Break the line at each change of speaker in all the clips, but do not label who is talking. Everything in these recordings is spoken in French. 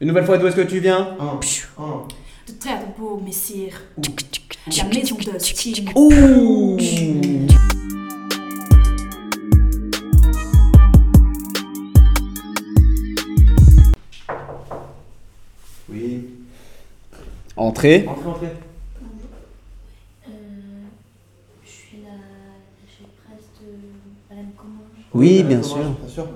Une nouvelle fois, d'où est-ce que tu viens
Un, un.
De très beau, messire. La maison de Sting.
Ouh
Oui.
Entrée.
Entrez, entrez.
Euh, je suis la l'attachée de presse de Madame Comanche.
Oui,
Euh,
bien
comment-
sûr.
Bien sûr.
Moi,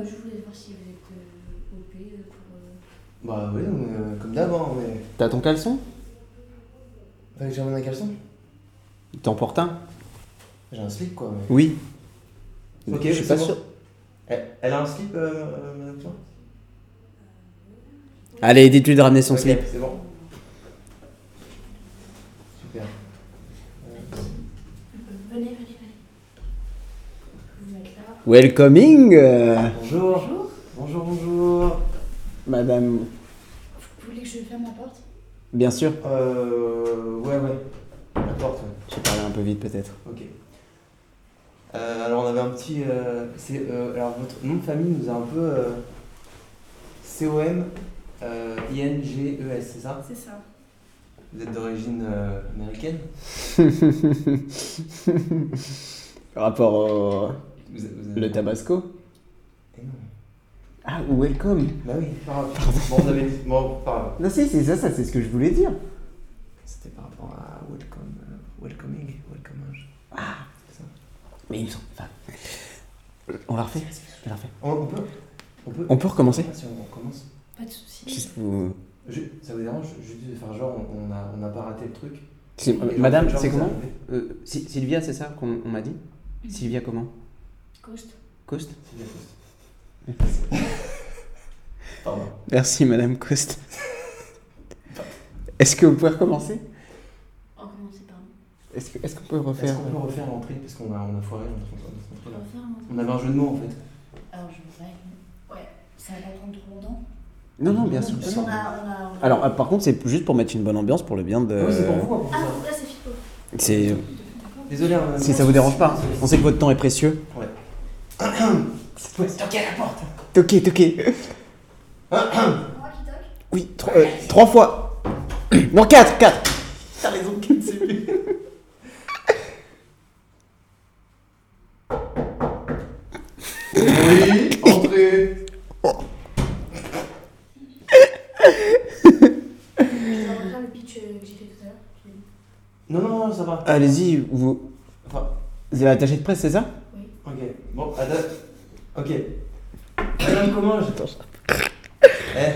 Bah, je voulais voir si vous êtes euh, OP euh, pour. euh,
Bah oui, on est, euh, comme d'avant, mais.
T'as ton caleçon
Fallait que j'amène un caleçon
T'en portes un
J'ai un slip quoi. mais-
Oui.
Ok,
je suis
c'est
pas
bon.
sûr.
Elle, elle a un slip, euh, euh, madame Klein
Allez, dis-tu de ramener son
Ok,
slip.
C'est bon. Super. Euh,
Venez, venez, venez. Je vais Vous mettre là.
Welcoming, euh,
Bonjour.
Bonjour.
Bonjour, bonjour.
madame.
Vous voulez que je ferme la porte
Bien sûr.
Euh. Ouais, ouais. La porte, ouais.
J'ai parlé un peu vite peut-être.
Ok. Euh, alors, on avait un petit. euh, c'est, euh, alors, votre nom de famille nous a un peu. euh, C-O-M-I-N-G-E-S, E c'est ça
C'est ça.
Vous êtes d'origine euh, américaine
Rapport au...
vous, êtes- vous êtes-
le tabasco.
Eh non.
Ah, welcome.
Bah oui, c'est pas grave. Bon, vous avez dit. Bon, pas grave.
Non, si, c'est ça, ça c'est ce que je voulais dire.
C'était par rapport à welcome, euh, welcoming, welcomage.
Mais il me semble. enfin, On la refait Je la refais.
On, on peut On peut
On peut recommencer
Ah, Si on recommence.
Pas de soucis.
Qu'est-ce que vous-
Ju- ça vous dérange Juste de faire genre, on on a, on a pas raté le truc.
C'est-
Et genre,
Ah, Madame,
genre,
c'est
vous
comment
arrivez.
Euh, Si- Sylvia, c'est ça qu'on on m'a dit Sylvia comment
Coste.
Coste
C'est bien Pardon.
Merci Madame Coste. Est-ce que vous pouvez recommencer
Oh, comment c'est pardon
Est-ce que- est-ce qu'on peut
Est-ce
refaire
qu'on peut refaire l'entrée Parce qu'on a, on a foiré notre- notre entrée, là.
Je peux refaire moi
On avait un jeu de mots en fait.
Alors, Ah, je vais. Ouais, ça va pas prendre trop longtemps.
Non, non, bien sûr.
Non,
Parce qu'on a, on a, on a-
Alors ah, par contre, c'est juste pour mettre une bonne ambiance pour le bien de.
Oui, c'est pour vous. hein, pour
Ah,
vous.
là, c'est Fipo.
C'est-
Désolé, hein, madame.
Si ça vous dérange pas, hein. on sait que votre temps est précieux.
Ouais. Ouais, c'est ok à la porte
Toquez, toquez.
C'est moi qui toque
Oui, tro- euh, trois fois. Non, quatre, quatre.
T'as raison, Ken, c'est lui. Oui, entrez
Je vais refaire le pitch euh, que j'ai fait tout à l'heure. Je l'ai-
Non, non, non, ça va.
Allez-y, vous.
Enfin,
Vous avez attaché de presse, c'est ça
Ok, bon, attends. Ok. Madame Comminges. Eh,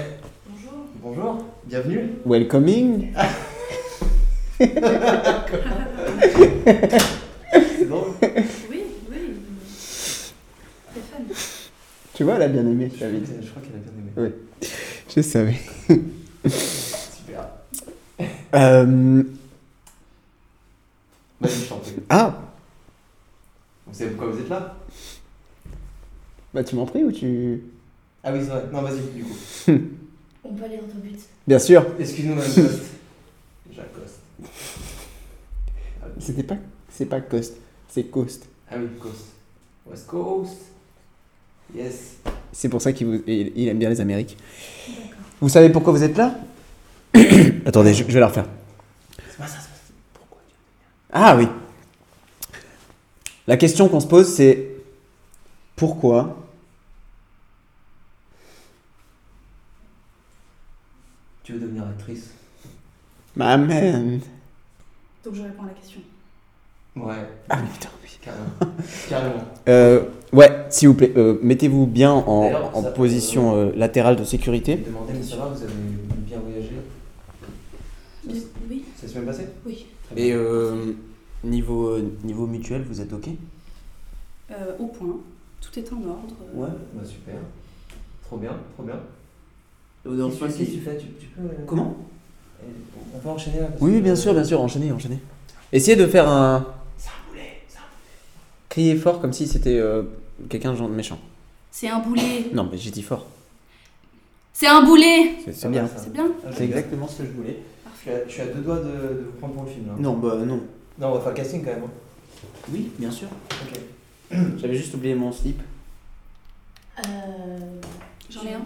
Bonjour.
bonjour, bienvenue.
Welcoming.
C'est drôle.
Oui, oui. C'est fun.
Tu vois, elle a bien aimé,
Je,
je l'avais dit.
crois- je crois qu'elle a bien aimé.
Je savais.
Super.
Euh,
Vas-y, je t'en prie.
Ah,
Vous savez pourquoi vous êtes là
bah tu m'en pries ou tu.
Ah oui, c'est vrai. Non, vas-y, du coup.
On peut aller dans ton but.
Bien sûr.
Excuse-nous, Madame Coste. J'accoste. Ah oui.
C'était pas. C'est pas Coste, c'est Coste.
Ah oui, Coste. West Coast. Yes.
C'est pour ça qu'il vous- il- il aime bien les Amériques.
D'accord.
Vous savez pourquoi vous êtes là Attendez, je, je vais la refaire.
C'est pas ça, c'est pas ça. Pourquoi tu-
Ah oui. La question qu'on se pose, c'est pourquoi
Tu veux devenir actrice
Ma man.
Donc je réponds à la question.
Ouais,
Ah putain, oui.
carrément. carrément.
Euh, ouais, s'il vous plaît, euh, mettez-vous bien en,
D'ailleurs,
en
ça-
position euh, latérale de
Je
sécurité.
vais demander, mais ça va, vous avez bien voyagé Ça s-
Oui,
Ça s'est bien passé
oui.
Très bien.
Et euh, niveau, euh, niveau mutuel, vous êtes OK
Euh, au point. Tout est en ordre.
Ouais, bah super. Trop bien, trop bien.
Qu'est-ce
Qu'est-ce que
que-
tu fais Tu- tu peux, euh,
Comment
euh, On peut enchaîner là parce
Oui,
que-
oui, bien sûr, bien sûr, enchaînez, enchaînez. Essayez de faire un.
Ça roulait, ça roulait.
Crier fort comme si c'était euh, quelqu'un de genre de méchant.
C'est un boulet.
Non, mais j'ai dit fort.
C'est un boulet.
C'est
Ça va, ça va.
C'est bien.
Ah,
C'est exactement ce que je voulais.
euh, Je suis à, je suis à deux doigts de, de vous prendre pour le film là.
Non, bah non.
Non, on va faire le casting quand même. hein.
Oui, bien sûr.
Ok.
J'avais juste oublié mon slip.
Euh,
J'en ai un.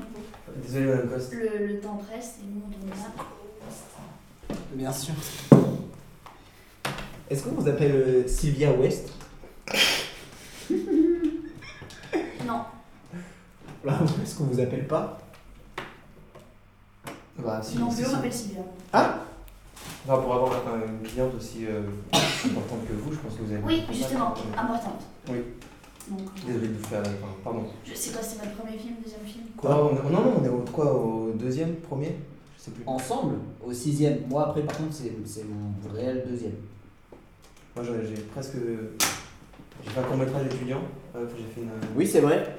Désolé, Madame Coste.
Le, le temps presse et nous on donne là.
Bien sûr. Est-ce qu'on vous appelle euh, Sylvia West
Non,
Là, Est-ce qu'on vous appelle pas Bah, si.
non
si,
plus on
si.
m'appelle Sylvia.
Enfin, pour avoir euh, une cliente aussi euh, importante que vous, je pense que vous avez.
Oui, justement, Ah.
Euh,
importante.
Oui.
Donc,
Désolé de vous faire. euh, enfin, pardon.
je sais pas, c'est votre premier film, deuxième film
Quoi Non, non, on est au, quoi, au deuxième, premier Je sais plus.
Ensemble, au sixième. Moi, après, par contre, c'est c'est mon réel deuxième.
Moi, j'ai- j'ai presque. J'ai fait un court-métrage étudiant. Euh, j'ai fait une.
Oui, c'est vrai.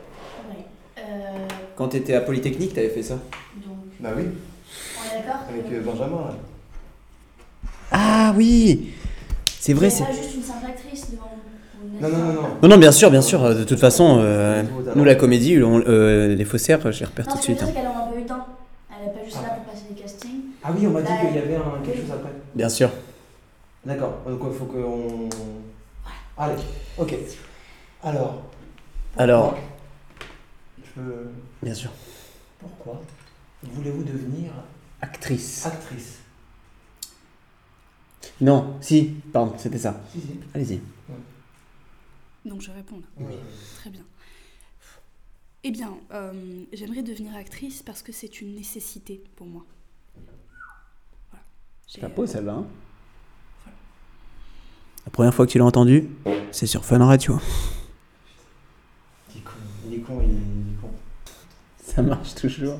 Oui. Euh,
Quand t'étais à Polytechnique, t'avais fait ça.
donc,
Bah oui,
on est d'accord
avec
que-
euh, Benjamin, là.
Ah oui C'est
Il y a pas juste une simple actrice devant vous. vous
Non,
n'êtes
non, non,
pas-
non.
Non, non, bien sûr, bien sûr. euh, De toute façon, euh,
Tout au talent.
nous, la comédie, on- euh, les faussaires, je les repère
Non,
tout de
ce que je veux
suite. hein.
dire, c'est qu'elle en a pas eu d'un. Elle n'est pas juste là pour passer des castings.
Ah oui, on m'a dit
Bah,
qu'il y avait un, quelque chose après.
Bien sûr.
D'accord, donc il faut qu'on. Allez, ok. Alors.
Alors,
Je peux-
bien sûr.
Pourquoi voulez-vous devenir
Actrice.
actrice
Non, si, pardon, c'était ça.
Si, si.
Allez-y.
Donc je réponds là. Très bien. Eh bien, euh, j'aimerais devenir actrice parce que c'est une nécessité pour moi. Voilà. J'ai- euh,
La peau, celle-là. hein. La première fois que tu l'as entendu, c'est sur Fun Radio.
Il est con, il est con, il il est con.
Ça marche toujours.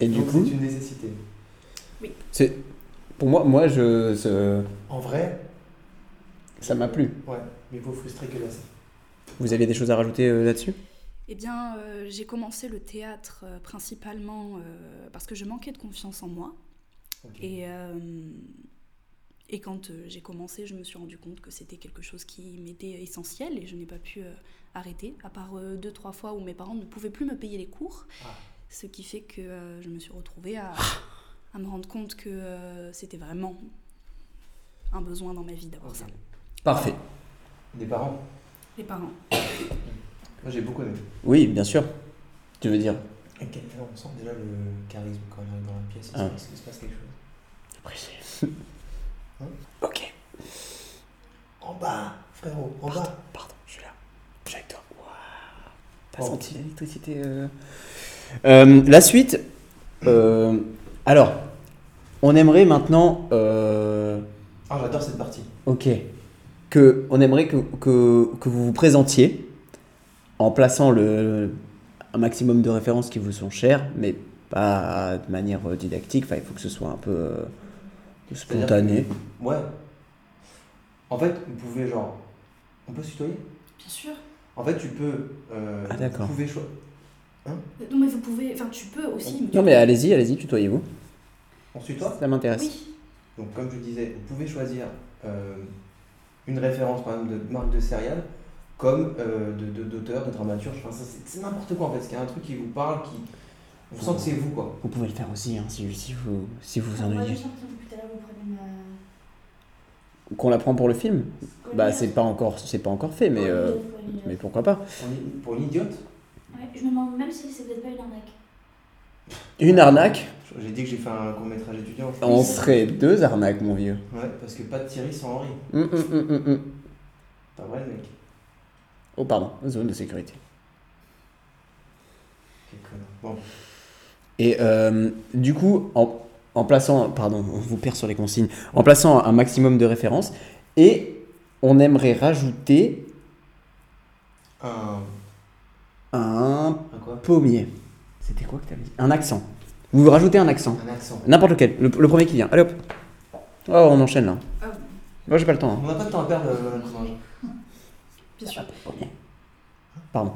Et du
Donc,
coup,
C'est une nécessité.
c'est pour moi, moi, je, ce-
En vrai,
ça m'a plu.
ouais, mais vous frustrez que là. c'est-
Vous aviez des choses à rajouter euh, là-dessus
Eh bien, euh, j'ai commencé le théâtre euh, principalement euh, parce que je manquais de confiance en moi.
Ok.
Et, euh, et quand euh, j'ai commencé, je me suis rendu compte que c'était quelque chose qui m'était essentiel et je n'ai pas pu euh, arrêter, à part euh, deux, trois fois où mes parents ne pouvaient plus me payer les cours.
Ah.
Ce qui fait que euh, je me suis retrouvée à, à me rendre compte que euh, c'était vraiment un besoin dans ma vie d'avoir
Ok.
ça.
Parfait.
Des parents.
Les parents.
Moi, j'ai beaucoup aimé.
Oui, bien sûr. Tu veux dire
Ok, là, on sent déjà le charisme quand on arrive dans la pièce. Il,
Ah.
se, passe, il se passe quelque chose.
Ok.
En bas, frérot, en bas.
Pardon, je suis là. Je suis avec toi. Waouh.
Oh.
l'électricité euh Euh, La suite. euh, alors, on aimerait maintenant. euh,
Ah, j'adore cette partie.
Ok. Que on aimerait que, que, que vous vous présentiez en plaçant le, un maximum de références qui vous sont chères, mais pas de manière euh, didactique. Enfin, il faut que ce soit un peu euh,
C'est-à-dire
spontané.
Ouais. En fait, vous pouvez genre. On peut se tutoyer
Bien sûr.
En fait, tu peux. euh,
Ah, d'accord.
Vous pouvez cho-
Euh, Non, mais vous pouvez. Enfin, tu peux aussi.
Non, mais allez-y, allez-y, tutoyez-vous.
On se tutoie
Ça m'intéresse.
Oui.
Donc, comme je disais, vous pouvez choisir euh, une référence quand même de marque de céréales, comme euh, de- de- d'auteur, de, dramaturge. Enfin, ça, c'est- c'est n'importe quoi en fait. Parce qu'il y a un truc qui vous parle, qui. On sent que c'est vous quoi.
Vous pouvez le faire aussi, hein, si, si vous, si vous en
Moi,
avez.
juste un petit peu plus tard, vous prenez ma.
Qu'on la prend pour le film Bah,
Collier.
c'est pas encore, c'est pas encore fait, mais
Collier,
euh,
collier.
mais pourquoi pas
Pour une- Pour une idiote,
Ouais, je me demande même si c'est peut-être pas une arnaque.
Une arnaque,
j'ai dit que j'ai fait un court métrage étudiant. je
on
pense.
serait deux arnaques, mon vieux.
Ouais, parce que pas de Thierry sans Henri.
Hum, hum, hum, hum, hum.
Pas vrai, le mec.
Oh pardon, zone de sécurité.
Quel connard. Bon,
Et euh, du coup, en, en plaçant, pardon, on vous perd sur les consignes, en plaçant un maximum de références, et on aimerait rajouter
un.
un
Un quoi
pommier. C'était quoi que t'avais dit Un accent. Vous rajoutez un accent,
Un accent.
n'importe lequel, le, le premier qui vient. Allez hop. Oh, on enchaîne là.
Ah,
Moi j'ai pas le temps. hein.
On n'a pas de temps à perdre, euh, Madame Cousinge.
bien sûr.
Pardon.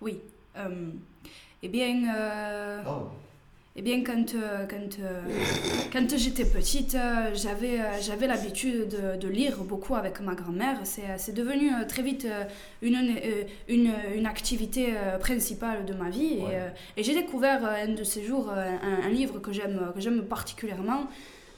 Oui. Euh, eh bien.
Ah.
euh,
Oh.
Eh bien, quand, euh, quand, euh, quand j'étais petite, euh, j'avais, euh, j'avais l'habitude de, de lire beaucoup avec ma grand-mère. C'est, euh, c'est devenu euh, très vite euh, une, euh, une, une activité euh, principale de ma vie. Et,
Ouais.
euh, et j'ai découvert euh, un de ces jours euh, un, un livre que j'aime, que j'aime particulièrement,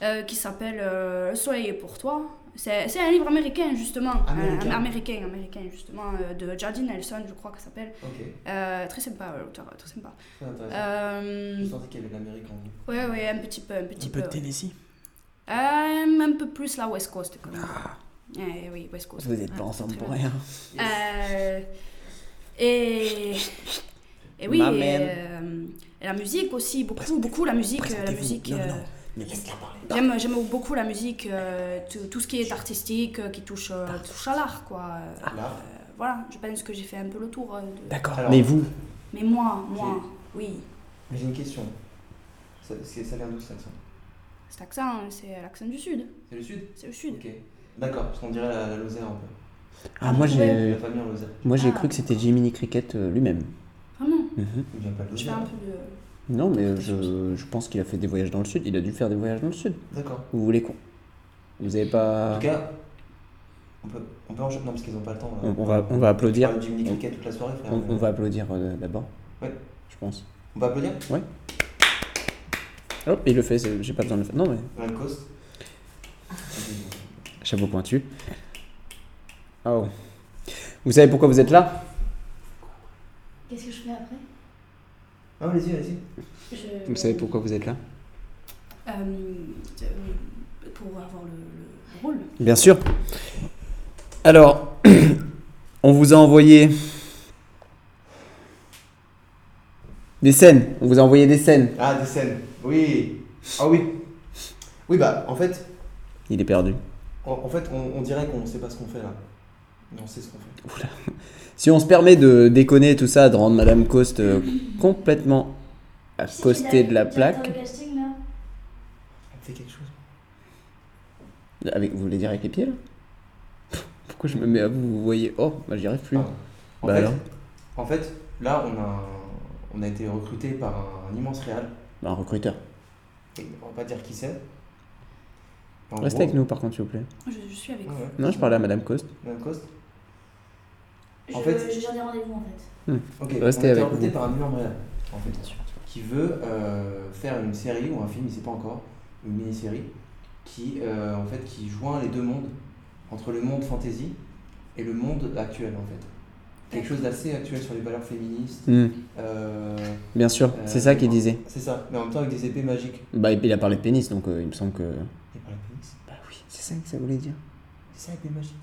euh, qui s'appelle euh, Le soleil est pour toi, C'est c'est un livre américain, justement. Un-
Américain.
Un, américain, américain, justement, euh, de Jardine Nelson, je crois que ça s'appelle.
Ok,
Euh, très sympa, euh, l'auteur, très sympa.
c'est intéressant.
Euh,
Je sentais qu'il y avait de l'Amérique en vous.
ouais, ouais, un petit peu, un petit peu. ouais.
Tennessee.
Euh, un peu plus la West Coast, quand même. Eh oui, West Coast.
Ah. Vous n'êtes
Ouais,
pas ensemble
très
pour
bien.
rien.
Euh, et, et oui,
Maman.
et, euh, et la musique aussi, beaucoup, beaucoup la musique. euh, La
Présentez-vous.
musique
Non,
euh,
non, mais laisse-la parler.
j'aime, j'aime beaucoup la musique, euh, tout, tout ce qui est artistique, euh, qui touche, euh, touche à l'art, quoi. Euh,
Ah.
Là,
euh, voilà, je pense que j'ai fait un peu le tour. euh, de-
D'accord.
Alors-
Mais vous,
Mais moi, moi, oui,
j'ai une question. Ça, c'est- ça vient d'où cet accent
cet accent, c'est l'accent du sud.
C'est le sud
C'est le sud.
Ok. D'accord, parce qu'on dirait la, la Lozère un peu.
ah, moi
La
j'ai
famille en Lozère.
moi j'ai
Ah.
cru que c'était Jiminy Cricket euh, lui-même.
Vraiment,
Mhm.
Il vient pas de
je fais un
Lozère.
peu de.
Non, mais je, je pense qu'il a fait des voyages dans le sud. Il a dû faire des voyages dans le sud.
D'accord.
Vous voulez qu'on Vous avez
En
pas
tout cas, on peut, on peut enchaîner. Non, parce qu'ils n'ont pas le temps. Là.
on, on va on va
On
applaudir.
parle du mini cricket toute la soirée, frère.
On, on va applaudir euh, d'abord.
Ouais.
Je pense.
On va applaudir
Hop, il le fait. c'est- J'ai pas besoin de le faire. Non mais
Lacoste.
chapeau pointu. Oh. Vous savez pourquoi vous êtes là
Qu'est-ce que je fais après
Non, allez-y, allez-y.
Je-
Vous savez pourquoi vous êtes là
euh, euh, pour avoir le, le rôle.
Bien sûr. Alors, on vous a envoyé des scènes. On vous a envoyé des scènes.
Ah, des scènes. Oui. Ah oui. Oui, bah, en fait,
Il est perdu.
en, en fait on, on dirait qu'on sait pas ce qu'on fait là. Mais on sait ce qu'on fait.
Si on se permet de déconner tout ça, de rendre Madame Coste euh, complètement à
Si,
côté
tu
de la
l'as- tu
plaque,
l'as dans le casting, là
On fait quelque chose.
avec, vous voulez dire avec les pieds là Pourquoi je me mets à vous Vous voyez Oh, bah, j'y arrive plus.
Pardon. Ah, En,
Bah
fait,
alors
en fait, là, on a, on a été recruté par un, immense réal.
Bah, un recruteur.
Et On va pas dire qui c'est. En
Restez
gros-
avec nous par contre, s'il vous plaît.
Je, je suis avec
Ouais,
vous.
ouais.
Non, je parlais à Madame Coste.
Madame Coste.
Je-
En fait-
J'ai des rendez-vous en fait.
Ok,
Restez
on a été
avec
recruté
vous.
par un immense réal, en fait, qui veut euh, faire une série ou un film, il sait pas encore, une mini-série, qui, euh, en fait, qui joint les deux mondes, entre le monde fantasy et le monde actuel, en fait. Quelque chose d'assez actuel sur les valeurs féministes.
Hmm,
euh,
bien sûr,
euh,
c'est ça qu'il disait.
C'est ça, mais en même temps avec des épées magiques.
Bah, il a parlé de pénis, donc euh, il me semble que.
Et par les pénis.
Bah oui, c'est ça que ça voulait dire.
C'est ça, épée magique.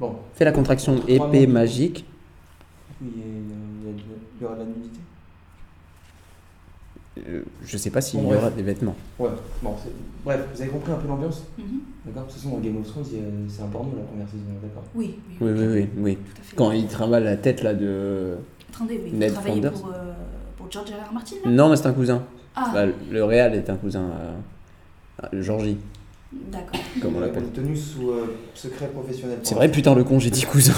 Bon,
Fais la contraction
Trois
épée
mots.
magique.
oui, il y a- il y a de- il y aura de la nudité.
Euh, je sais pas s'il
Bon,
y
bref.
aura des vêtements.
Ouais, bon, c'est- bref, vous avez compris un peu l'ambiance
Mhm.
D'accord, de toute façon, dans Game of Thrones, il y a- c'est un porno la première saison, d'accord
Oui,
Oui, oui, oui, oui.
Tout à fait.
Quand il travaille la tête là de.
Attendez, mais
Ned
vous travaillez
Flanders.
pour, euh, pour George R. R. Martin là
Non, mais c'est un cousin.
Ah,
Bah, le Real est un cousin. Euh... Georgie,
d'accord.
comme on l'appelle.
est tenu sous euh, secret professionnel.
C'est vrai, putain, le con, j'ai dit cousin.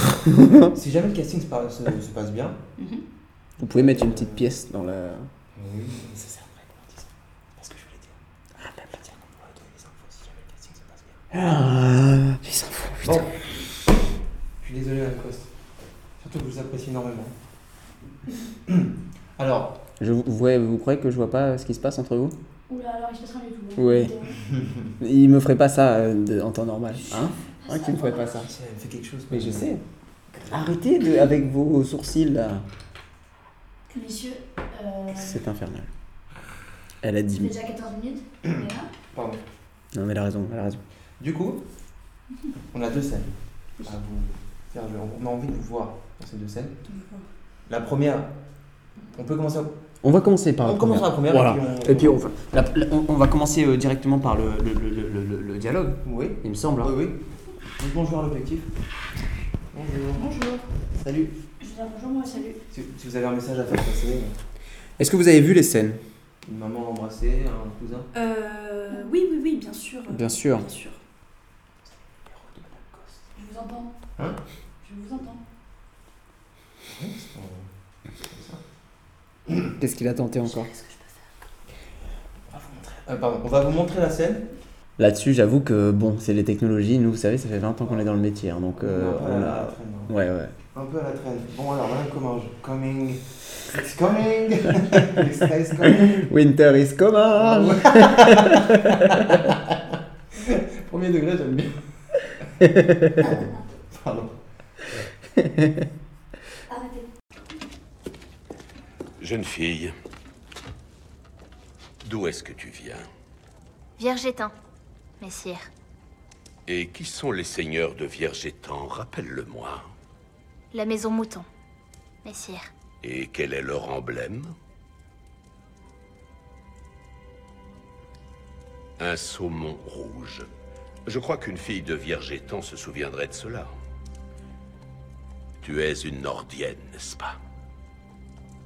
Si jamais le casting se, par- se- se passe bien.
Mhm.
Vous pouvez mettre une petite pièce dans la.
Oui, ça c'est après qu'on dise. Parce que je voulais dire. Ah, bah, je dire qu'on pourrait donner les infos si jamais le casting se passe bien.
Ah, les infos, putain.
Bon, je suis désolé, Madame Coste. Surtout que je vous apprécie énormément. Alors,
Je vous, vous voyez- vous croyez que je vois pas ce qui se passe entre vous
Oula, alors il se passe rien du tout. hein.
Ouais. Il me ferait pas ça euh, de- en temps normal. Hein Hein, qu'il me ferait pas ça.
ça me fait quelque chose.
Mais je sais. Arrêtez de- avec vos sourcils là.
Messieurs, euh, ça
C'est infernal. Elle a dit.
fait
mais-
déjà 14 minutes. on est là.
Pardon.
Non, mais elle a raison, elle a raison.
Du coup, on a deux scènes. à vous faire jouer. On a envie de vous voir dans ces deux scènes. La première, on peut commencer.
On va commencer par
on
la
commence
première.
par la première. euh,
Voilà.
Et
Et puis
puis on.
on va, la- la- on- on va commencer euh, directement par le, le- le- le- le- le dialogue,
Oui.
il me semble. hein.
Oui, oui. Donc, Bonjour à l'objectif. Bonjour.
Bonjour.
Salut.
Je vous dis bonjour, moi, salut.
Si, si vous avez un message à faire passer,
Est-ce que vous avez vu les scènes
une maman l'embrasser, un cousin.
Euh, oui, oui, oui, bien sûr.
Bien sûr.
Bien sûr.
Je vous entends.
Hein
Je vous entends.
Qu'est-ce qu'il a tenté encore
Euh, pardon, on va vous montrer la scène.
Là-dessus, j'avoue que bon, c'est les technologies. Nous, vous savez, ça fait 20 ans qu'on est dans le métier, hein, donc euh,
un peu
on
à la, à la
a.
traîne. hein.
Ouais, ouais.
Un peu à la traîne. Bon, alors, voilà comment je. Coming. It's coming. It's it's coming.
Ah. Winter is coming.
Pour premier degré, j'aime bien. Pardon.
Arrêtez.
Jeune fille, d'où est-ce que tu viens
Vierge éteint, messire.
Et qui sont les seigneurs de Vierge étang Rappelle-le-moi.
La maison mouton, messire.
Et quel est leur emblème Un saumon rouge. Je crois qu'une fille de Vierge étang se souviendrait de cela. Tu es une nordienne, n'est-ce pas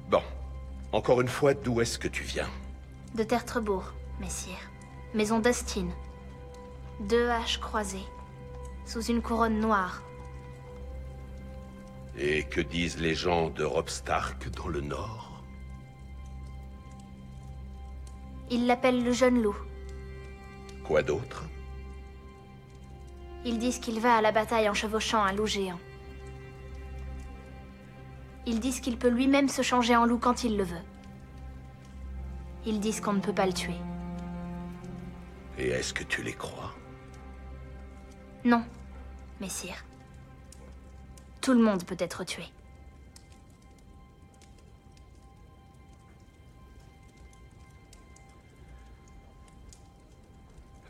Bon, encore une fois, d'où est-ce que tu viens
De Tertrebourg, messire. Maison d'Astine. Deux haches croisées. Sous une couronne noire.
Et que disent les gens de Rob Stark dans le Nord
Ils l'appellent le jeune loup.
Quoi d'autre
Ils disent qu'il va à la bataille en chevauchant un loup géant. Ils disent qu'il peut lui-même se changer en loup quand il le veut. Ils disent qu'on ne peut pas le tuer.
Et est-ce que tu les crois
Non, messire. Tout le monde peut être tué.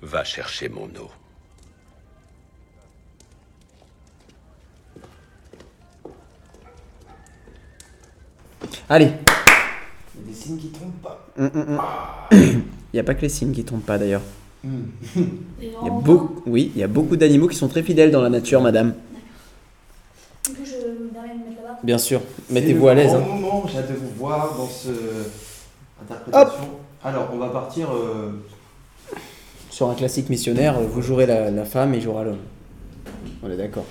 Va chercher mon eau.
Allez,
Il y a des signes qui trompent pas.
il n'y a pas que les signes qui tombent pas d'ailleurs.
Il
Il y a
Oh,
beaucoup, oui, il y a beaucoup d'animaux qui sont très fidèles dans la nature, madame.
Du coup, je me permets de me mettre là-bas.
Bien sûr,
C'est
mettez-vous
le
à l'aise.
grand
hein.
moment, j'ai hâte de vous voir dans ce interprétation. Alors, on va partir. euh,
Sur un classique missionnaire, vous jouerez la, la femme et il jouera l'homme. On est d'accord.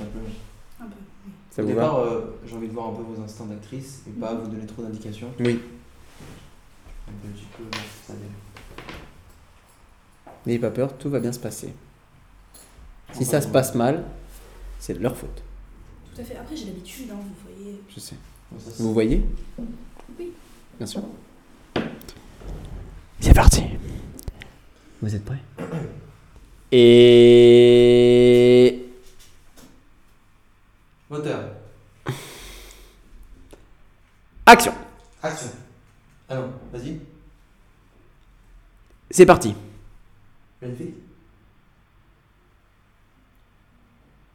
Un peu.
Ça
Au
vous va
départ, euh, j'ai envie de voir un peu vos instincts d'actrice et pas vous donner trop d'indications.
Oui.
Un petit peu, euh, ça dé-
N'ayez pas peur, tout va bien se passer. Si
Enfin,
ça se
bon.
passe mal, c'est de leur faute.
Tout à fait. Après, j'ai l'habitude, hein, vous voyez.
Je sais.
Bon, ça, c'est-
Vous voyez
Oui.
Bien sûr. C'est parti. Vous êtes prêts Et...
Moteur.
Action
Action. Ah non, vas-y.
C'est parti.
Jeune fille.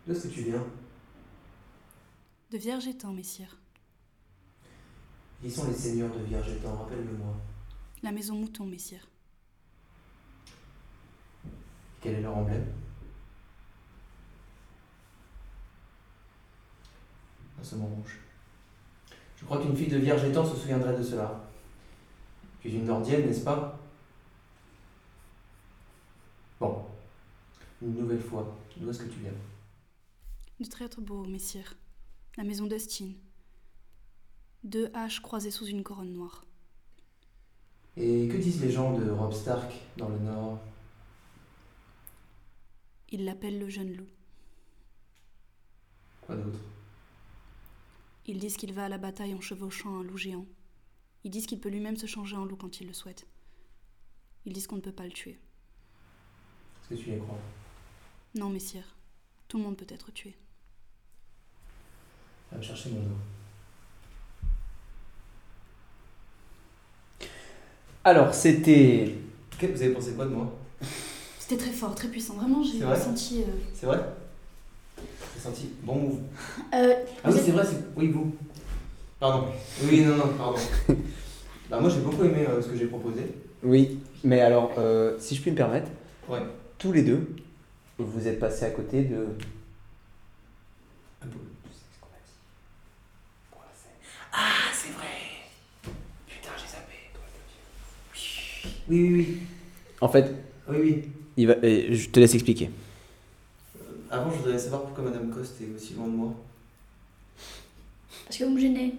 D'où est-ce que tu viens
De vierge éteint, messire.
Qui sont les seigneurs de Vierge Étang Rappelle-le-moi.
La maison mouton, messire.
Quel est leur emblème Un saumon rouge. Je crois qu'une fille de Vierge étant se souviendrait de cela. Tu es une nordienne, n'est-ce pas Bon. Une nouvelle fois, d'où est-ce que tu viens
De traître beau, messire. La maison d'Astine. Deux haches croisées sous une couronne noire.
Et que disent les gens de Rob Stark dans le Nord
Ils l'appellent le jeune loup.
Quoi d'autre
Ils disent qu'il va à la bataille en chevauchant un loup géant. Ils disent qu'il peut lui-même se changer en loup quand il le souhaite. Ils disent qu'on ne peut pas le tuer.
Est-ce que tu les crois
Non, messire. Tout le monde peut être tué.
Va me chercher mon dos.
Alors, c'était...
vous avez pensé quoi de moi
C'était très fort, très puissant. Vraiment, j'ai
C'est vrai
senti. euh,
C'est vrai J'ai senti. Bon move.
Euh,
Ah oui, c'est vrai, c'est. Oui, vous. Pardon. Oui, non, non, pardon. bah, moi, j'ai beaucoup aimé euh, ce que j'ai proposé.
Oui, mais alors, euh, si je puis me permettre,
Ouais.
tous les deux, vous êtes passés à côté de...
Un peu. Ah, c'est vrai Putain, j'ai zappé. Oui, oui, oui.
En fait,
Oui, oui.
il va... et je te laisse expliquer.
Euh, Avant, je voudrais savoir pourquoi Madame Coste est aussi loin de moi.
parce que vous me gênez.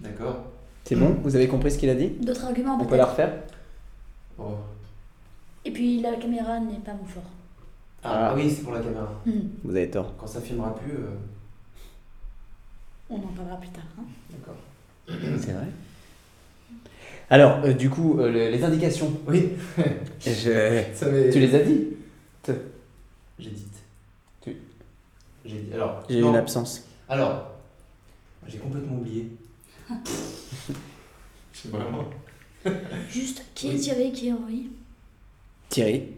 D'accord.
C'est bon Vous avez compris ce qu'il a dit
D'autres arguments
On peut la
peut-être.
refaire
Oh.
Et puis la caméra n'est pas mon fort.
Ah,
Ah.
oui, c'est pour la caméra.
Hmm,
Vous avez tort.
Quand ça filmera plus. euh,
On en parlera plus tard. hein.
D'accord.
C'est vrai Alors, euh, du coup, euh, le- les indications.
Oui,
Je-
ça m'est-
Tu les as dit
J'ai dit.
Tu-
J'ai dit. Alors,
J'ai eu
non.
une absence.
Alors, j'ai complètement oublié. C'est vraiment.
Juste, qui
Oui.
est tiré, qui est envoyé
Thierry.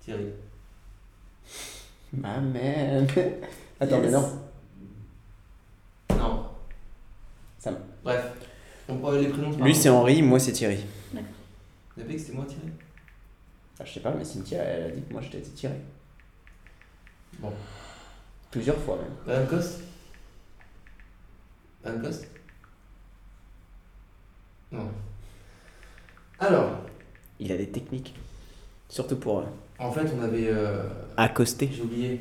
Thierry.
Ma mère. Attends,
Yes.
mais non.
Non.
Ça me-
Bref, on prend les prénoms.
Lui, c'est Henri, moi, c'est Thierry.
Vous avez que c'était moi, Thierry
Ah, je sais pas, mais Cynthia, elle a dit que moi, j'étais Thierry.
Bon.
Plusieurs fois, même.
Madame Coste Madame Coste Non. Alors,
Il a des techniques. Surtout pour euh,
en fait, on avait. euh,
accoster.
J'ai oublié.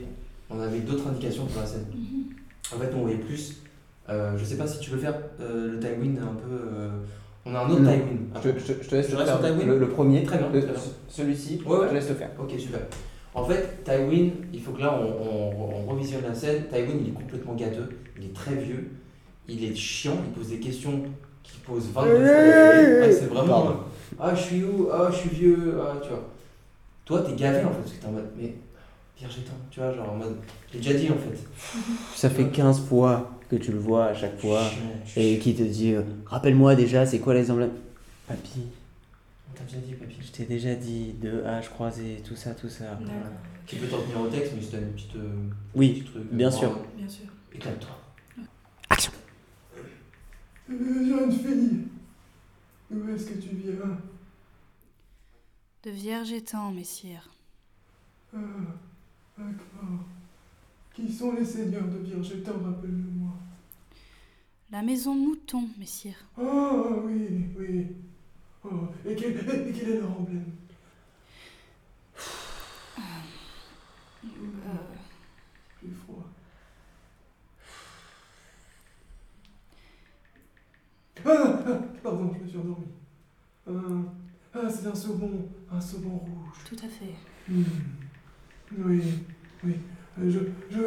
On avait d'autres indications pour la scène.
Mm-hmm.
En fait, on voyait plus. euh, je sais pas si tu veux faire euh, le Tywin un peu. euh, on a un autre
Non.
Tywin.
Je, je- je te laisse
Je
le
reste
faire.
sur Tywin
le, le premier,
Très bien,
le-
très bien.
Celui-ci,
Ouais, ouais.
je te laisse le faire.
Ok, super. En fait, Tywin, il faut que là, on, on- on revisionne la scène. Tywin, il est complètement gâteux. Il est très vieux. Il est chiant. Il pose des questions qui posent 22 fois. Ouais, c'est vraiment.
Pardon.
Ah, je suis où Ah, je suis vieux. Ah, tu vois. Toi, t'es gavé en fait, parce que t'es en mode. Mais. Pierre Gétan, tu vois, genre en mode. Je l'ai déjà dit en fait.
Ça fait 15 fois que tu le vois à chaque fois.
Chiant, je suis
Et
chiant.
qui te dit euh, Rappelle-moi déjà, c'est quoi les emblèmes Papy,
On t'a déjà dit, papy.
je t'ai déjà dit, 2H croisé, tout ça, tout
Ah,
ça.
D'accord,
Tu peux t'en tenir au texte, mais je te donne une petite. euh,
Oui,
petit truc.
bien
Bon,
sûr.
bien sûr.
Éclate-toi.
Action.
Eh Jeune fille, où est-ce que tu viens
De vierge étant, messire.
Ah, d'accord. Qui sont les seigneurs de Virgetan, rappelle-le-moi.
La maison mouton, messire.
Ah oui, oui. Oh, et, quel, et quel est leur emblème
Euh,
J'ai froid. Ah, ah, pardon, je me suis endormi. Ah, ah, c'est un saumon, un saumon rouge.
Tout à fait.
Hmm. Oui, oui. Euh, Je, je,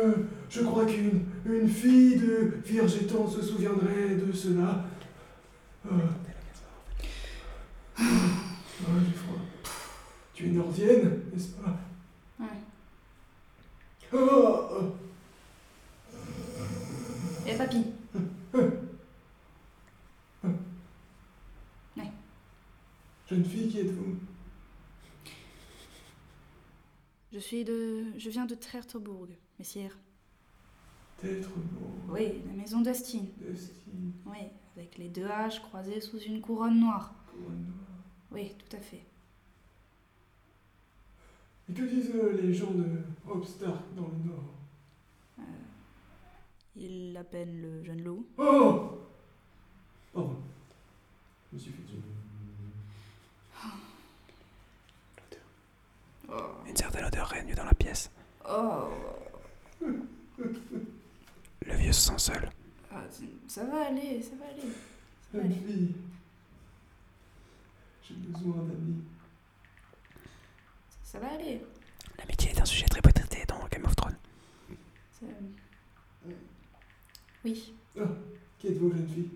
je crois qu'une une fille de Virgétan se souviendrait de cela. Euh. Ah, j'ai froid. Tu es nordienne, n'est-ce pas
Ouais.
Ah, ah,
Et papy
Jeune fille, qui êtes-vous
Je suis de. Je viens de Trertebourg, messire.
D'être beau,
Oui, la maison d'Astine.
destin,
Oui, avec les deux haches croisées sous une couronne noire.
couronne noire.
Oui, tout à fait.
Et que disent euh, les gens de Hobstark dans le Nord
Il l'appelle le jeune loup.
Oh Pardon. Je me suis fait tuer.
Une certaine odeur règne dans la pièce.
Oh,
Le vieux se sent seul.
ah, ça va aller, ça va aller. Ça va
Jeune
aller.
fille, j'ai besoin d'amis.
Ça va aller.
L'amitié est un sujet très peu traité dans Game of Thrones.
Ça- Oui,
Qui êtes-vous, jeune fille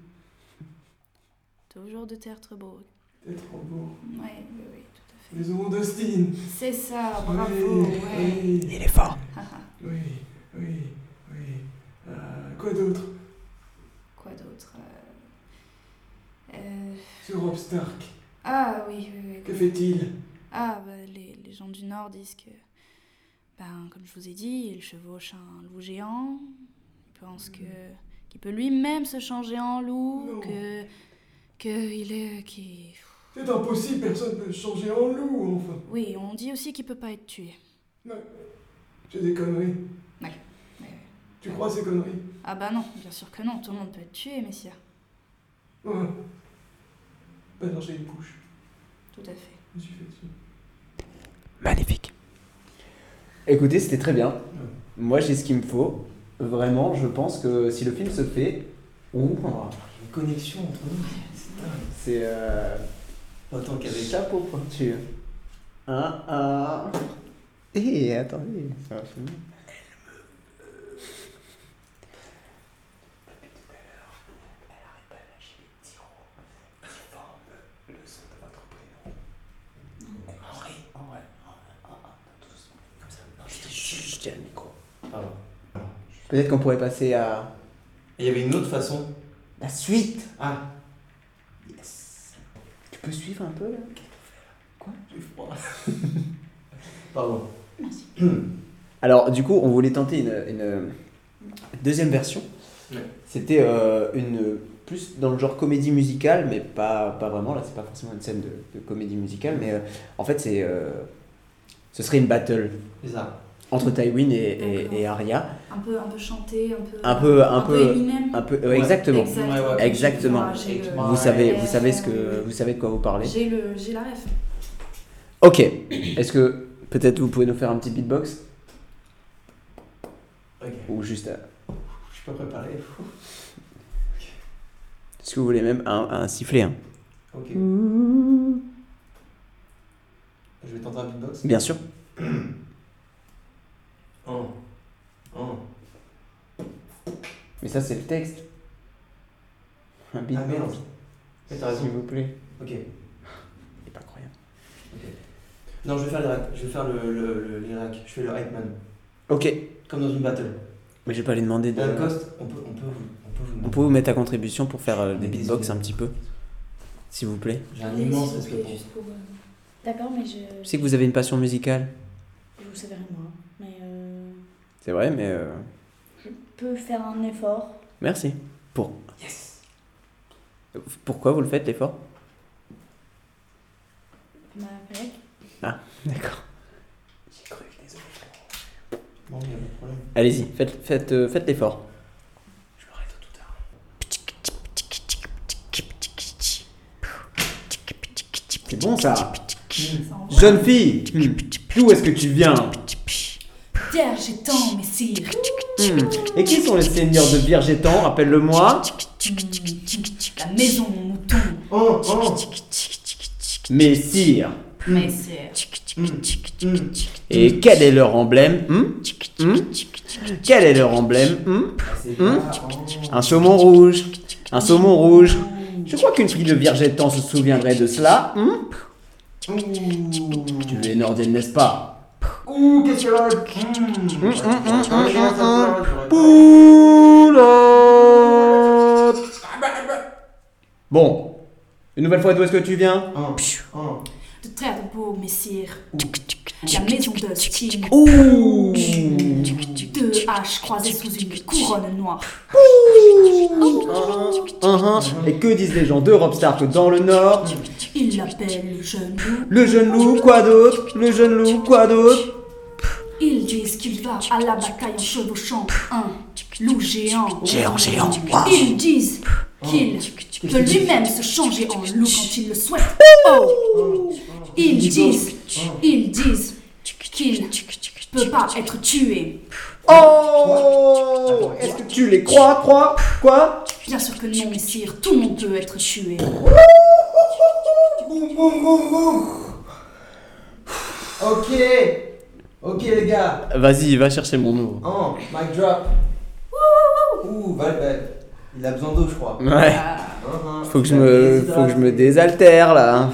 toujours de Tertrebourg.
D'être en beau.
Oui, oui, oui, tout à fait.
Maison d'Austin.
C'est ça, bravo,
oui,
ouais. Ah,
oui,
Il est fort.
oui, oui, oui. Euh, quoi d'autre
Quoi d'autre euh, euh,
Sur Rob Stark.
Ah oui, oui, oui.
Que fait-il
Ah, bah, les, les gens du Nord disent que, ben, comme je vous ai dit, il chevauche un loup géant. Ils pensent que qu'il peut lui-même se changer en loup,
Non.
que que il est qui.
C'est impossible, personne ne peut se changer en loup, enfin.
Oui, on dit aussi qu'il peut pas être tué.
C'est des conneries.
Ouais, ouais, ouais.
Tu crois ces conneries
Ah bah non, bien sûr que non, tout le monde peut être tué, messieurs.
Ouais. Bah non, j'ai une couche.
Tout à fait.
Je me suis fait tuer.
Magnifique.
Écoutez, c'était très bien. Moi, j'ai ce qu'il me faut. Vraiment, je pense que si le film se fait, on vous prendra.
Une connexion entre nous, c'est dingue.
C'est. Euh...
Autant qu'avec.
Chapeau pointu. Un, un. Ah, Hé, attendez, ça va finir. tiens le micro.
Pardon.
Peut-être qu'on pourrait passer à
Et il y avait une autre façon.
la suite.
Ah,
Tu peux suivre un peu là
j'ai froid. Pardon.
Alors, du coup, on voulait tenter une, une deuxième version.
Ouais.
C'était euh, une plus dans le genre comédie musicale, mais pas, pas vraiment. Là, c'est pas forcément une scène de, de comédie musicale, mais euh, en fait, c'est euh, ce serait une battle
C'est ça.
entre Tywin et, et, et Arya.
Un peu, un peu chanté, un peu.
Un peu, euh, un, peu,
Eminem.
un peu, ouais,
Ouais,
exactement.
Exact.
Ouais, ouais, ouais.
Exactement.
Moi, j'ai le-
Vous savez,
Ouais.
vous savez ce que, vous savez de quoi vous parlez.
J'ai le, j'ai la ref.
Ok. Est-ce que peut-être vous pouvez nous faire un petit beatbox
Ok.
ou juste, euh,
Je suis pas préparé.
si vous voulez même un, un sifflet. hein.
Ok.
Mm.
Je vais tenter un beatbox.
Bien sûr.
Un. Un.
Mais ça, c'est le texte. Un
Ah merde.
beatbox,
Ouais, t'as raison.
s'il vous plaît.
Ok.
C'est pas croyable.
Non, je vais faire, les racks. je vais faire le, le, le- les racks. Je fais le hype man.
Ok,
Comme dans une battle.
mais je vais pas lui demander de.
Dan Cost, on peut, on peut vous. On peut vous
On peut vous mettre à contribution pour faire euh, des
Mais
beatbox un
désolé.
petit peu S'il vous plaît.
J'ai un immense respect pour vous.
Juste pour, euh, D'accord, mais je.
Je sais que vous avez une passion musicale.
Vous savez rien, moi. Mais euh,
C'est vrai, mais. euh,
je peux faire un effort.
Merci. Pour. Yes Pourquoi vous le faites, l'effort
Ma collègue.
D'accord.
Non, il y a pas de problème.
Allez-y, faites, faites, euh, faites l'effort.
Je le rêve tout à l'heure.
C'est bon ça
Ça envoie.
Jeune fille D'où est-ce que tu viens
Vierge et tant, messire.
Et qui sont les seigneurs de Birgeton Rappelle-le-moi
La maison, mon mouton.
Oh, oh
Messire
Messire.
Et quel est leur emblème hmm Hmm Quel est leur emblème hmm
Hum C'est
Hmm
pas-
Un saumon rouge Un saumon rouge Je crois qu'une fille de Virgetan se souviendrait de cela. hmm
Oh. Ouh.
tu es nordienne, n'est-ce pas
Ouh, qu'est-ce que là Mmh.
hum, hum, hum,
Ouais, ça
hum,
pleure, j'aurais-
Pull up
Ah bah,
Bon. Une nouvelle fois, d'où est-ce que tu viens
Un, un.
De très beau, messire. La maison de Sting.
Oh.
Ouh Uh-huh.
Deux haches croisées sous une couronne noire.
Uhum. Et que disent les gens de Robstark dans le Nord
Il l'appelle le jeune loup.
Le jeune loup, quoi d'autre Le jeune loup, quoi d'autre
Ils disent qu'il va à la bataille en chevauchant un loup géant.
Géant, géant.
Ils disent qu'il peut lui-même se changer en loup quand il le souhaite. Oh Ils disent, ils disent qu'il ne peut pas être tué.
Oh Est-ce que tu les crois, crois Quoi
Bien sûr que non, messire, tout le monde peut être tué.
Boum, boum, boum, boum. Ok. Ok, les gars.
Vas-y, va chercher mon eau.
Un, Oh, mic drop. Ouh, Val, Val. Il a besoin d'eau, je crois. Uh-huh.
Ouais.
Un, un.
Faut que je me, faut que je me désaltère là.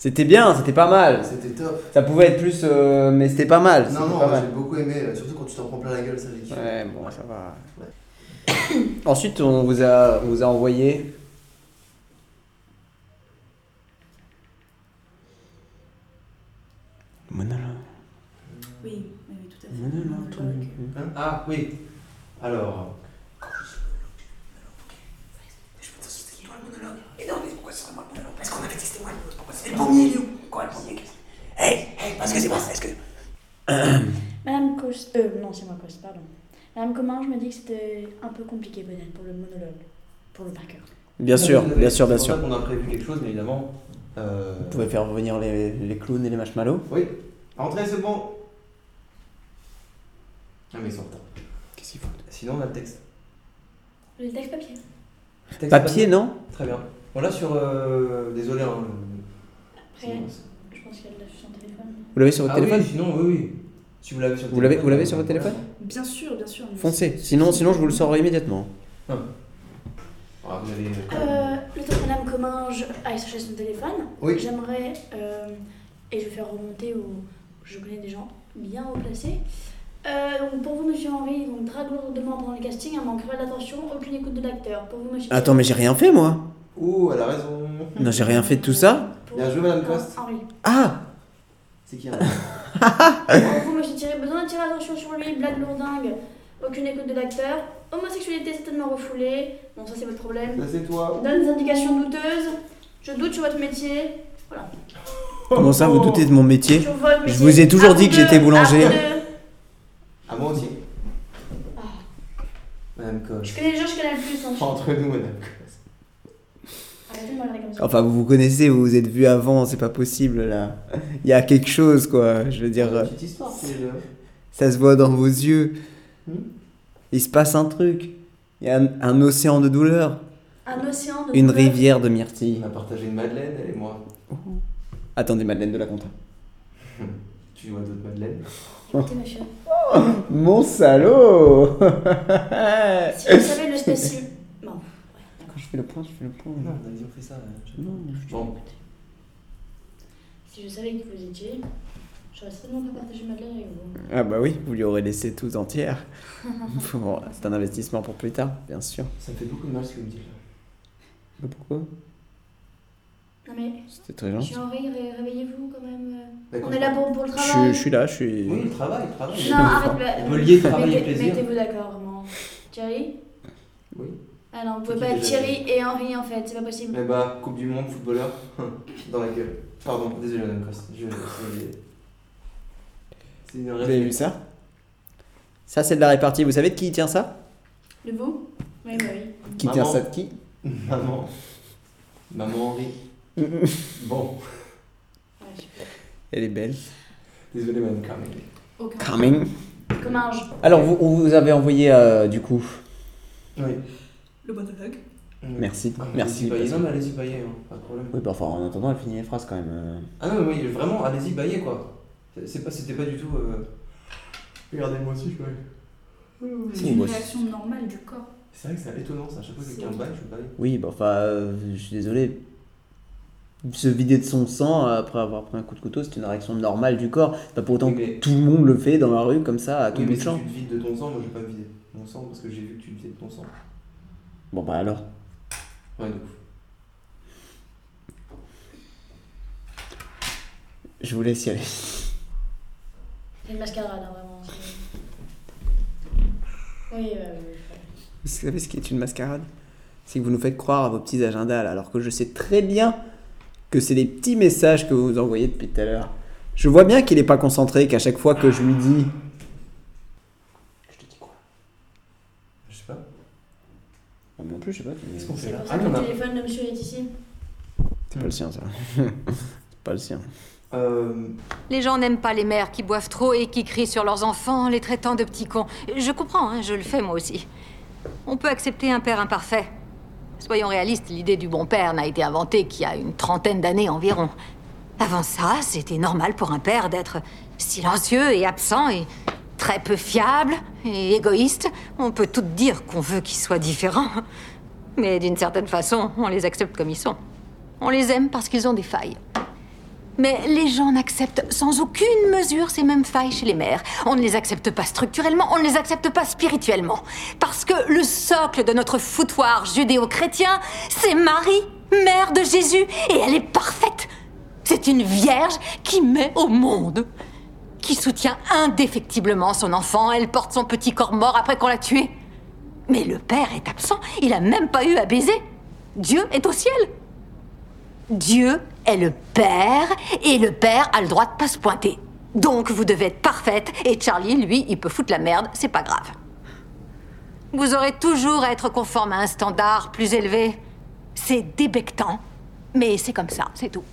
C'était bien, c'était pas mal.
C'était top.
Ça pouvait être plus, euh, mais c'était pas mal.
Non,
c'était
non,
pas
moi,
mal.
j'ai beaucoup aimé,
euh,
là, surtout quand tu t'en prends plein la gueule, ça j'ai kiffé.
Ouais, bon, ça va. Ensuite, on vous a, on vous a envoyé. Monologue.
Oui, oui, tout à
Monologue, tout le monde.
Hein Ah, oui. Alors.
Madame Cos. Euh, non, c'est moi Cos, pardon. Madame Comin, je me dis que c'était un peu compliqué peut-être pour le monologue, pour le vainqueur.
Bien sûr,
Vous avez-
bien sûr, bien
c'est
sûr.
pour ça qu'on a prévu quelque chose, mais évidemment. Euh...
Vous pouvez faire revenir les, les clowns et les marshmallows.
Oui. Entrez, c'est bon. Ah, mais ils sont en retard.
Qu'est-ce qu'ils font
Sinon, on a le texte.
Le texte papier.
Texte
Papier, non
Très bien. On l'a sur. euh, Désolé. Hein,
Après, je pense qu'elle l'a sur son téléphone.
Vous l'avez sur
Ah
votre téléphone
oui, sinon, oui, oui. Si vous l'avez sur, le
Vous l'avez-
téléphone,
vous l'avez
euh,
sur votre
voilà.
téléphone
Bien sûr, bien sûr. mais-
Foncez. Sinon, sinon, je vous le sors immédiatement.
Ah, vous avez-
Euh, le temps que Madame Comin je... aille chercher son téléphone,
Oui.
j'aimerais. euh, et je vais faire remonter au. Je connais des gens bien haut placés. Euh, donc pour vous, monsieur Henry, donc drague lourdement pendant le casting, un manque cruel d'attention, aucune écoute de l'acteur. Pour vous, monsieur.
Attends, mais j'ai rien fait, moi.
Oh, elle a raison.
Non, j'ai rien fait de tout ça.
Pour-
Bien joué, madame Coste.
Henry.
Ah
C'est qui hein
Pour vous, monsieur Thierry, besoin d'attirer l'attention sur lui, blague lourdingue, aucune écoute de l'acteur. Homosexualité certainement refoulée. Bon, ça c'est votre problème.
Ça, c'est toi.
Donne des indications douteuses. Je doute sur votre métier.
Comment ça, vous doutez de mon métier
Sur votre
Je
métier.
vous ai toujours
À
dit
vous
que
deux,
j'étais boulanger.
à vous deux.
À moi aussi.
Ah.
Madame Coste.
Je connais les gens, que je connais le plus. hein.
Entre nous, madame Coste.
Arrêtez de me regarder comme ça.
Enfin, vous vous connaissez, vous vous êtes vu avant, c'est pas possible, là. Il y a quelque chose, quoi. Je veux dire, euh,
Une petite histoire, c'est le.
ça se voit dans vos yeux.
Hmm.
Il se passe un truc. Il y a un, un océan de douleur.
Un océan de.
Une
douleur.
rivière de
On
myrtilles.
a partagé une madeleine, elle et moi.
Attendez, Madeleine de la Conta.
Tu vois d'autres madeleines
Écoutez, monsieur.
Mon salaud
Si vous savez le spécimen. Non.
Quand je fais le point, je fais le point.
Non, on a on fait ça. euh, je sais pas.
Non.
Bon,
Si je savais qui vous étiez, j'aurais certainement pas partagé Madeleine avec vous.
Ah bah oui, vous lui aurez laissé tout entière. Bon, c'est un investissement pour plus tard, bien sûr.
ça me fait beaucoup de mal ce que vous me dites là.
Mais pourquoi
Non mais,
C'était très
je
gentil.
suis Henri, ré- réveillez-vous quand même. euh.
D'accord.
On est là pour, pour le
Je, suis-
travail.
je suis là, je suis...
Oui, le travail, le travail.
Non, arrête. bah,
On peut lier travail et
mettez-
plaisir.
Mettez-vous d'accord, vraiment. Thierry
Oui.
Ah non, vous
C'est
pouvez
qui
pas être
déjà
Thierry et Henri en fait, c'est pas possible.
Eh bah, Coupe du Monde, footballeur, dans la gueule. Pardon, désolé, madame Coste. Je... c'est- C'est une
Vous avez vu ça Ça, c'est de la répartie. Vous savez de qui tient ça
De vous Oui, bah oui.
Qui
Maman.
tient ça de qui
Maman. Maman Henri. Bon,
Ouais, je sais
Elle est belle.
désolé, madame Carmen.
pas. Aucun.
Coming.
Comme un ange.
Alors, vous, on vous avez envoyé, euh, du coup...
Oui.
Le monologue.
Merci,
Ah,
merci.
Allez-y, bailler.
parce
Non,
que-
mais allez-y, bailler, hein, pas de problème.
Oui, bah enfin, en attendant, elle finit les phrases quand même. euh.
Ah non, mais oui, vraiment, allez-y, bailler, quoi. C'est- c'est pas- C'était pas, du tout. euh, Regardez-moi aussi, je baille.
Si,
C'est une
moi,
réaction normale du corps.
C'est vrai que c'est étonnant, ça. À chaque fois que quelqu'un baille, je baille.
Oui, bah enfin, euh, je suis désolé. Se vider de son sang après avoir pris un coup de couteau, c'est une réaction normale du corps. C'est Pas pour autant
Oui, mais-
que tout le monde le fait dans la rue comme ça, à tout
Oui,
bout
mais
de
si
champ.
tu te vides de ton sang, moi je vais pas me vider de mon sang parce que j'ai vu que tu te vidais de ton sang.
Bon bah alors.
Ouais, de ouf.
Je vous laisse y aller.
C'est une mascarade, hein, vraiment. c'est- Oui, bah oui.
Vous savez ce qui est une mascarade C'est que vous nous faites croire à vos petits agendas, là, alors que je sais très bien que c'est des petits messages que vous nous envoyez depuis tout à l'heure. Je vois bien qu'il n'est pas concentré, qu'à chaque fois que je lui dis...
Je te dis quoi Je sais pas.
Ah, mais en plus, je sais pas.
Qu'est-ce qu'on fait
C'est
là
pour
Ah,
ça que
non,
le
on a-
téléphone de monsieur est ici.
C'est pas le sien, ça. c'est pas le sien.
Euh,
Les gens n'aiment pas les mères qui boivent trop et qui crient sur leurs enfants, les traitant de petits cons. Je comprends, hein, je le fais moi aussi. On peut accepter un père imparfait. Soyons réalistes, l'idée du bon père n'a été inventée qu'il y a une trentaine d'années environ. Avant ça, c'était normal pour un père d'être silencieux et absent et très peu fiable et égoïste. On peut tout dire qu'on veut qu'ils soient différents. Mais d'une certaine façon, on les accepte comme ils sont. On les aime parce qu'ils ont des failles. Mais les gens n'acceptent sans aucune mesure ces mêmes failles chez les mères. On ne les accepte pas structurellement, on ne les accepte pas spirituellement. Parce que le socle de notre foutoir judéo-chrétien, c'est Marie, mère de Jésus, et elle est parfaite. C'est une vierge qui met au monde, qui soutient indéfectiblement son enfant, elle porte son petit corps mort après qu'on l'a tué. Mais le père est absent, il n'a même pas eu à baiser. Dieu est au ciel. Dieu est le Père et le Père a le droit de pas se pointer. Donc vous devez être parfaite et Charlie, lui, il peut foutre la merde, c'est pas grave. Vous aurez toujours à être conforme à un standard plus élevé. C'est débectant, mais c'est comme ça, c'est tout.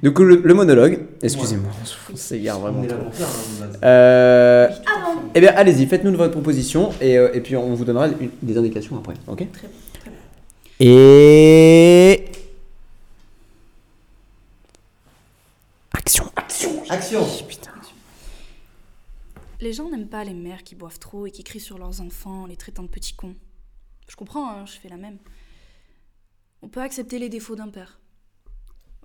Du coup, le, le monologue, excusez-moi, on s'égare vraiment.
on est là
trop.
pour ça, hein, de base.
Euh,
Ah bon
eh bien, allez-y, faites-nous de votre proposition et, euh, et puis on vous donnera une- des indications après, ok
Très bien. Très bien.
Et.
Action.
Action
Les gens n'aiment pas les mères qui boivent trop et qui crient sur leurs enfants en les traitant de petits cons. Je comprends, hein, je fais la même. On peut accepter les défauts d'un père.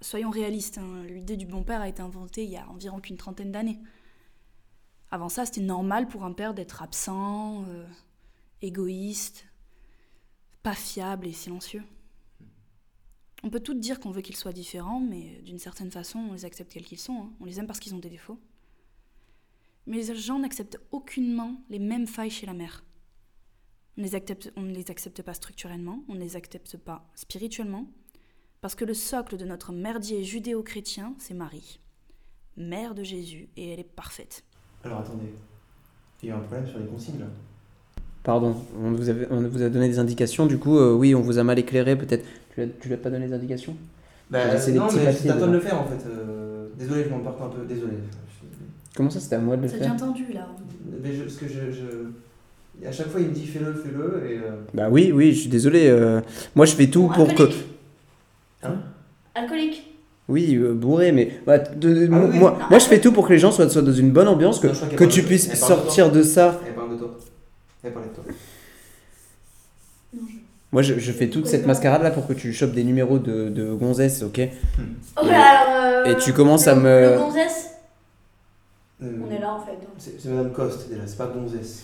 Soyons réalistes, hein, l'idée du bon père a été inventée il y a environ qu'une trentaine d'années.
Avant ça, c'était normal pour un père d'être absent, euh, égoïste, pas fiable et silencieux. On peut tout dire qu'on veut qu'ils soient différents, mais d'une certaine façon, on les accepte quels qu'ils sont. hein. On les aime parce qu'ils ont des défauts. Mais les gens n'acceptent aucunement les mêmes failles chez la mère. On, les accepte- on ne les accepte pas structurellement, on ne les accepte pas spirituellement, parce que le socle de notre merdier judéo-chrétien, c'est Marie, mère de Jésus, et elle est parfaite.
Alors attendez, il y a un problème sur les consignes là.
Pardon, on vous, avait- on vous a donné des indications, du coup, euh, oui, on vous a mal éclairé, peut-être. Tu l'as- tu lui as pas donné les indications
Bah,
c'est des
non,
petits
mais
papiers,
t'attends de
dedans.
le faire en fait. euh, Désolé, je m'emporte un peu, désolé. Je-
Comment ça, c'était à moi de le
Ça devient
faire
tendu là.
Mais je, parce que je, je- À chaque fois, il me dit fais-le, fais-le, et. euh,
Bah oui, oui, je suis désolé. euh, moi, je fais tout
Bon,
pour que.
alcoolique.
Hein
Alcoolique.
Oui, euh, bourré, mais bah, de- de-
Ah oui,
moi,
non,
moi je fais tout pour que les gens soient, soient dans une bonne ambiance, que,
Non, je crois qu'elle
que
parle
tu
de-
puisses
elle parle de
sortir de ça.
Elle parle de toi. Elle parlait de toi.
Non, je-
Moi, je, je fais toute cette mascarade là pour que tu chopes des numéros de, de gonzesses, ok
Oh là, alors. euh,
Et tu commences à
le-
me-
Le gonzesse,
Euh,
on est là en fait.
C'est c'est Madame Coste déjà, c'est pas Gonzesse.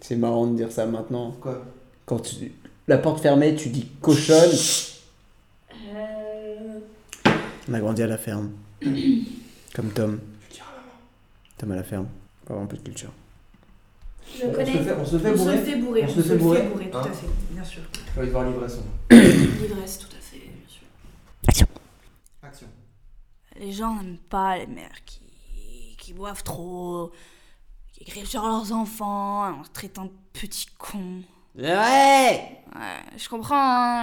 C'est marrant de dire ça maintenant.
Quoi
Quand tu- la porte fermée, tu dis cochonne.
Euh.
On a grandi à la ferme. Comme Tom. Tom à la ferme. Faut avoir un peu de culture.
on,
Je
se le
connais.
fait, on se le fait
on se le
bourrer.
fait bourrer,
On
on,
se
se
le fait
le
bourrer,
fait bourrer, tout
hein.
à fait, bien sûr.
J'ai envie de voir Livresson.
L'ivresse, tout à fait, bien sûr.
Action.
Les gens n'aiment pas les mères qui, qui boivent trop, qui écrivent sur leurs enfants, en leur traitant de petits cons.
Ouais
Ouais, je comprends,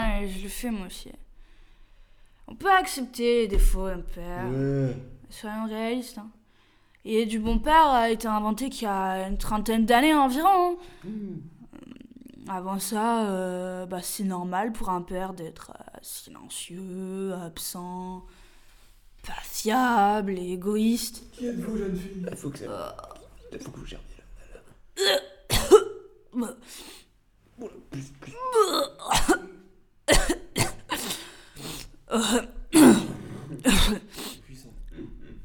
hein, et je le fais moi aussi. On peut accepter les défauts d'un père, soyons réalistes. hein. Et du bon père a été inventé qu'il y a une trentaine d'années environ. hein. Avant ça, euh, bah, c'est normal pour un père d'être euh, silencieux, absent, pas fiable et égoïste.
Qui êtes-vous, jeune fille
Faut que ça. Faut que vous germiez là.
Puissant.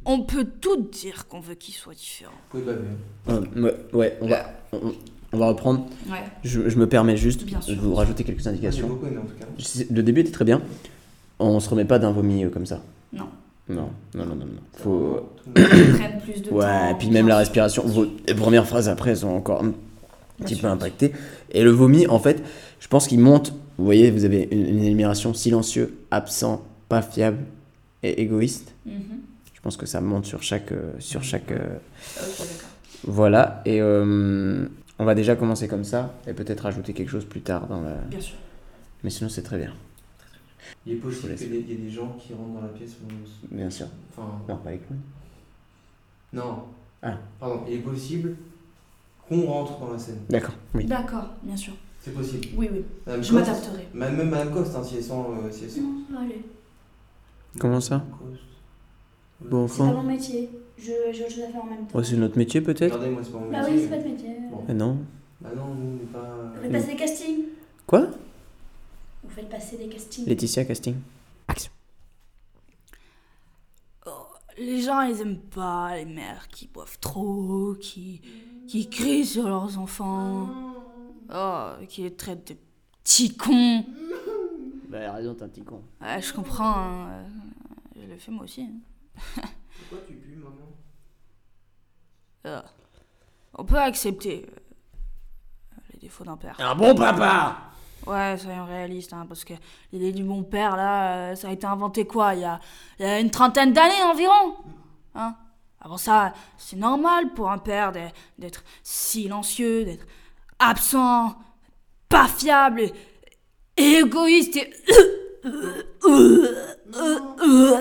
On peut tout dire qu'on veut qu'ils soient différents.
Vous pouvez hein. baver.
Euh, ouais, ouais, on va, on, on va reprendre.
Ouais.
Je, je me permets juste
Bien
de
sûr.
vous rajouter quelques
Moi, J'ai
indications.
beaucoup aimé en tout cas.
Je sais- Le début était très bien. On se remet pas d'un vomi euh, comme ça.
Non.
Non, non, non, non. non. Faut. euh,
Tout le monde-
Ils prennent plus de temps.
Ouais, et puis même la
bien sûr.
respiration. Vos les premières phrases après elles sont encore un petit
sûr,
peu
bien
impactées. Et le vomi, en fait, je pense qu'il monte. Vous voyez, vous avez une, une énumération silencieux, absent, pas fiable et égoïste.
Mhm. Ah,
Je pense que ça monte sur chaque. euh, sur chaque euh,
Ok, d'accord.
Voilà, et euh, on va déjà commencer comme ça, et peut-être ajouter quelque chose plus tard dans la...
Bien sûr.
Mais sinon, c'est très bien,
Il est
Je vous
possible
laisse.
qu'il y ait des- il y ait des gens qui rentrent dans la pièce. où on-
bien sûr.
Enfin,
Non, pas avec nous.
non.
Ah.
Pardon, il est possible qu'on rentre dans la scène.
D'accord, oui.
D'accord, bien sûr.
C'est possible.
Oui, oui.
Madame
Je
Coste-
m'adapterai.
Ma- Même Madame Coste, hein, si elle sent. euh, si elle sent.
Non, allez.
Comment ça
Coste.
Bon,
C'est pas
enfin.
mon métier. Je- J'ai autre chose à faire en même temps.
Ouais, c'est notre métier, peut-être
Regardez, moi, c'est pas mon
Bah
métier,
oui, c'est
mais-
pas de métier.
Bon.
Ah Non.
Bah non, nous, on n'est pas.
Vous faites passer des castings.
Quoi
Vous faites passer des castings.
Laetitia Casting.
Oh, les gens, ils aiment pas les mères qui boivent trop, qui, qui crient sur leurs enfants, oh, qui les traitent de petits cons.
Bah, elle a raison, t'es un petit con.
Ouais, je comprends, hein, euh, je le fais moi aussi. hein.
Pourquoi tu pues, maman
Euh, on peut accepter euh, les défauts d'un père.
Un bon papa
Ouais, soyons réalistes, hein, parce que l'idée du bon père, là, euh, ça a été inventé quoi il y a, il y a une trentaine d'années environ hein Avant ça, c'est normal pour un père d'être- d'être silencieux, d'être absent, pas fiable, et- et égoïste et. euh,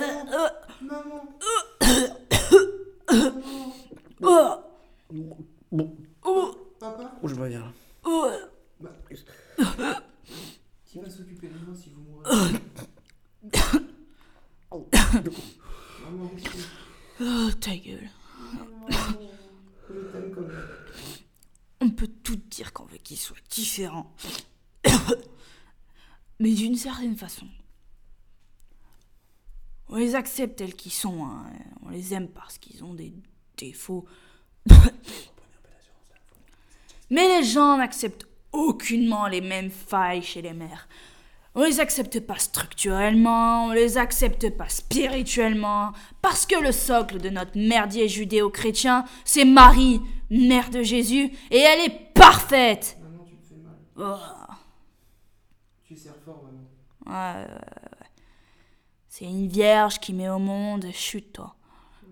Oh, je me reviens là.
Qui va s'occuper de moi si vous mourrez Maman, je
Oh, ta gueule.
t'aime comme ça.
On peut tout dire qu'on veut qu'ils soient différents. Mais d'une certaine façon. On les accepte tels qu'ils sont. hein. On les aime parce qu'ils ont des défauts Mais les gens n'acceptent aucunement les mêmes failles chez les mères. On les accepte pas structurellement, on les accepte pas spirituellement, parce que le socle de notre merdier judéo-chrétien, c'est Marie, mère de Jésus, et elle est parfaite.
Maman, tu me fais mal.
Oh.
Tu serres fort, maman.
Ouais, ouais, ouais. C'est une vierge qui met au monde, chute toi.
Mm.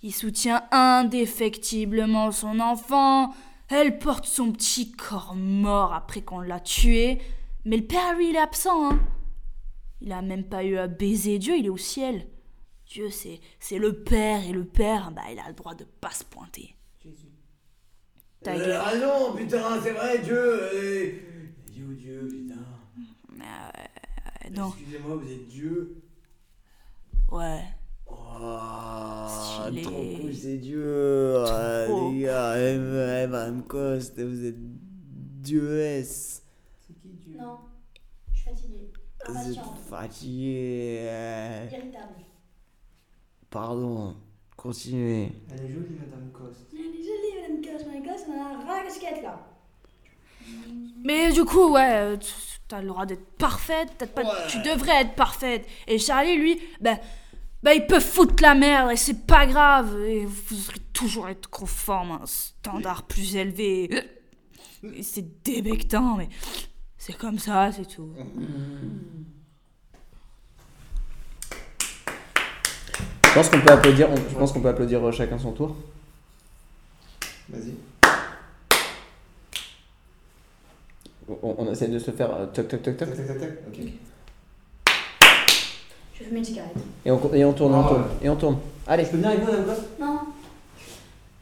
Qui soutient indéfectiblement son enfant. Elle porte son petit corps mort après qu'on l'a tué. Mais le père, lui, il est absent. hein. Il a même pas eu à baiser Dieu, il est au ciel. Dieu, c'est, c'est le père, et le père, bah, il a le droit de pas se pointer.
Jésus.
Ta gueule.
ah non, putain, c'est vrai, Dieu. euh, Dieu, Dieu, putain.
Non,
Excusez-moi, vous êtes Dieu.
ouais.
Oh,
Stylé.
trop cool, c'est Dieu. Ah,
Trop.
les gars, eh, eh, Madame Coste, vous êtes Dieu-S.
C'est qui Dieu
Non, je suis fatiguée. Ah, bah,
Vous êtes
Impatiente,
fatigué. euh,
irritable.
Pardon, continuez.
Elle est jolie, Madame Coste.
Elle est jolie, madame Cosse, madame Cosse, on a un rat à casquette là.
Mais du coup, ouais, euh, tu- t'as le droit d'être parfaite, t'as pas, tu devrais être parfaite. Et Charlie, lui, ben, ben, il peut foutre la merde et c'est pas grave. Et vous aurez toujours être conforme à un standard plus élevé. Et C'est débectant, mais c'est comme ça, c'est tout.
Je pense qu'on peut applaudir, on- je pense qu'on peut applaudir euh, chacun son tour.
Vas-y.
On, on essaie de se faire euh, toc toc toc toc.
Tac, tac, tac, tac. Ok.
Je vais fumer une cigarette.
Et on, et on tourne, on
Ah,
tourne,
ouais.
et on tourne. Allez.
Ah, Je peux venir avec vous, Madame Coste
Non.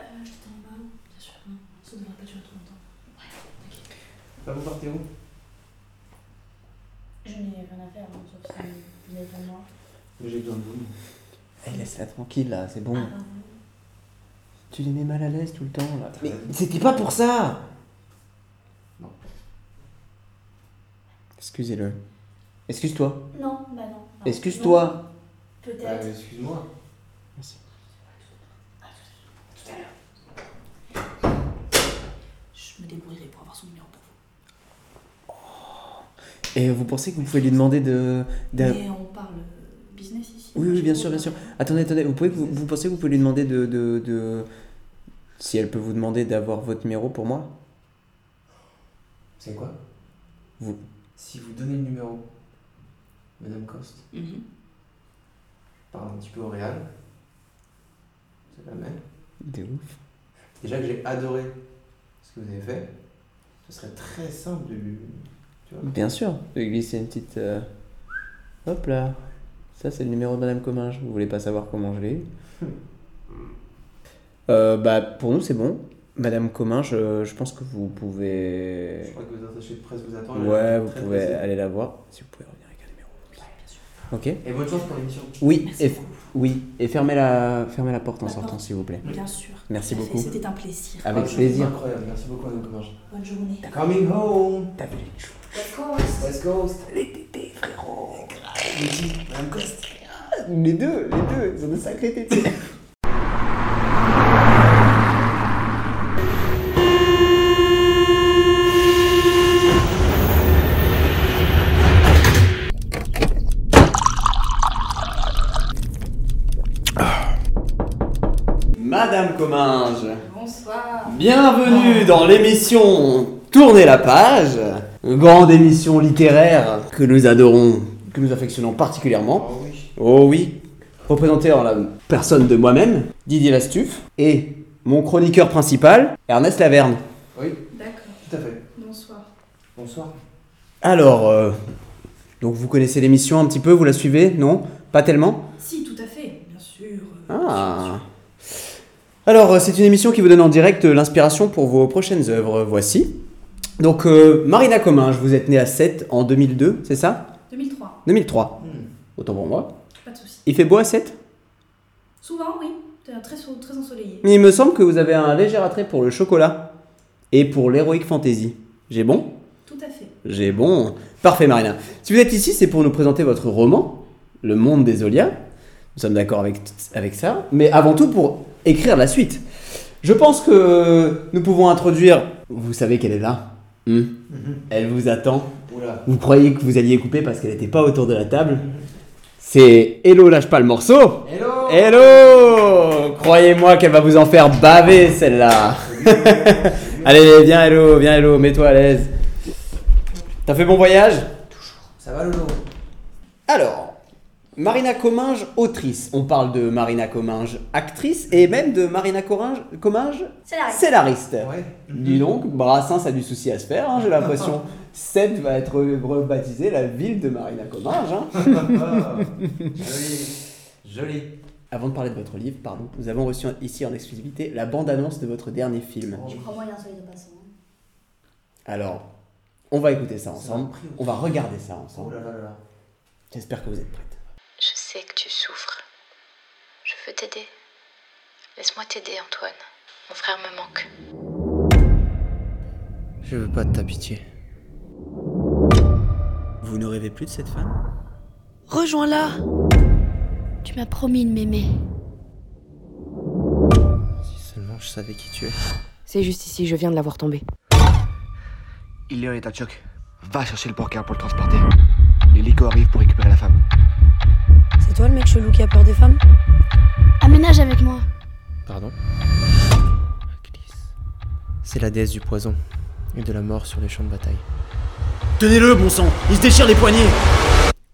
Euh, je t'attends en bas, bien sûr. hein. Ça devrait pas durer trop longtemps.
Bah, vous partez où
Je n'ai rien à faire, hein, sauf si vous êtes vraiment.
J'ai besoin de vous.
Eh, Laisse-la tranquille là, c'est bon.
Ah, pardon.
Tu les mets mal à l'aise tout le temps là. Mais c'était pas pour ça
Non.
Excusez-le. Excuse-toi.
Non, bah non. non.
Excuse-toi.
Non, Peut-être.
Ouais, Euh, excuse-moi.
Je me débrouillerai pour avoir son numéro pour vous.
Et vous pensez que vous pouvez lui demander de. de-
Mais on parle business ici.
Oui, oui, bien sûr, bien sûr. Attendez, attendez, vous, pouvez, vous, vous pensez que vous pouvez lui demander de. de, de- Si elle peut vous demander d'avoir votre numéro pour moi
C'est quoi
Vous.
Si vous donnez le numéro, Madame Coste parle un petit peu au Real. C'est la même.
De ouf.
Déjà que j'ai adoré ce que vous avez fait, ce serait très simple de lui. Tu vois
Bien sûr, de glisser une petite. euh, Hop là Ça, c'est le numéro de Madame Comminges. Vous voulez pas savoir comment je l'ai eu Euh, Bah, pour nous, c'est bon. Madame Comminges, euh, je pense que vous pouvez.
Je crois que vous attachés de presse vous attend. elle est
Ouais, vous
très
pouvez
pressée.
aller la voir. Si vous pouvez revenir avec un numéro. Ok.
Et bonne chance pour l'émission.
Oui, et, f- oui, et fermez la, fermez la porte en sortant, s'il vous plaît.
Bien sûr.
Merci beaucoup.
un plaisir.
Avec
Ah, c'est
plaisir.
Incroyable, merci beaucoup, Madame Comanche.
Bonne journée.
Coming home
T'as vu les choux
Of course.
West Coast
Les tétés, frérot
Les petits, Madame Coste
Les deux, les deux, ils ont des sacrés tétés. Madame Comminges
Bonsoir.
Bienvenue dans l'émission Tournez la page, grande émission littéraire que nous adorons, que nous affectionnons particulièrement.
Oh oui.
Oh oui, représenté en la personne de moi-même, Didier Lastuff, et mon chroniqueur principal, Ernest Laverne.
Oui,
D'accord.
tout à fait.
Bonsoir.
Bonsoir.
Alors, euh, donc vous connaissez l'émission un petit peu, vous la suivez, non Pas tellement
Si, tout à fait. Bien sûr.
Ah. Alors, euh, c'est une émission qui vous donne en direct euh, l'inspiration pour vos prochaines œuvres. Voici. Donc, euh, Marina Comminges, vous êtes née à 7 en 2002, c'est ça
2003.
2003.
Hmm.
Autant pour moi.
Pas de soucis.
Il fait beau à 7
Souvent, oui. T'es Très, sou- très ensoleillé.
Mais il me semble que vous avez un léger attrait pour le chocolat et pour l'héroïque fantasy. J'ai bon
Tout à fait.
J'ai bon. Parfait, Marina. Si vous êtes ici, c'est pour nous présenter votre roman, Le Monde des Olia. Nous sommes d'accord avec, avec ça. Mais avant tout, pour écrire la suite. Je pense que nous pouvons introduire. Vous savez qu'elle est là. Hmm. Elle vous attend.
Oula.
Vous croyez que vous alliez couper parce qu'elle n'était pas autour de la table. C'est Hello, lâche pas le morceau.
Hello
Hello Croyez-moi qu'elle va vous en faire baver celle-là. Allez, viens Hello, viens Hello, mets-toi à l'aise. T'as fait bon voyage
Ça va Lolo
Alors, Marina Comminges, autrice. On parle de Marina Comminges, actrice, et même de Marina Coringe- Comminges,
C'est la règle.
scénariste.
Ouais.
Dis donc, Brassens a du souci à se faire, hein, j'ai l'impression. Sète va être rebaptisée la ville de Marina Comminges. hein.
Ah, Joli. Joli.
Avant de parler de votre livre, pardon, nous avons reçu ici en exclusivité la bande-annonce de votre dernier film.
Oh,
Je crois moyen sur les deux passants.
Alors, on va écouter ça ensemble,
m'a pris au-
on va regarder ça
Oh
ensemble.
là là là là.
J'espère que vous êtes prête.
Je sais que tu souffres. Je veux t'aider. Laisse-moi t'aider, Antoine. Mon frère me manque.
Je veux pas de ta pitié.
Vous ne rêvez plus de cette femme
Rejoins-la Tu m'as promis de m'aimer.
Si seulement je savais qui tu es.
C'est juste ici, je viens de la voir tomber.
Il est en état de choc. Va chercher le porquin pour le transporter. L'hélico arrive pour récupérer la femme.
C'est toi le mec chelou qui a peur des femmes
Aménage avec moi.
Pardon C'est la déesse du poison et de la mort sur les champs de bataille.
Tenez-le, bon sang Il se déchire les poignets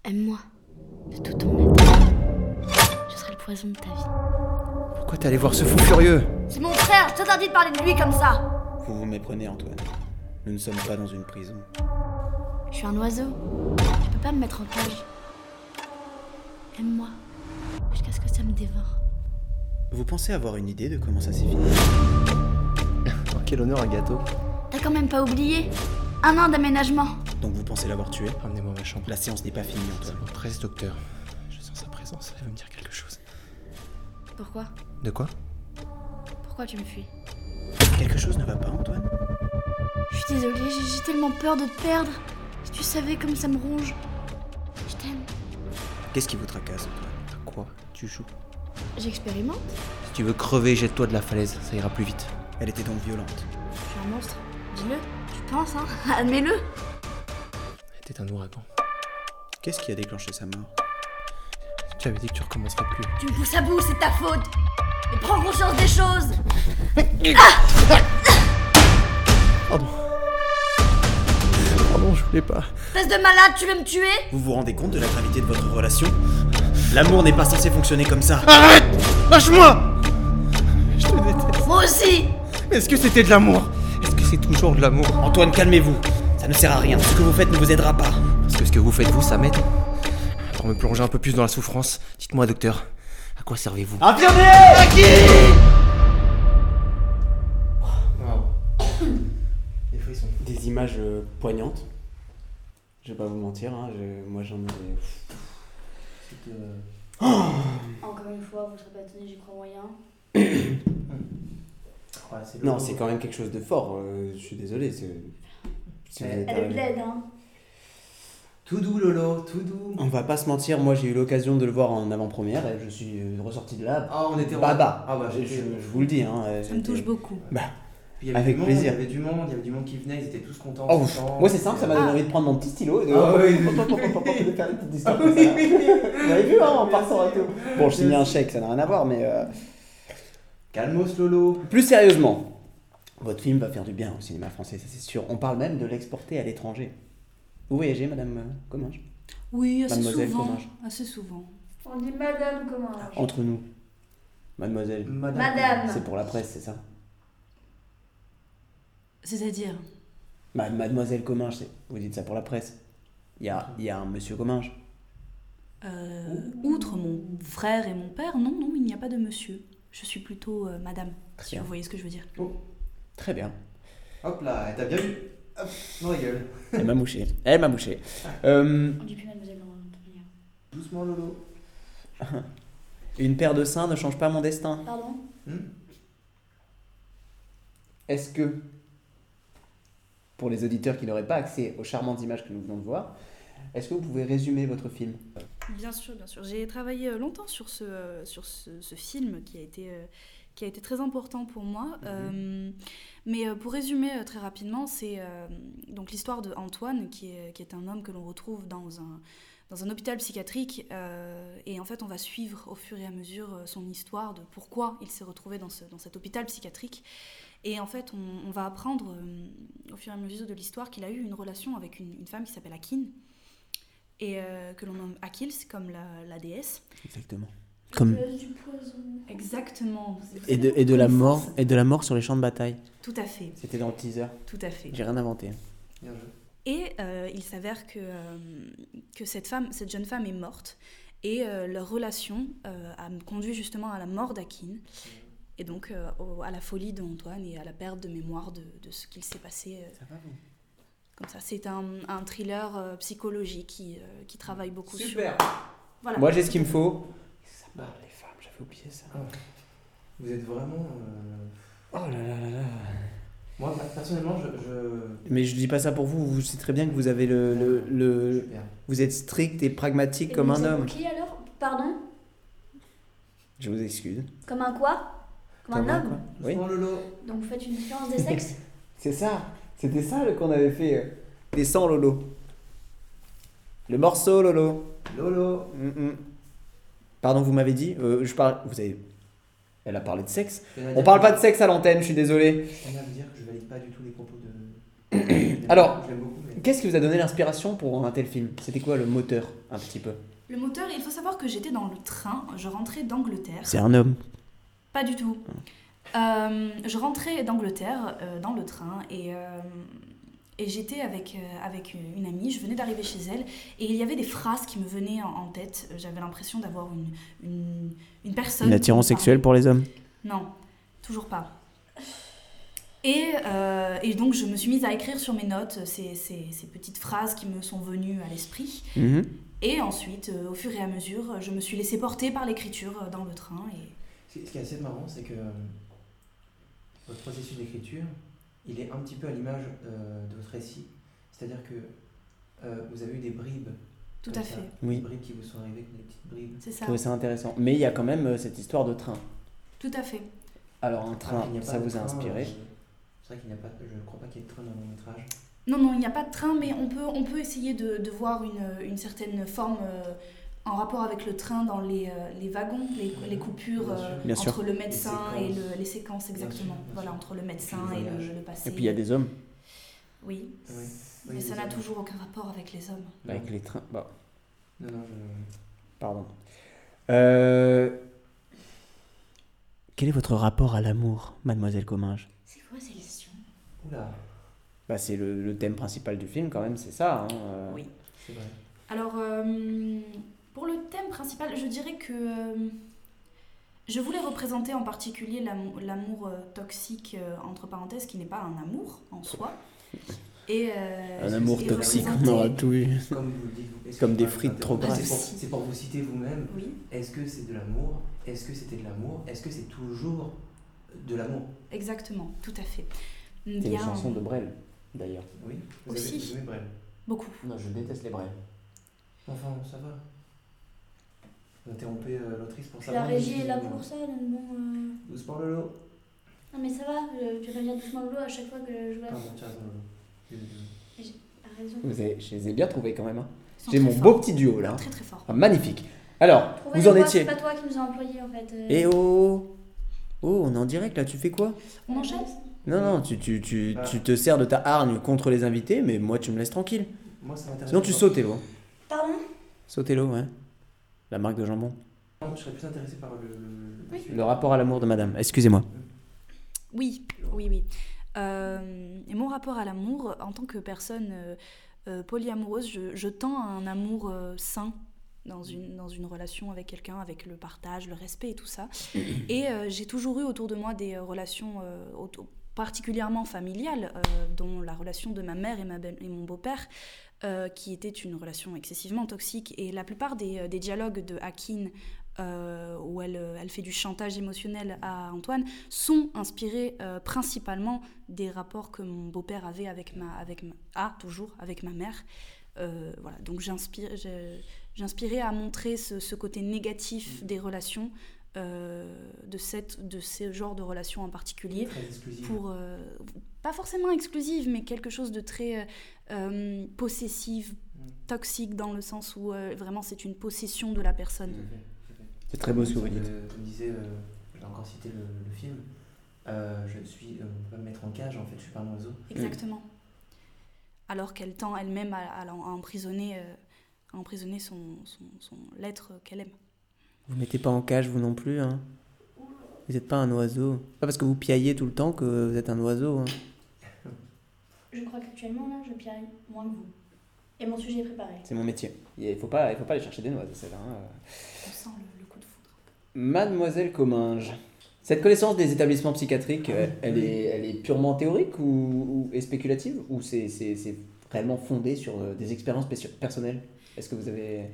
Aime-moi. De tout ton être. Je serai le poison de ta vie.
Pourquoi t'es allé voir ce fou furieux
C'est mon frère, je t'interdis de parler de lui comme ça.
Vous vous méprenez, Antoine. Nous ne sommes pas dans une prison.
Je suis un oiseau. Je peux pas me mettre en cage. Aime-moi. Jusqu'à ce que ça me dévore.
Vous pensez avoir une idée de comment ça s'est fini Oh,
Quel honneur un gâteau.
T'as quand même pas oublié Un an d'aménagement.
Donc vous pensez l'avoir tué
Ramenez-moi ma chambre.
La séance n'est pas finie, Antoine.
13 docteur. Je sens sa présence, elle va me dire quelque chose.
Pourquoi
De quoi
Pourquoi tu me fuis
Quelque chose ne va pas, Antoine
Je suis désolée, j'ai j'ai tellement peur de te perdre. Si tu savais comme ça me ronge. Je t'aime.
Qu'est-ce qui vous tracasse, Antoine
À quoi Tu joues
J'expérimente.
Si tu veux crever, jette-toi de la falaise, ça ira plus vite.
Elle était donc violente.
Je suis un monstre. Dis-le. Tu penses, hein Admets-le.
T'es un ouragan.
Qu'est-ce qui a déclenché sa mort
Tu avais dit que tu recommencerais plus.
Tu me pousses à bout, c'est ta faute. Mais prends conscience des choses.
Pardon, je voulais pas.
Espèce de malade, tu veux me tuer
Vous vous rendez compte de la gravité de votre relation L'amour n'est pas censé fonctionner comme ça.
Lâche-moi Je te déteste.
Moi aussi.
Est-ce que c'était de l'amour Est-ce que c'est toujours de l'amour
Antoine, calmez-vous. Ça ne sert à rien. Ce que vous faites ne vous aidera pas.
Parce que ce que vous faites, vous, ça m'aide. Pour me plonger un peu plus dans la souffrance, dites-moi, docteur, à quoi servez-vous
Waouh. Des frissons.
Des images euh, poignantes. Je vais pas vous mentir, hein, je- moi j'en ai.
C'était, euh,
Encore une fois, vous serez pas étonnés, j'y crois moyen.
ouais, c'est
Non,
Lolo.
c'est quand même quelque chose de fort. euh, je suis désolé. c'est- c'est-
Euh,
Elle
Elle est bled, hein.
Tout doux, Lolo, tout doux.
On va pas se mentir, moi j'ai eu l'occasion de le voir en avant-première et je suis euh, ressorti de là.
Ah, on était
Baba.
Ah, bah,
je,
j'étais-
je- je vous le dis. Hein, euh,
Ça me touche
j'étais-
beaucoup.
Puis il y avait
Avec
du monde,
plaisir.
Il y avait du monde, il y avait du monde qui venait, ils étaient tous contents.
Oh,
contents.
moi c'est simple, ça
Ah.
m'a donné envie de prendre mon petit stylo et de,
Ah oui.
Hop, hop, hop, hop, hop, hop, de faire une petite histoire comme ça. Vous avez vu hein, en passant et tout. Bon, je signais un chèque, ça n'a rien à voir, mais euh,
Calmos, Lolo.
plus sérieusement, votre film va faire du bien au cinéma français, ça c'est sûr. On parle même de l'exporter à l'étranger. Vous voyagez, Madame euh, Comminges
Oui, assez
Mademoiselle
souvent.
Comminges.
Assez souvent.
On dit madame comment
Entre nous, Mademoiselle.
Madame.
C'est pour la presse, c'est ça
C'est-à-dire
Ma- Mademoiselle Comminges, c'est- vous dites ça pour la presse. Il y a, il y a un Monsieur Comminges.
euh, Outre mon frère et mon père, non, non, il n'y a pas de monsieur. Je suis plutôt euh, madame, si
bien.
vous voyez ce que je veux dire.
Très bien.
Hop là, elle t'a bien vu. Hop, dans la gueule.
Elle m'a mouché. Elle m'a mouché. Euh,
On dit plus mademoiselle dans le manière.
Doucement, Lolo.
une paire de seins ne change pas mon destin.
Pardon
Est-ce que, pour les auditeurs qui n'auraient pas accès aux charmantes images que nous venons de voir, est-ce que vous pouvez résumer votre film
Bien sûr, bien sûr. J'ai travaillé euh, longtemps sur ce, euh, sur ce, ce film qui a été, euh,
qui a été très important pour moi. Euh, mais euh, pour résumer euh, très rapidement, c'est euh, donc l'histoire de Antoine, qui est, qui est un homme que l'on retrouve dans un, dans un hôpital psychiatrique. euh, et en fait, on va suivre au fur et à mesure euh, son histoire de pourquoi il s'est retrouvé dans, ce, dans cet hôpital psychiatrique. Et en fait, on, on va apprendre euh, au fur et à mesure de l'histoire qu'il a eu une relation avec une, une femme qui s'appelle Akin, et euh, que l'on nomme Akils comme la, la déesse.
Exactement. Comme...
Exactement.
Et, de, et, de la mort, et de la mort sur les champs de bataille.
Tout à fait.
C'était dans le teaser.
Tout à fait.
J'ai rien inventé.
Et euh, il s'avère que, euh, que cette, femme, cette jeune femme est morte. Et euh, leur relation euh, a conduit justement à la mort d'Akin. Et donc euh, au- à la folie d'Antoine et à la perte de mémoire de, de ce qu'il s'est passé. euh, comme ça, c'est un, un thriller euh, psychologique qui, euh, qui travaille beaucoup
Super.
sur. Voilà.
Moi, j'ai ce qu'il me faut.
Ça parle les femmes, j'avais oublié ça.
Ah.
Vous êtes vraiment.
euh,
Oh là là là là.
Moi, personnellement, je. je-
Mais je dis pas ça pour vous, vous savez très bien que vous avez le. le, le- vous êtes strict et pragmatique
Et
comme
donc,
un
c'est pour
homme.
Qui alors Pardon
Je vous excuse.
Comme un quoi Comme,
Comme
un
un
homme
Oui.
Donc vous faites une différence des sexes
C'est ça, c'était ça le qu'on avait fait. euh, Des sangs Lolo. Le morceau Lolo.
Lolo.
Mm-mm. Pardon, vous m'avez dit euh, Je parle. Vous avez. Elle a parlé de sexe.
Je viens de
On
dire-
parle pas de sexe à l'antenne, je suis désolé.
Je viens de dire que je valide pas du tout les propos de.
Alors,
Je l'aime beaucoup, mais-
qu'est-ce qui vous a donné l'inspiration pour un tel film C'était quoi le moteur, un petit peu
Le moteur, il faut savoir que j'étais dans le train, je rentrais d'Angleterre.
homme.
Pas du tout. Euh, je rentrais d'Angleterre euh, dans le train et, euh, et j'étais avec, euh, avec une- une amie. Je venais d'arriver chez elle et il y avait des phrases qui me venaient en, en tête. J'avais l'impression d'avoir une, une, une personne. Enfin,
pour les hommes.
non, toujours pas. Et, euh, et donc je me suis mise à écrire sur mes notes ces, ces- ces petites phrases qui me sont venues à l'esprit.
Mhm.
Et ensuite, euh, au fur et à mesure, je me suis laissée porter par l'écriture euh, dans le train. Et...
Ce qui ce qui est assez marrant, c'est que euh, votre processus d'écriture, il est un petit peu à l'image euh, de votre récit. C'est-à-dire que euh, vous avez eu des bribes.
Tout
comme
à
ça,
fait.
Oui.
Des bribes qui vous sont arrivées, comme des petites bribes.
C'est
Je
ça.
trouvais ça intéressant. Mais il y a quand même euh, cette histoire de train.
Tout à fait.
Alors, un train,
Après, il n'y pas
ça
de
vous Ah, a
train,
inspiré.
euh, C'est vrai qu'il n'y a pas. Je ne crois pas qu'il y ait de train dans mon métrage.
Non, non, il n'y a pas de train, mais on peut, on peut essayer de, de voir une, une certaine forme euh, en rapport avec le train dans les, euh, les wagons, les, les coupures
Bien sûr.
euh,
Bien sûr.
entre le médecin
Les
et
séquences.
le- les séquences,
Bien sûr,
exactement.
bien sûr.
Voilà, entre le médecin
Et puis
et
le
le,
voyage.
le passé.
Et puis il y a des hommes.
Oui,
Oui. Oui,
mais
les
ça n'a
hommes.
toujours aucun rapport avec les hommes.
Avec les trains. Bah,
Non, non, je-
pardon. Euh, Quel est votre rapport à l'amour, mademoiselle Comminges
C'est quoi ces questions
Oula,
bah, C'est le, le thème principal du film, quand même, c'est ça. hein, euh.
Oui.
c'est vrai.
Alors, euh, pour le thème principal, je dirais que euh, je voulais représenter en particulier l'amo- l'amour euh, toxique, euh, entre parenthèses, qui n'est pas un amour en soi. Et, euh,
Un amour
et
toxique, on
représenter-
aura tout vu.
Comme vous le dites, vous- est-ce
Comme
que-
des
je
frites
m'interromps,
trop
mais
grasses.
Bah, C'est pour, c'est pour vous citer vous-même.
Oui,
Est-ce que c'est de l'amour Est-ce que c'était de l'amour Est-ce que c'est toujours de l'amour
exactement, tout à fait.
C'est
Bien,
une chanson de Brel, d'ailleurs.
Oui. Vous
Aussi.
avez vous aimez Brel
beaucoup.
Non, je déteste les Brel.
Enfin, ça va. Vous interrompez euh, l'autrice pour ça.
La régie est là pour ça, donc bon. euh,
Douce par le lot.
Non mais ça va, je, je vais dire doucement de l'eau à chaque fois que je vois.
Pardon, tiens, Lolo. Désolé, désolé.
T'as raison.
Vous avez, je les ai bien trouvés quand même. hein.
Ils sont
J'ai
très
mon
forts.
beau petit duo là.
Très très fort.
Ah, magnifique. Alors,
Trouvez
vous en
les voix,
étiez.
C'est pas toi qui nous a employés en fait. euh.
Eh oh Oh, on est en direct là, tu fais quoi
On enchaîne
Non, non, tu, tu, tu,
Ah.
tu te sers de ta hargne contre les invités, mais moi tu me laisses tranquille.
Moi, ça m'intéresse.
Sinon tu
pas.
sautes, Elo.
Pardon
Sautes, Elo, ouais. La marque de jambon.
Non, Je serais plus intéressé par le. le- le-
Oui.
Le rapport à l'amour de madame, excusez-moi.
Oui, oui, oui. Euh, et mon rapport à l'amour, en tant que personne euh, euh, polyamoureuse, je, je tends à un amour euh, sain dans une, dans une relation avec quelqu'un, avec le partage, le respect et tout ça. Et euh, j'ai toujours eu autour de moi des euh, relations euh, auto- particulièrement familiales, euh, dont la relation de ma mère et, ma belle- et mon beau-père, euh, qui était une relation excessivement toxique. Et la plupart des, euh, des dialogues de Hakin, euh, où elle, euh, elle fait du chantage émotionnel à Antoine, sont inspirés euh, principalement des rapports que mon beau-père avait avec ma, avec ma- a toujours avec ma mère. Euh, voilà, donc j'inspire, j'ai- j'inspirais à montrer ce, ce côté négatif des relations euh, de, cette, de ce genre de relation en particulier.
Très exclusive.
Pour, euh, pas forcément exclusive, mais quelque chose de très euh, possessif, toxique, dans le sens où euh, vraiment c'est une possession de la personne.
C'est très beau ce que vous
Euh,
dites.
Comme disait, euh, je vais encore citer le, le film, euh, je suis, euh, on peut me mettre en cage en fait, je suis pas un oiseau.
Exactement. Alors qu'elle tend elle-même à, à l'en- à emprisonner, euh, à emprisonner son, son, son l'être qu'elle aime.
Vous mettez pas en cage, vous non plus. Hein. Vous n'êtes pas un oiseau. C'est Pas parce que vous piaillez tout le temps que vous êtes un oiseau. hein.
Je crois qu'actuellement, là, je piaille moins que vous. Et mon sujet est préparé.
C'est mon métier. Il faut pas, il faut pas aller chercher des noises, celle-là. hein.
On sent le, coup de foudre.
Mademoiselle Comminges. Cette connaissance des établissements psychiatriques, euh, elle, est, elle est purement théorique ou, ou- et spéculative Ou c'est c'est- c'est réellement fondé sur euh, des expériences pécio- personnelles Est-ce que vous avez,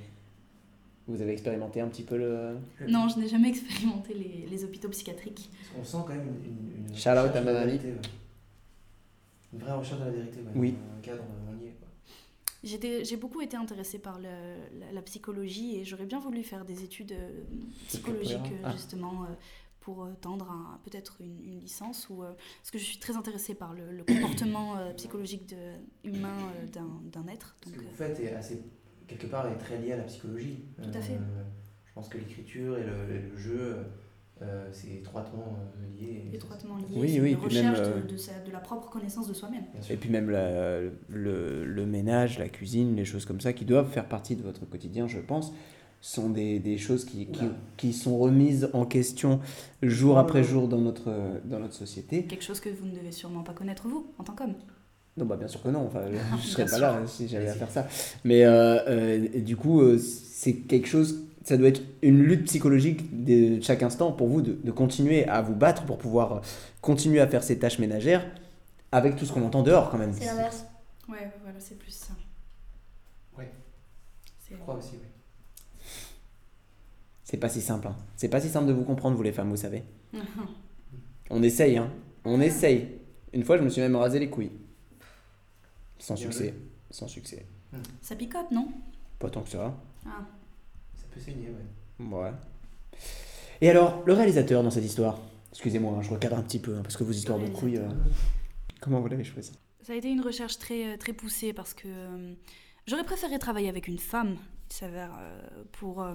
vous avez expérimenté un petit peu le...
Non, je n'ai jamais expérimenté les, les hôpitaux psychiatriques.
On sent quand même une, une, une
Shout out
recherche
à
de
ma
la
mamie.
vérité, ouais. Une vraie recherche de la vérité, ouais.
Oui.
Dans Un cadre, euh, on y est, quoi.
J'étais- J'ai beaucoup été intéressée par le, la, la psychologie et j'aurais bien voulu faire des études euh, psychologiques,
cohérent.
euh,
Ah.
justement, euh, pour euh, tendre à peut-être une, une licence. Ou, euh, parce que je suis très intéressée par le, le comportement euh, psychologique de- humain euh, d'un- d'un être.
Ce
Donc,
que
euh,
vous faites est assez, quelque part, est très lié à la psychologie. Euh,
Tout à fait.
Je pense que l'écriture et le, et le jeu, euh, c'est étroitement euh, lié.
étroitement lié
Oui,
c'est
oui,
une
puis même,
recherche de-
euh,
de, sa- de la propre connaissance de soi-même.
Et puis même la- le, le ménage, la cuisine, les choses comme ça qui doivent faire partie de votre quotidien, je pense, sont des, des choses qui, qui,
Oula.
qui sont remises en question jour
Mmh.
Oh
après
là.
jour dans notre, dans notre société.
Quelque chose que vous ne devez sûrement pas connaître, vous, en tant qu'homme.
Non, bah bien sûr que non, enfin, je ne serais
Bien
pas
sûr.
là hein, si j'avais à faire ça. Mais euh, euh, et du coup, euh, c'est quelque chose, ça doit être une lutte psychologique de chaque instant pour vous de, de continuer à vous battre pour pouvoir continuer à faire ces tâches ménagères avec tout ce qu'on entend dehors quand même.
C'est l'inverse.
Ouais, voilà, c'est plus ça.
Ouais.
C'est-
Je crois aussi, oui.
C'est pas si simple. hein. C'est pas si simple de vous comprendre, vous les femmes, vous savez. On essaye, hein. On essaye. Une fois, je me suis même rasé les couilles. Sans
Bien
succès. Sans succès.
Ça picote, non
Pas tant que ça.
Ah.
Ça peut saigner, ouais.
Ouais. Et alors, le réalisateur dans cette histoire Excusez-moi, hein, je recadre un petit peu, hein, parce que vos histoires de couilles, euh, comment vous l'avez choisi
Ça a été une recherche très, euh, très poussée parce que euh, j'aurais préféré travailler avec une femme, il s'avère, euh, pour... euh,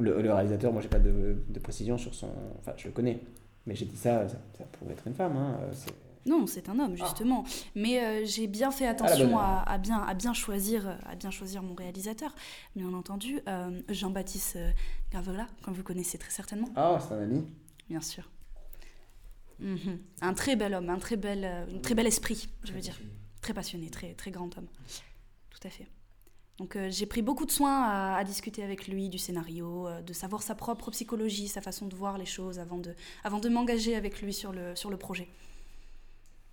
le, le réalisateur, moi j'ai pas de, de précision sur son... Enfin, je le connais, mais j'ai dit ça, ça, ça pourrait être une femme. Hein, euh, c'est-
Non, c'est un homme, justement. Mais euh, j'ai bien fait
la bonne
attention
heure.
à, à bien, à, bien choisir, euh, à bien choisir mon réalisateur. Bien entendu, euh, Jean-Baptiste euh, Gravela, comme vous connaissez très certainement,
Ah, c'est un ami
bien sûr. Mhm. Un très bel homme, un très bel, euh, un très bel esprit, je veux dire. Très passionné, très, très grand homme. Tout à fait. Donc euh, j'ai pris beaucoup de soin à, à discuter avec lui du scénario, euh, de savoir sa propre psychologie, sa façon de voir les choses avant de, avant de m'engager avec lui sur le, sur le projet.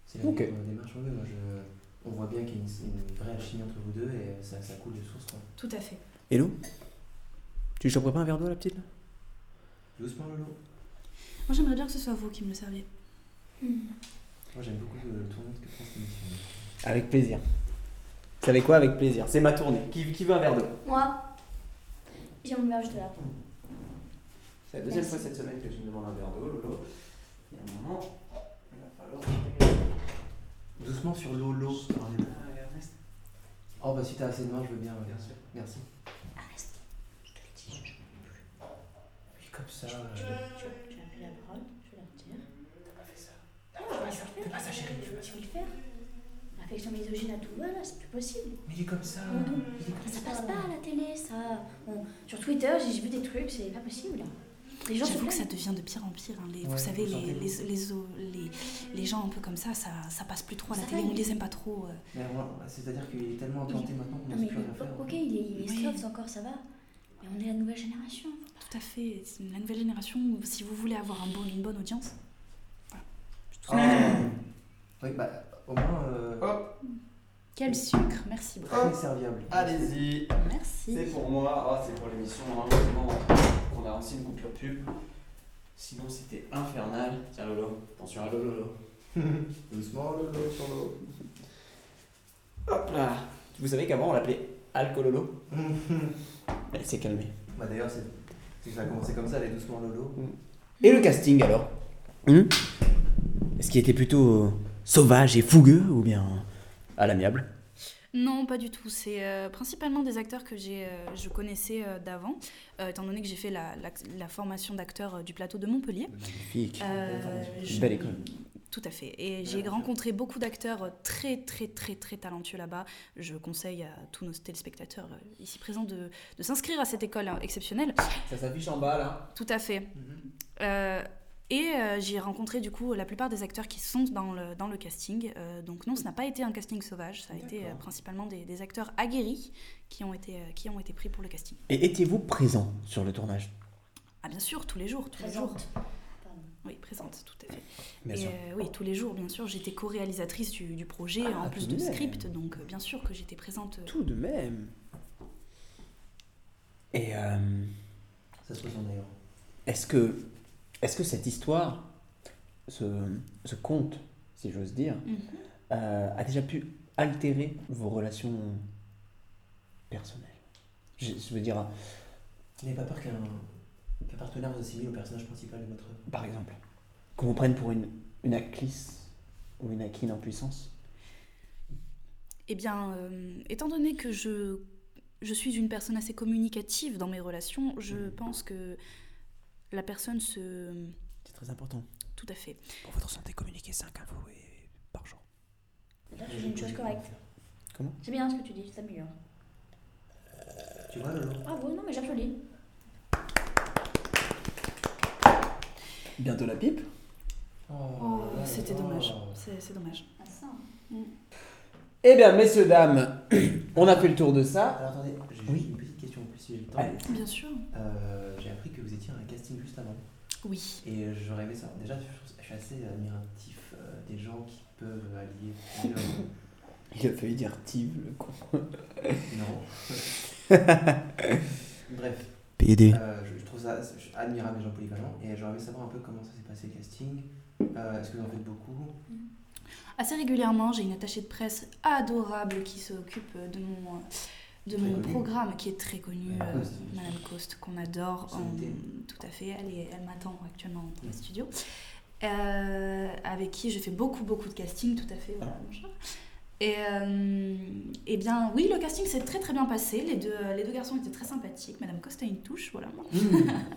C'est la
Ok.
même, euh, démarche, ouais, moi, je- on voit bien qu'il y a une, une vraie alchimie entre vous deux et ça, ça coule de source, quoi.
Tout à fait.
Hello Tu choperais pas un verre d'eau, la petite là
Doucement, Lolo.
Moi j'aimerais bien que ce soit vous qui me le serviez.
Moi, j'aime beaucoup le, le tournant que prend cette émission.
Avec plaisir. Vous savez quoi Avec plaisir. C'est ma tournée. Qui, qui veut un verre d'eau
Moi, j'ai mon verre juste là.
C'est la deuxième
Merci.
fois cette semaine que je me demande un verre d'eau, Lolo. Il y a un moment, il va falloir. Doucement sur Lolo. Oh, bah si t'as assez de main, je veux bien. Bien sûr. Merci. Puis Comme ça.
Tu
euh,
veux, tu veux, tu as pris la Ah, parole, je vais leur dire. T'as fait ça. Non, je vais pas ça, chérie. Tu vas le faire. Réflexion misogyne à tout va, là, c'est plus possible.
Mais il est comme ça.
Non, non. Ça passe pas à la télé, ça. On- Sur Twitter, j'ai j'ai vu des trucs, c'est pas possible. Les gens se
J'avoue que ça
plaignent.
devient de pire en pire. hein, les-
Ouais,
vous savez,
vous
les,
sentez
les, les, o- les- les gens un peu comme ça, ça, ça passe plus trop à la
Ça
télé,
va,
on
il-
les aime pas trop. euh.
Mais voilà, c'est-à-dire qu'il est tellement implanté maintenant qu'on ne
Non,
sait
mais
plus rien faire.
ok, il est, il est
Oui.
soft encore, ça va. Mais on est la nouvelle génération.
Tout à fait. c'est La nouvelle génération, si vous voulez avoir un bon, une bonne audience,
Ah. Oui, bah, au moins, euh,
quel sucre Merci beaucoup.
très serviable.
Allez-y,
Merci.
c'est pour moi, Ah, c'est pour l'émission,
hein.
heureusement qu'on a lancé une coupure pub. Sinon c'était infernal. Tiens Lolo, attention à Lolo. Lolo.
Doucement, Lolo, sur l'eau.
Hop là Vous savez qu'avant on l'appelait Alcololo Elle s'est calmée.
Bah, d'ailleurs, c'est Ça a commencé comme ça, allez doucement Lolo.
Mm. Et le casting alors Hum Est-ce qu'il était plutôt euh, sauvage et fougueux ou bien euh, à l'amiable
Non, pas du tout. C'est euh, principalement des acteurs que j'ai, euh, je connaissais euh, d'avant, euh, étant donné que j'ai fait la, la- la formation d'acteur euh, du plateau de Montpellier.
Magnifique.
Euh, je-
Belle école.
Tout à fait. Et j'ai rencontré beaucoup d'acteurs euh, très, très, très, très talentueux là-bas. Je conseille à tous nos téléspectateurs euh, ici présents de, de s'inscrire à cette école euh, exceptionnelle.
Ça s'affiche en bas là.
Tout à fait. Euh, et euh, j'ai rencontré du coup la plupart des acteurs qui sont dans le, dans le casting. Euh, donc non, ce n'a pas été un casting sauvage, ça a été euh, principalement des, des acteurs aguerris qui ont, été, euh, qui ont été pris pour le casting.
Et étiez-vous présent sur le tournage
Ah bien sûr, tous les jours, tous les jours. Oui, présente, tout à fait.
Bien
et
sûr.
euh, oui, tous les jours, bien sûr, j'étais co-réalisatrice du, du projet,
Ah,
en
tout
plus
de
de
même.
script, donc euh, bien sûr que j'étais présente. euh,
Tout de même. Et euh,
Ça se ressent d'ailleurs.
est-ce que, est que cette histoire, ce, ce conte, si j'ose dire,
Mhm.
euh, a déjà pu altérer vos relations personnelles je, je veux dire,
N'ayez pas peur qu'un qu'un partenaire vous assimile au personnage principal de votre œuvre.
par exemple, qu'on vous prenne pour une, une actrice ou une acquine en puissance
Eh bien, euh, étant donné que je, je suis une personne assez communicative dans mes relations, je pense que la personne se...
C'est très important.
Tout à fait.
Pour votre santé, communiquez 5 infos et- par jour.
Là, tu dis une chose correcte.
Comment
C'est bien ce que tu dis, ça m'améliore.
Tu vois Lolo
Bravo, non mais j'applaudis.
Bientôt la pipe
Oh, c'était dommage. C'est c'est dommage.
Eh bien, messieurs, dames, on a fait le tour de ça.
Alors attendez, j'ai juste une petite question en plus si j'ai le temps.
Allez.
Bien sûr.
Euh, j'ai appris que vous étiez à un casting juste avant.
Oui.
Et je rêvais ça. Déjà, je, trouve- je suis assez admiratif euh, des gens qui peuvent allier plusieurs.
Il a failli dire Tive, le con.
non. Bref.
PD.
Euh, je, je trouve ça je- admirable les gens polyvalents. Et j'aurais aimé savoir un peu comment ça s'est passé le casting. Euh, Est-ce que vous en faites beaucoup
Assez régulièrement, j'ai une attachée de presse adorable qui s'occupe de mon, de mon
connue.
programme, qui est très connue,
Madame
euh,
Coste.
Madame Coste, qu'on adore. en- tout à fait, elle, est- elle m'attend actuellement dans le studio. Euh, avec qui je fais beaucoup, beaucoup de casting, tout à fait, voilà, mon chat. Et, euh, eh bien, oui, le casting s'est très très bien passé. Les deux, euh, les deux garçons étaient très sympathiques. Madame Coste a une touche, voilà.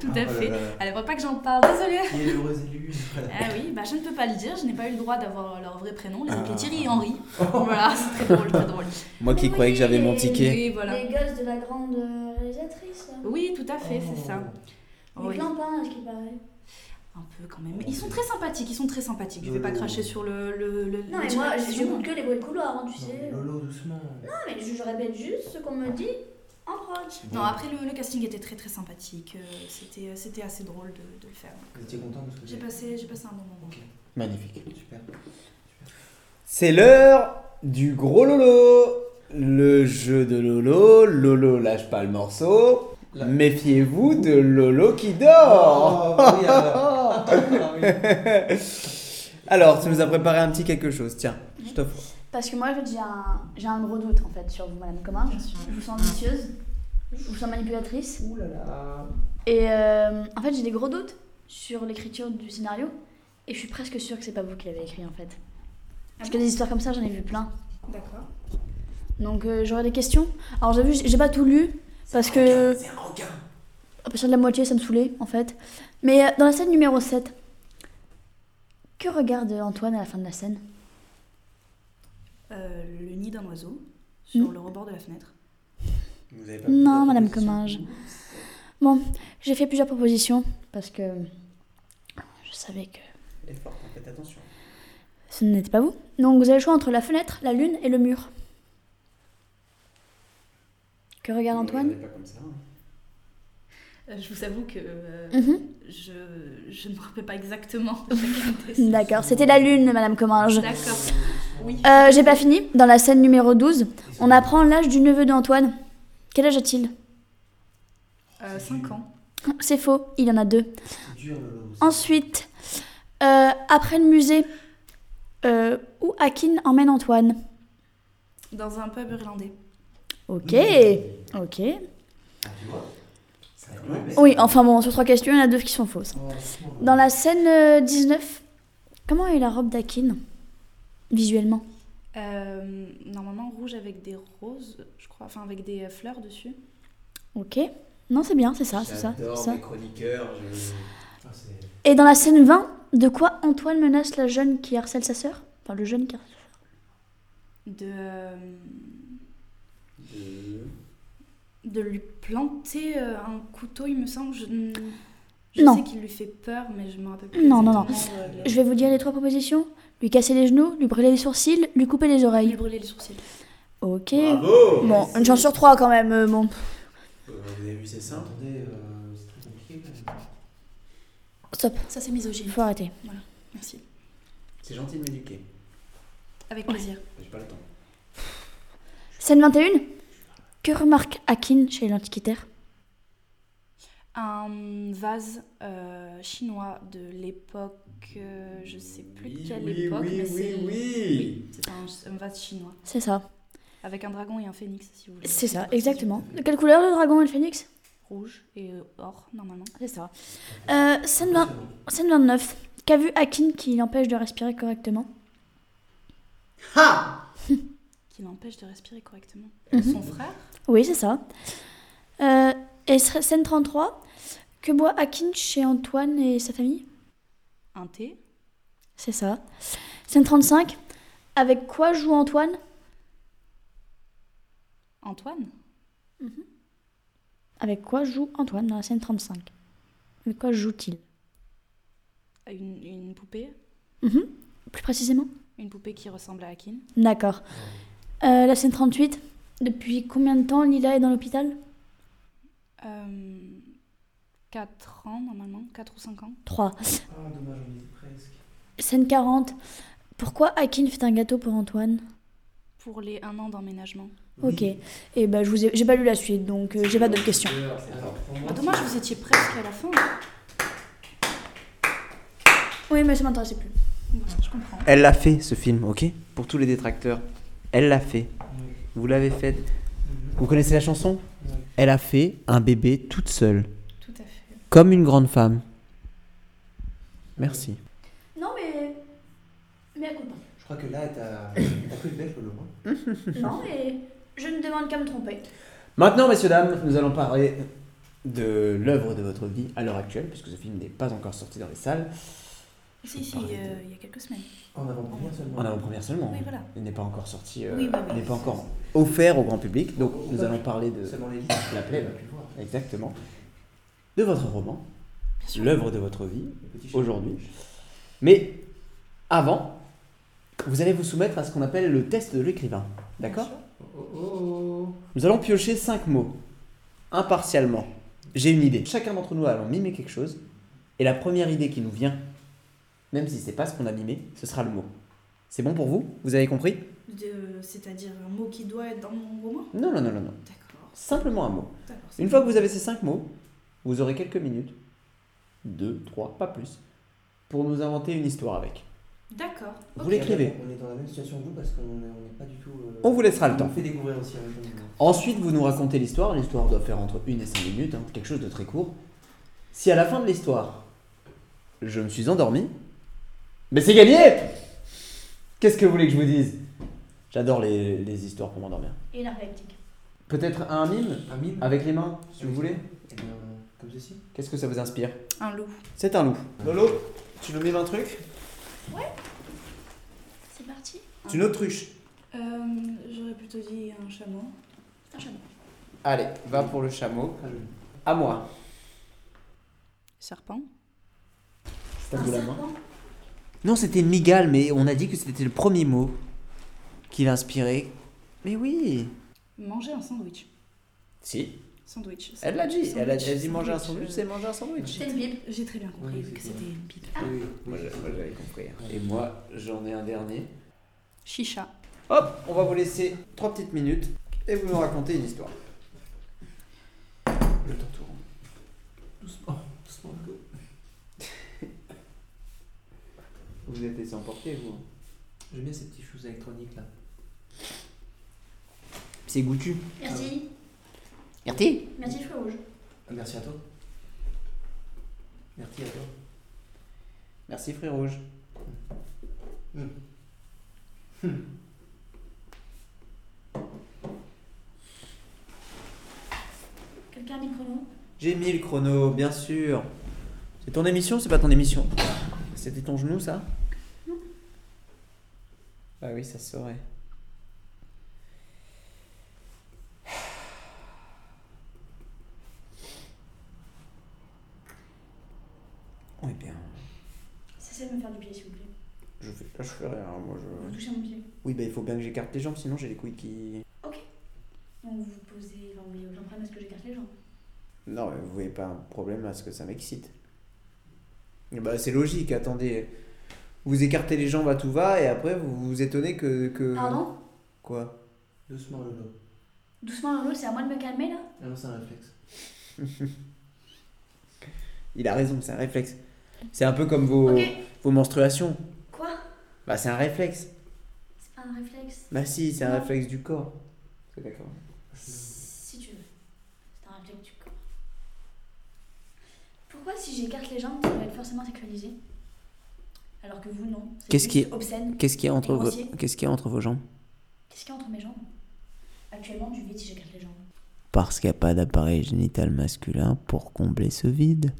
Tout
Ah,
à
oh là
fait.
là.
Elle ne voit pas que j'en parle, désolée.
Qui est l'heureux élu
Ah oui, bah je ne peux pas le dire, je n'ai pas eu le droit d'avoir leur vrai prénom, les
Ah.
appelés Thierry et Henri. voilà, c'est très drôle, très drôle.
Moi qui croyais que j'avais mon ticket.
Oui, voilà.
Les gosses de la grande euh, réalisatrice. là.
Oui, tout à fait, c'est ça.
Les
Oui.
clampins, à ce qu'il paraît.
Un peu quand même. Ils sont très sympathiques, ils sont très sympathiques. Je vais pas
Lolo.
cracher sur le. le, le la
Non, mais moi, je
direction.
j'écoute que les bruits de couloir, hein, tu sais. Non,
Lolo, doucement.
mais je, je répète juste ce qu'on me dit en prod.
Non, après le, le casting était très très sympathique. euh, C'était c'était assez drôle de, de le faire.
Vous étiez content de ce que
J'ai passé, j'ai passé un bon moment.
Magnifique.
Super.
C'est l'heure du gros Lolo. Le jeu de Lolo. Lolo lâche pas le morceau. Méfiez-vous de Lolo qui dort.
Oh, oui, alors.
Alors, tu nous as préparé un petit quelque chose. Tiens, je t'offre.
Parce que moi, en fait, j'ai un, j'ai un gros doute en fait sur vous, Madame Commun. Je vous sens ambitieuse, je vous sens manipulatrice.
Ouh là là.
Et euh, en fait, j'ai des gros doutes sur l'écriture du scénario. Et je suis presque sûre que c'est pas vous qui l'avez écrit en fait. Parce que des histoires comme ça, j'en ai vu plein.
D'accord.
Donc euh, j'aurais des questions. Alors j'avoue, j'ai j'ai pas tout lu parce que à partir de la moitié, ça me saoulait en fait. Mais euh, dans la scène numéro 7, que regarde Antoine à la fin de la scène
Euh, le nid d'un oiseau
Mm.
sur le rebord de la fenêtre.
Vous avez pas vu
Non,
la
Madame
proposition
Comminges. Bon, j'ai fait plusieurs propositions parce que je savais que
Elle est forte, hein, faites attention.
ce n'était pas vous. Donc vous avez le choix entre la fenêtre, la lune et le mur. Que regarde Antoine
pas comme ça.
Euh, je vous avoue que euh,
Mhm.
je, je ne me rappelle pas exactement.
D'accord, c'était la lune, Madame Comminges.
D'accord. Oui.
Euh, j'ai pas fini. Dans la scène numéro 12, on apprend l'âge du neveu d'Antoine. Quel âge a-t-il
5 Euh, ans.
C'est faux, il en a deux.
C'est dur, Lolo.
Ensuite, euh, après le musée, euh, où Akin emmène Antoine
Dans un pub irlandais.
Ok, ok.
Ah, tu vois
Oui, enfin bon, sur trois questions, il y en a deux qui sont fausses. Dans la scène euh, 19, comment est la robe d'Akin Visuellement.
Euh, normalement rouge avec des roses, je crois, enfin avec des euh, fleurs dessus.
Ok. Non, c'est bien, c'est ça, Ah, c'est ça. c'est ça.
mes chroniqueurs. je- Ah, c'est-
Et dans la scène 20, de quoi Antoine menace la jeune qui harcèle sa sœur Enfin, le jeune qui harcèle sa
De. euh, De lui planter euh, un couteau, il me semble. Je, n- je
Non.
sais qu'il lui fait peur, mais je me rappelle
sœur.
plus.
Non, non, non.
exactement, euh, les-
Je vais vous dire les trois propositions. Lui casser les genoux, lui brûler les sourcils, lui couper les oreilles. Lui
brûler les sourcils.
Ok.
Bravo
Euh,
bon, une chance sur trois quand même. euh, Bon.
Vous avez vu, c'est simple.
Attendez, euh, c'est très compliqué quand même.
Stop.
Ça, c'est misogyne.
Faut arrêter.
Voilà, merci.
C'est gentil de m'éduquer.
Avec plaisir.
J'ai pas le temps.
Scène 21. Que remarque Akin chez l'antiquitaire
Un vase euh, chinois de l'époque, euh, je sais plus de quelle
oui,
époque,
oui,
mais
oui,
c'est
oui.
c'est un, un vase chinois.
C'est ça.
Avec un dragon et un phénix, si vous voulez.
C'est ça, exactement. De quelle couleur le dragon et le phénix
Rouge et euh, or, normalement.
C'est ça. Euh, scène, 20 scène 29. Qu'a vu Akin qui l'empêche de respirer correctement
Qui l'empêche de respirer correctement.
Mhm.
Son frère
Oui, c'est ça. Euh, et sc- scène 33. Que boit Akin chez Antoine et sa famille
Un thé
C'est ça. Scène 35. Avec quoi joue Antoine
Antoine
Avec quoi joue Antoine dans la scène 35 Avec quoi joue-t-il
une, une poupée
Mhm. Plus précisément
Une poupée qui ressemble à Akin
D'accord. Euh, la scène 38. Depuis combien de temps Lila est dans l'hôpital
4 Euh, ans, normalement. 4 ou 5 ans.
3.
Ah, dommage, on était presque.
Scène 40. Pourquoi Akin fait un gâteau pour Antoine
Pour les 1 an d'emménagement.
Ok. Et bah, je vous ai- j'ai pas lu la suite, donc euh, j'ai pas d'autres questions.
Attends, pour moi,
Ah, dommage, vous étiez presque à la fin.
Oui, mais ça m'intéressait plus.
je comprends.
Elle l'a fait ce film, ok Pour tous les détracteurs, elle l'a fait. Vous l'avez faite.
Vous connaissez la chanson Elle a fait un bébé toute seule.
Tout à fait.
Comme une grande femme. Merci.
Non, mais. Mais à coup
Je crois que là, t'as t'as que le bel Lolo. hein.
Non, mais je ne demande qu'à me tromper.
Maintenant, messieurs, dames, nous allons parler de l'œuvre de votre vie à l'heure actuelle, puisque ce film n'est pas encore sorti dans les salles.
Si, si, euh, il y a quelques semaines.
En avant-première seulement.
En avant-première seulement. hein.
Oui, voilà.
Il n'est pas encore sorti. euh,
Oui, oui, oui.
il n'est pas encore offert au grand public. Donc, nous allons parler de
Seulement les listes.
la plèbe. Exactement. De votre roman, l'œuvre de votre vie, aujourd'hui. Mais avant, vous allez vous soumettre à ce qu'on appelle le test de l'écrivain. D'accord
Oh, oh, oh.
Nous allons piocher cinq mots, impartialement. J'ai une idée. Chacun d'entre nous allons mimer quelque chose, et la première idée qui nous vient, même si c'est pas ce qu'on a mimé, ce sera le mot. C'est bon pour vous Vous avez compris
De- C'est-à-dire un mot qui doit être dans mon roman
Non, non, non, non, non.
D'accord.
Simplement un mot.
D'accord, c'est
Une fois que vous avez ces cinq mots, vous aurez quelques minutes, deux, trois, pas plus, pour nous inventer une histoire avec.
D'accord.
Vous
Ok,
l'écrivez.
On est dans la même situation que vous parce qu'on est- on n'est pas du tout. euh,
On vous laissera le temps.
On vous fait découvrir aussi avec nous.
Ensuite, vous nous racontez l'histoire. L'histoire doit faire entre 1 et 5 minutes, hein, quelque chose de très court. Si à la fin de l'histoire, je me suis endormi, mais c'est gagné Qu'est-ce que vous voulez que je vous dise J'adore les, les histoires pour m'endormir.
Et narcoleptique.
Peut-être un mime,
Un mime
Avec les mains, si vous voulez.
Eh bien, Comme ceci.
Qu'est-ce que ça vous inspire
Un loup.
C'est un loup. Lolo, tu nous mimes un truc
C'est parti.
C'est une autruche.
Euh, J'aurais plutôt dit un chameau.
Un chameau.
Allez, va pour le chameau.
Très joli.
À moi.
Serpent.
Je tape de la main. Non, c'était Migal, mais on a dit que c'était le premier mot qui l'inspirait. Mais oui
Manger un sandwich.
Si.
Sandwich.
Elle l'a dit,
Sandwich,
elle a elle a dit
sandwich,
manger un sandwich, c'est manger un sandwich.
C'était une bible. J'ai très bien compris que c'était une bible.
Moi j'a- moi, j'avais compris. hein. Ah. Et moi j'en ai un dernier.
Chicha.
Hop, on va vous laisser trois petites minutes et vous nous racontez une histoire.
Le temps tourne. Doucement, doucement, go.
Vous êtes laissé emporter
hein.
vous.
J'aime bien ces petites choses électroniques là.
C'est goûtu.
Merci.
Merci.
Merci, cheveux rouge.
Merci à toi. Merci à toi.
Merci, Frère Rouge.
Quelqu'un a mis le chrono
J'ai mis le chrono, bien sûr. C'est ton émission, c'est pas ton émission. C'était ton genou, ça
Non.
Bah oui, ça se saurait. Oh, et bien,
Cessez de me faire du pied, s'il vous plaît.
je fais, je fais rien, moi
Vous
je...
touchez mon pied.
Oui, bah il faut bien que j'écarte les jambes, sinon j'ai les couilles qui...
Ok. Donc vous vous posez, enfin, vous voyez aucun problème à ce que j'écarte les jambes.
Non, mais vous voyez pas un problème à ce que ça m'excite. Bah, c'est logique, attendez. Vous écartez les jambes à tout va et après vous vous étonnez que. que...
Pardon
Quoi
Doucement, Lolo.
Doucement, Lolo, c'est à moi de me calmer là
Ah non, c'est un réflexe.
Il a raison, c'est un réflexe. C'est un peu comme vos, vos menstruations.
Quoi
Bah, c'est un réflexe.
C'est pas un réflexe
Bah, si, c'est un
Non.
réflexe du corps. C'est d'accord.
Si tu veux. C'est un réflexe du corps. Pourquoi si j'écarte les jambes, ça va être forcément sexualisé Alors que vous, non. C'est
Qu'est-ce
juste
qui est.
obscène
Qu'est-ce qui est
et
entre vos,
grossier.
qu'est-ce qui est entre vos jambes
Qu'est-ce qu'il y a entre mes jambes Actuellement, du vide si j'écarte les jambes.
Parce qu'il n'y a pas d'appareil génital masculin pour combler ce vide.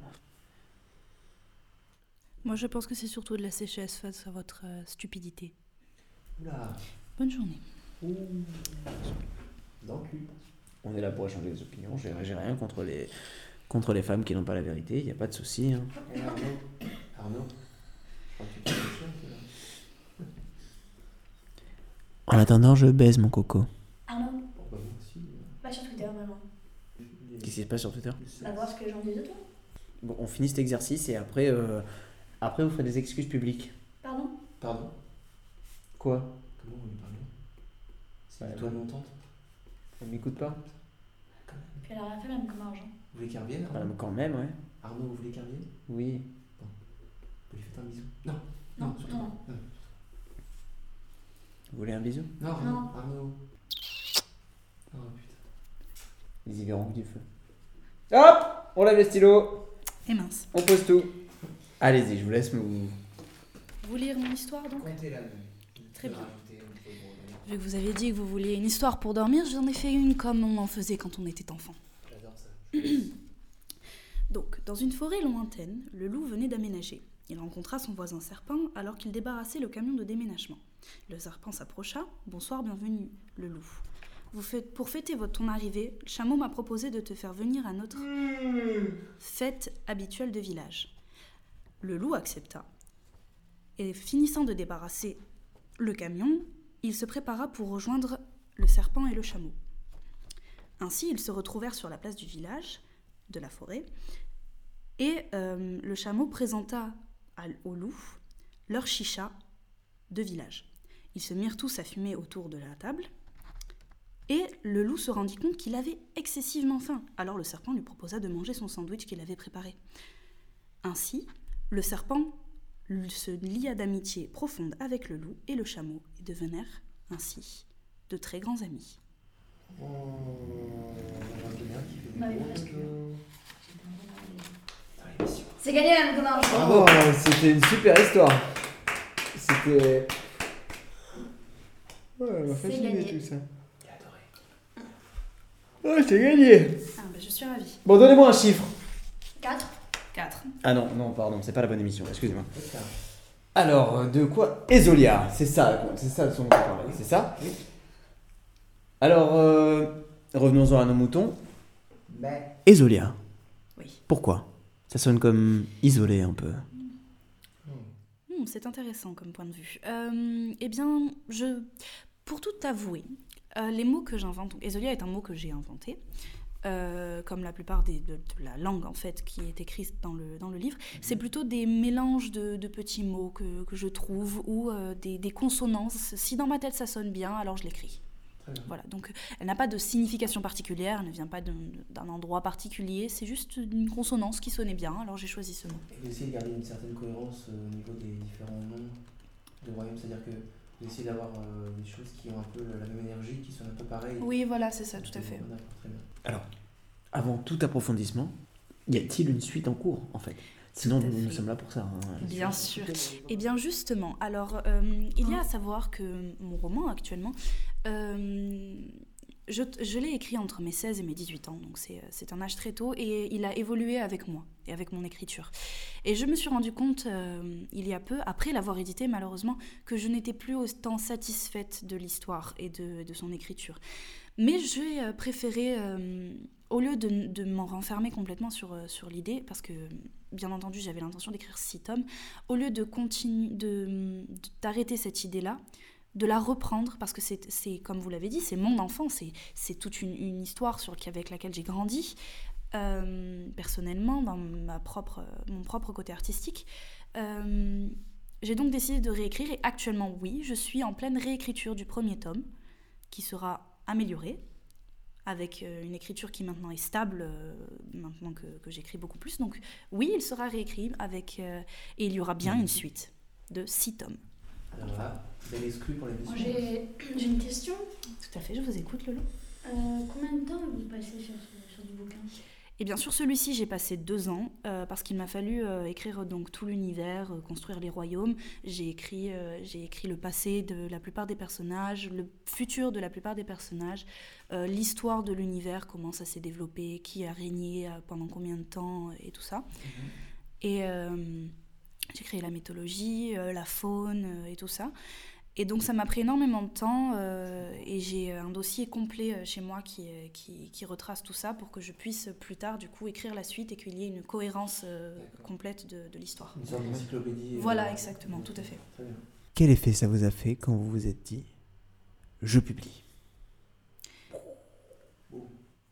Moi, je pense que c'est surtout de la séchesse face à votre euh, stupidité.
Oula.
Bonne journée.
Dans le cul.
On est là pour échanger des opinions. J'ai j'ai rien contre les, contre les femmes qui n'ont pas la vérité. Il n'y a pas de souci. hein.
Eh, Arnaud. Arnaud. Je crois que tu fais quelque chose, là.
En attendant, je baise mon coco.
Arnaud,
Bon, bah, euh. merci.
va sur Twitter, maman.
Qu'est-ce qui se passe sur Twitter
Ah,
Va voir ce que les gens disent de toi.
Bon, on finit cet exercice et après, euh, après vous ferez des excuses publiques.
Pardon
Pardon
Quoi
Comment on lui parle C'est
Ouais,
une toile
bah.
montante.
On m'écoute pas
Puis elle a rien fait, même comme argent.
Vous voulez qu'elle revienne
Ah,
Arnaud
mais Quand même, ouais.
Arnaud, vous voulez qu'elle revienne
Oui.
Vous lui faites un bisou Non.
Non,
Non, surtout
non.
pas. Ah. Non.
Vous voulez un bisou
Non, Arnaud.
Non.
Arnaud. Oh putain.
Les hiverons du feu. Hop On lève les stylos.
Et mince.
On pose tout. Allez-y, je vous laisse vous.
Vous lire mon histoire donc
Comptez la
Très bien. Vu que vous aviez dit que vous vouliez une histoire pour dormir, j'en ai fait une comme on en faisait quand on était enfant.
J'adore ça.
Donc, dans une forêt lointaine, le loup venait d'aménager. Il rencontra son voisin serpent alors qu'il débarrassait le camion de déménagement. Le serpent s'approcha. Bonsoir, bienvenue, le loup. Vous faites, pour fêter votre, ton arrivée, le chameau m'a proposé de te faire venir à notre fête habituelle de village. Le loup accepta. Et finissant de débarrasser le camion, il se prépara pour rejoindre le serpent et le chameau. Ainsi, ils se retrouvèrent sur la place du village, de la forêt, et euh, le chameau présenta à- au loup leur chicha de village. Ils se mirent tous à fumer autour de la table, et le loup se rendit compte qu'il avait excessivement faim. Alors le serpent lui proposa de manger son sandwich qu'il avait préparé. Ainsi, le serpent l- se lia d'amitié profonde avec le loup et le chameau, et devenèrent ainsi de très grands amis.
Oh, j'en ai un qui fait des
Bah,
gros
il reste
bisous.
C'est gagné, même comme argent.
Bravo, Ah c'était une super histoire. C'était. Ouais, elle m'a
C'est gagné.
tout ça. Oh, j'ai gagné
Ah, bah, je suis ravie.
Bon, donnez-moi un chiffre
4.
4.
Ah non, non, pardon, c'est pas la bonne émission, excusez-moi. Alors, euh, de quoi Ezolia, c'est ça, c'est ça son nom, pardon, c'est ça Alors, euh, revenons-en à nos moutons.
Mais.
Ezolia.
Oui.
Pourquoi Ça sonne comme isolé un peu.
Hmm, c'est intéressant comme point de vue. Euh, eh bien, je, pour tout avouer, euh, les mots que j'invente, donc Esolia est un mot que j'ai inventé, euh, comme la plupart des, de, de la langue en fait qui est écrite dans le, dans le livre, c'est plutôt des mélanges de, de petits mots que, que je trouve ou euh, des, des consonances. Si dans ma tête ça sonne bien, alors je l'écris. Voilà, donc euh, elle n'a pas de signification particulière, elle ne vient pas d'un d'un endroit particulier, c'est juste une consonance qui sonnait bien, alors j'ai choisi ce mot.
Et d'essayer de garder une certaine cohérence euh, au niveau des différents noms de royaumes, c'est-à-dire que d'essayer d'avoir euh, des choses qui ont un peu la même énergie, qui sont un peu pareilles.
Oui, voilà, c'est ça, tout à fait.
D'accord, très bien.
Alors, avant tout approfondissement, y a-t-il une suite en cours, en fait Sinon,
à
nous, nous
fait.
sommes là pour ça. hein.
Bien sûr. Et bien justement, alors euh, il y a à savoir que mon roman actuellement, euh, je, je l'ai écrit entre mes 16 et mes 18 ans, donc c'est euh, c'est un âge très tôt, et il a évolué avec moi et avec mon écriture. Et je me suis rendu compte euh, il y a peu, après l'avoir édité malheureusement, que je n'étais plus autant satisfaite de l'histoire et de, de son écriture. Mais j'ai euh, préféré, euh, au lieu de, de m'en renfermer complètement sur, euh, sur l'idée, parce que bien entendu j'avais l'intention d'écrire six tomes, au lieu de continuer de, de- d'arrêter cette idée-là, de la reprendre, parce que c'est, c'est, comme vous l'avez dit, c'est mon enfant, c'est, c'est toute une, une histoire sur, avec laquelle j'ai grandi, euh, personnellement, dans ma propre, mon propre côté artistique. Euh, j'ai donc décidé de réécrire, et actuellement, oui, je suis en pleine réécriture du premier tome, qui sera amélioré, avec euh, une écriture qui maintenant est stable, euh, maintenant que, que j'écris beaucoup plus. Donc oui, il sera réécrit, avec, euh, et il y aura bien une suite de six tomes.
Alors là, vous avez exclu pour la
Moi,
mission.
J'ai j'ai une question.
Tout à fait, je vous écoute, Lolo.
Euh, combien de temps vous passez sur, ce- sur du bouquin
Et Eh bien sur celui-ci, j'ai passé deux ans euh, parce qu'il m'a fallu euh, écrire donc tout l'univers, euh, construire les royaumes. J'ai écrit, euh, j'ai écrit le passé de la plupart des personnages, le futur de la plupart des personnages, euh, l'histoire de l'univers, comment ça s'est développé, qui a régné euh, pendant combien de temps euh, et tout ça. Et euh, j'ai créé la mythologie, euh, la faune euh, et tout ça. Et donc ça m'a pris énormément de temps euh, et j'ai un dossier complet euh, chez moi qui, euh, qui, qui retrace tout ça pour que je puisse euh, plus tard du coup écrire la suite et qu'il y ait une cohérence euh, complète de, de l'histoire.
Une sorte d'encyclopédie, euh,
Voilà, exactement, tout à fait.
Quel effet ça vous a fait quand vous vous êtes dit Je publie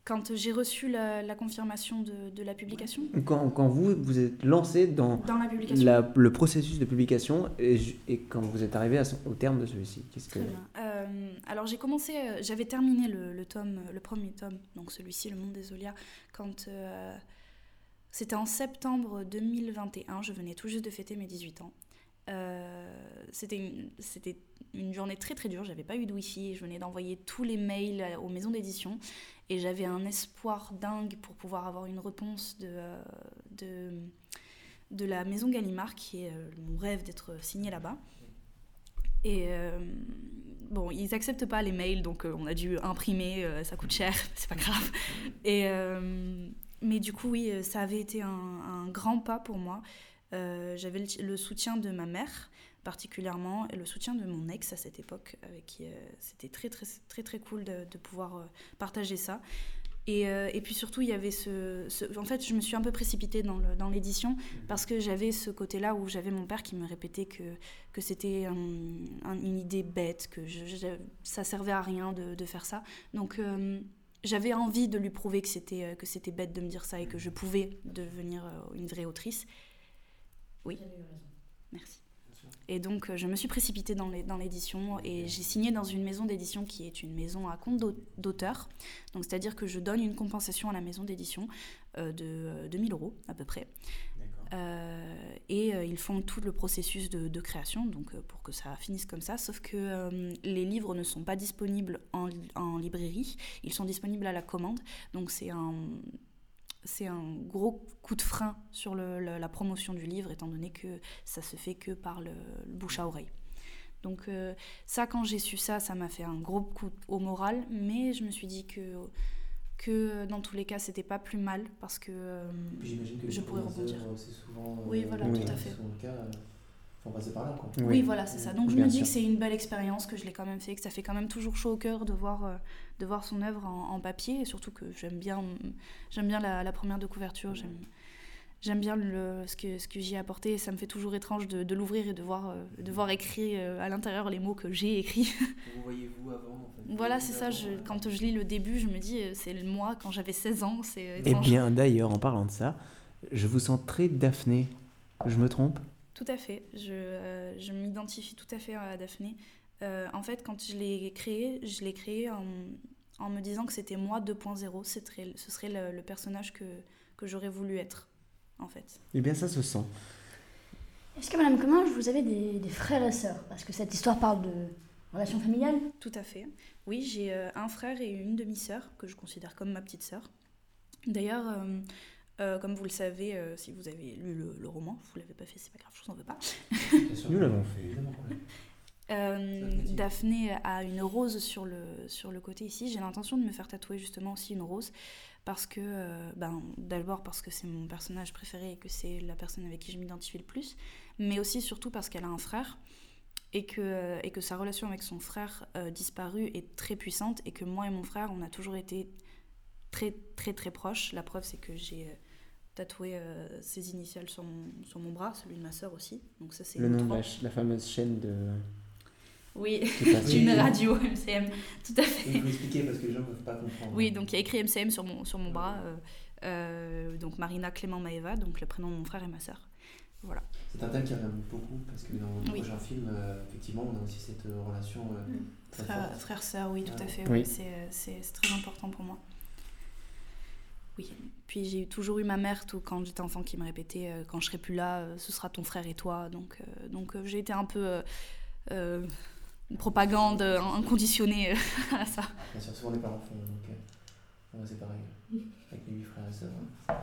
Quand j'ai reçu la, la confirmation de, de la publication,
quand, quand vous vous êtes lancé dans,
Dans la publication.
la- le processus de publication et, ju- et quand vous êtes arrivé à son- au terme de celui-ci, qu'est-ce que
Très bien. Euh, alors j'ai commencé, euh, j'avais terminé le, le tome, le premier tome, donc celui-ci, Le Monde des Olia, quand euh, c'était en septembre 2021. Je venais tout juste de fêter mes 18 ans. Euh, c'était une, c'était une journée très très dure. J'avais pas eu de wifi. Je venais d'envoyer tous les mails euh, aux maisons d'édition et j'avais un espoir dingue pour pouvoir avoir une réponse de, euh, de de la maison Gallimard, qui est euh, mon rêve d'être signé là-bas. Et euh, bon, ils acceptent pas les mails, donc euh, on a dû imprimer, euh, ça coûte cher, c'est pas grave. Et, euh, mais du coup, oui, euh, ça avait été un, un grand pas pour moi. Euh, J'avais le, le soutien de ma mère particulièrement et le soutien de mon ex à cette époque avec qui euh, c'était très très très très cool de, de pouvoir euh, partager ça et, euh, et puis surtout il y avait ce, ce- en fait je me suis un peu précipitée dans le- dans l'édition parce que j'avais ce côté là où j'avais mon père qui me répétait que que c'était un- un- une idée bête, que je, je- ça servait à rien de, de faire ça. Donc euh, j'avais envie de lui prouver que c'était euh, que c'était bête de me dire ça et que je pouvais devenir euh, une vraie autrice. Oui. Merci. Et donc euh, je me suis précipitée dans les- dans l'édition et j'ai signé dans une maison d'édition qui est une maison à compte d'au- d'auteur. Donc c'est-à-dire que je donne une compensation à la maison d'édition euh, de euh, 2000 euros à peu près. Euh, et euh, ils font tout le processus de, de création donc euh, pour que ça finisse comme ça. Sauf que euh, les livres ne sont pas disponibles en, en librairie, ils sont disponibles à la commande. Donc c'est un c'est un gros coup de frein sur le- la, la promotion du livre, étant donné que ça se fait que par le, le bouche à oreille. Donc euh, ça, quand j'ai su ça, ça m'a fait un gros coup au moral, mais je me suis dit que que dans tous les cas, c'était pas plus mal parce que euh,
Puis j'imagine que
je
les
pourrais
premières
rebondir.
œuvres, C'est souvent.
Oui, voilà,
euh,
tout à fait.
souvent le cas. Faut passer par là, quoi.
Oui, voilà, c'est ça. Donc je
Bien
me dis
sûr.
que c'est une belle expérience, que je l'ai quand même fait, que ça fait quand même toujours chaud au cœur de voir, euh, de voir son œuvre en, en papier, et surtout que j'aime bien, j'aime bien la, la première de couverture, j'aime, j'aime bien le, ce que, ce que j'y ai apporté, et ça me fait toujours étrange de, de l'ouvrir et de voir, euh, de voir écrit euh, à l'intérieur les mots que j'ai écrits.
Vous voyez-vous avant, en fait
voilà, c'est ça, je, quand je lis le début, je me dis, euh, c'est le moi quand j'avais 16 ans, c'est euh,
Eh
étrange.
bien, d'ailleurs, en parlant de ça, je vous sens très Daphné. Je me trompe
Tout à fait. Je, euh, je m'identifie tout à fait à Daphné. Euh, en fait, quand je l'ai créé, je l'ai créé en, en me disant que c'était moi 2.0. Ce serait, ce serait le, le personnage que, que j'aurais voulu être, en fait.
Eh bien, ça se sent.
Est-ce que Madame Comminges, vous avez des, des frères et sœurs Parce que cette histoire parle de relations familiales.
Tout à fait. Oui, j'ai euh, un frère et une demi-sœur que je considère comme ma petite sœur. D'ailleurs, euh, euh, comme vous le savez, euh, si vous avez lu le, le roman, vous l'avez pas fait, c'est pas grave, je vous en veux pas.
Nous l'avons fait.
Euh, Daphné a une rose sur le, sur le côté ici. J'ai l'intention de me faire tatouer justement aussi une rose. Parce que, euh, ben, d'abord parce que c'est mon personnage préféré et que c'est la personne avec qui je m'identifie le plus. Mais aussi surtout parce qu'elle a un frère. Et que, et que sa relation avec son frère euh, disparu est très puissante. Et que moi et mon frère, on a toujours été très très très proches. La preuve c'est que j'ai euh, tatoué euh, ses initiales sur mon, sur mon bras, celui de ma sœur aussi. Donc ça c'est
Le nom de
trois.
la, ch- la fameuse chaîne de.
Oui,
Qui passe.
d'une radio MCM, tout à fait.
Il faut expliquer parce que les gens ne peuvent pas comprendre.
Oui, donc il y a écrit MCM sur mon, sur mon bras. euh, euh, donc Marina Clément Maeva, donc le prénom de mon frère et ma sœur. Voilà.
C'est un thème qui revient beaucoup parce que dans le
Oui. Mm.
prochain film, euh, effectivement, on a aussi cette euh, relation euh, très
Frère,
forte.
frère, sœur, oui, tout à
Ouais.
fait.
Oui.
oui, C'est euh, c'est- c'est très important pour moi. Oui. Puis j'ai eu- toujours eu ma mère, tout quand j'étais enfant, qui me répétait euh, quand je serai plus là, euh, ce sera ton frère et toi. Donc, euh, donc euh, j'ai été un peu euh, euh, une propagande euh, inconditionnée euh, à ça.
Bien sûr, souvent les parents font. Donc, euh, moi, c'est pareil. Avec mes huit frères et sœurs. hein.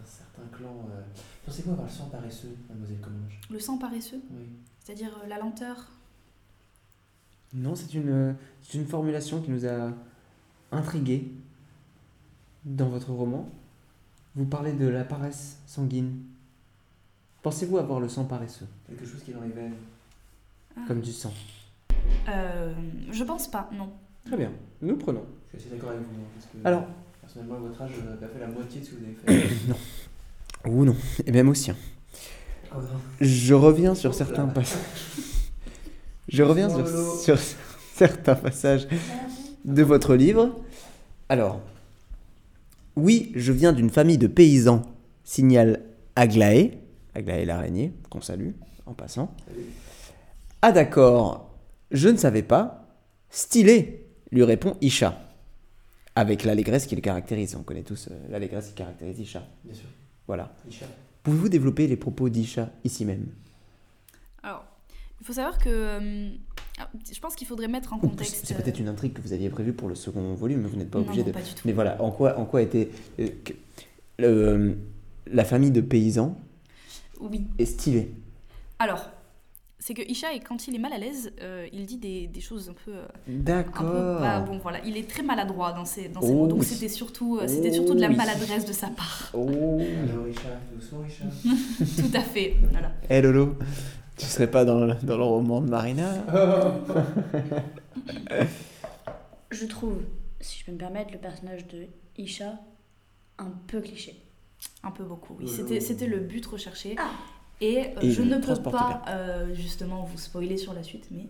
Un certain clan. euh, Pensez quoi par le sang paresseux, mademoiselle Comminges
Le sang paresseux,
Oui.
c'est-à-dire euh, la lenteur.
Non, c'est une, c'est une formulation qui nous a intrigués dans votre roman. Vous parlez de la paresse sanguine. Pensez-vous avoir le sang paresseux,
Quelque chose qui est dans les veines.
Ah.
comme du sang
Euh, je pense pas, non.
Très bien, nous prenons.
Je suis assez d'accord avec vous. hein, parce que,
Alors-
Personnellement, à votre âge, vous n'avez pas fait la moitié de ce que vous avez fait.
Non. Ou non, et même aussi.
Oh non.
Je reviens sur
Hop
certains
là.
passages. Je reviens sur,
Lolo.
sur certains passages de votre livre. Alors, oui, je viens d'une famille de paysans, signale Aglaé, Aglaé l'araignée, qu'on salue en passant. Ah d'accord, je ne savais pas. Stylé, lui répond Isha. Avec l'allégresse qui le caractérise. On connaît tous euh, l'allégresse qui caractérise Isha.
Bien sûr.
Voilà.
Isha.
Pouvez-vous développer les propos d'Isha ici même
Alors, il faut savoir que. euh, alors, je pense qu'il faudrait mettre en
Ou plus,
contexte. euh,
C'est peut-être une intrigue que vous aviez prévue pour le second volume, mais vous n'êtes pas
Non,
obligé
non,
de.
pas du tout.
Mais voilà, en quoi, en quoi était euh, que- le- la famille de paysans
euh, Oui.
est stylée
Alors, c'est que Isha, et quand il est mal à l'aise, euh, il dit des, des choses un peu. euh, un peu
D'accord.
pas- bon, voilà. Il est très maladroit dans ses, dans ses
Oh
mots. Donc,
oui.
c'était surtout, euh, c'était surtout
Oh
de la
oui.
maladresse de sa part.
Oh.
Alors, Richard, doucement, Richard.
Tout à fait. Voilà.
Hé Eh, Lolo, tu serais pas dans le, dans le roman de Marina
Je trouve, si je peux me permettre, le personnage de Isha un peu cliché.
Un peu beaucoup, oui.
Oh
Oui,
C'était,
oui.
c'était le but recherché. Et, euh,
Et
je
il
ne peux
transporte
pas, euh, justement, vous spoiler sur la suite, mais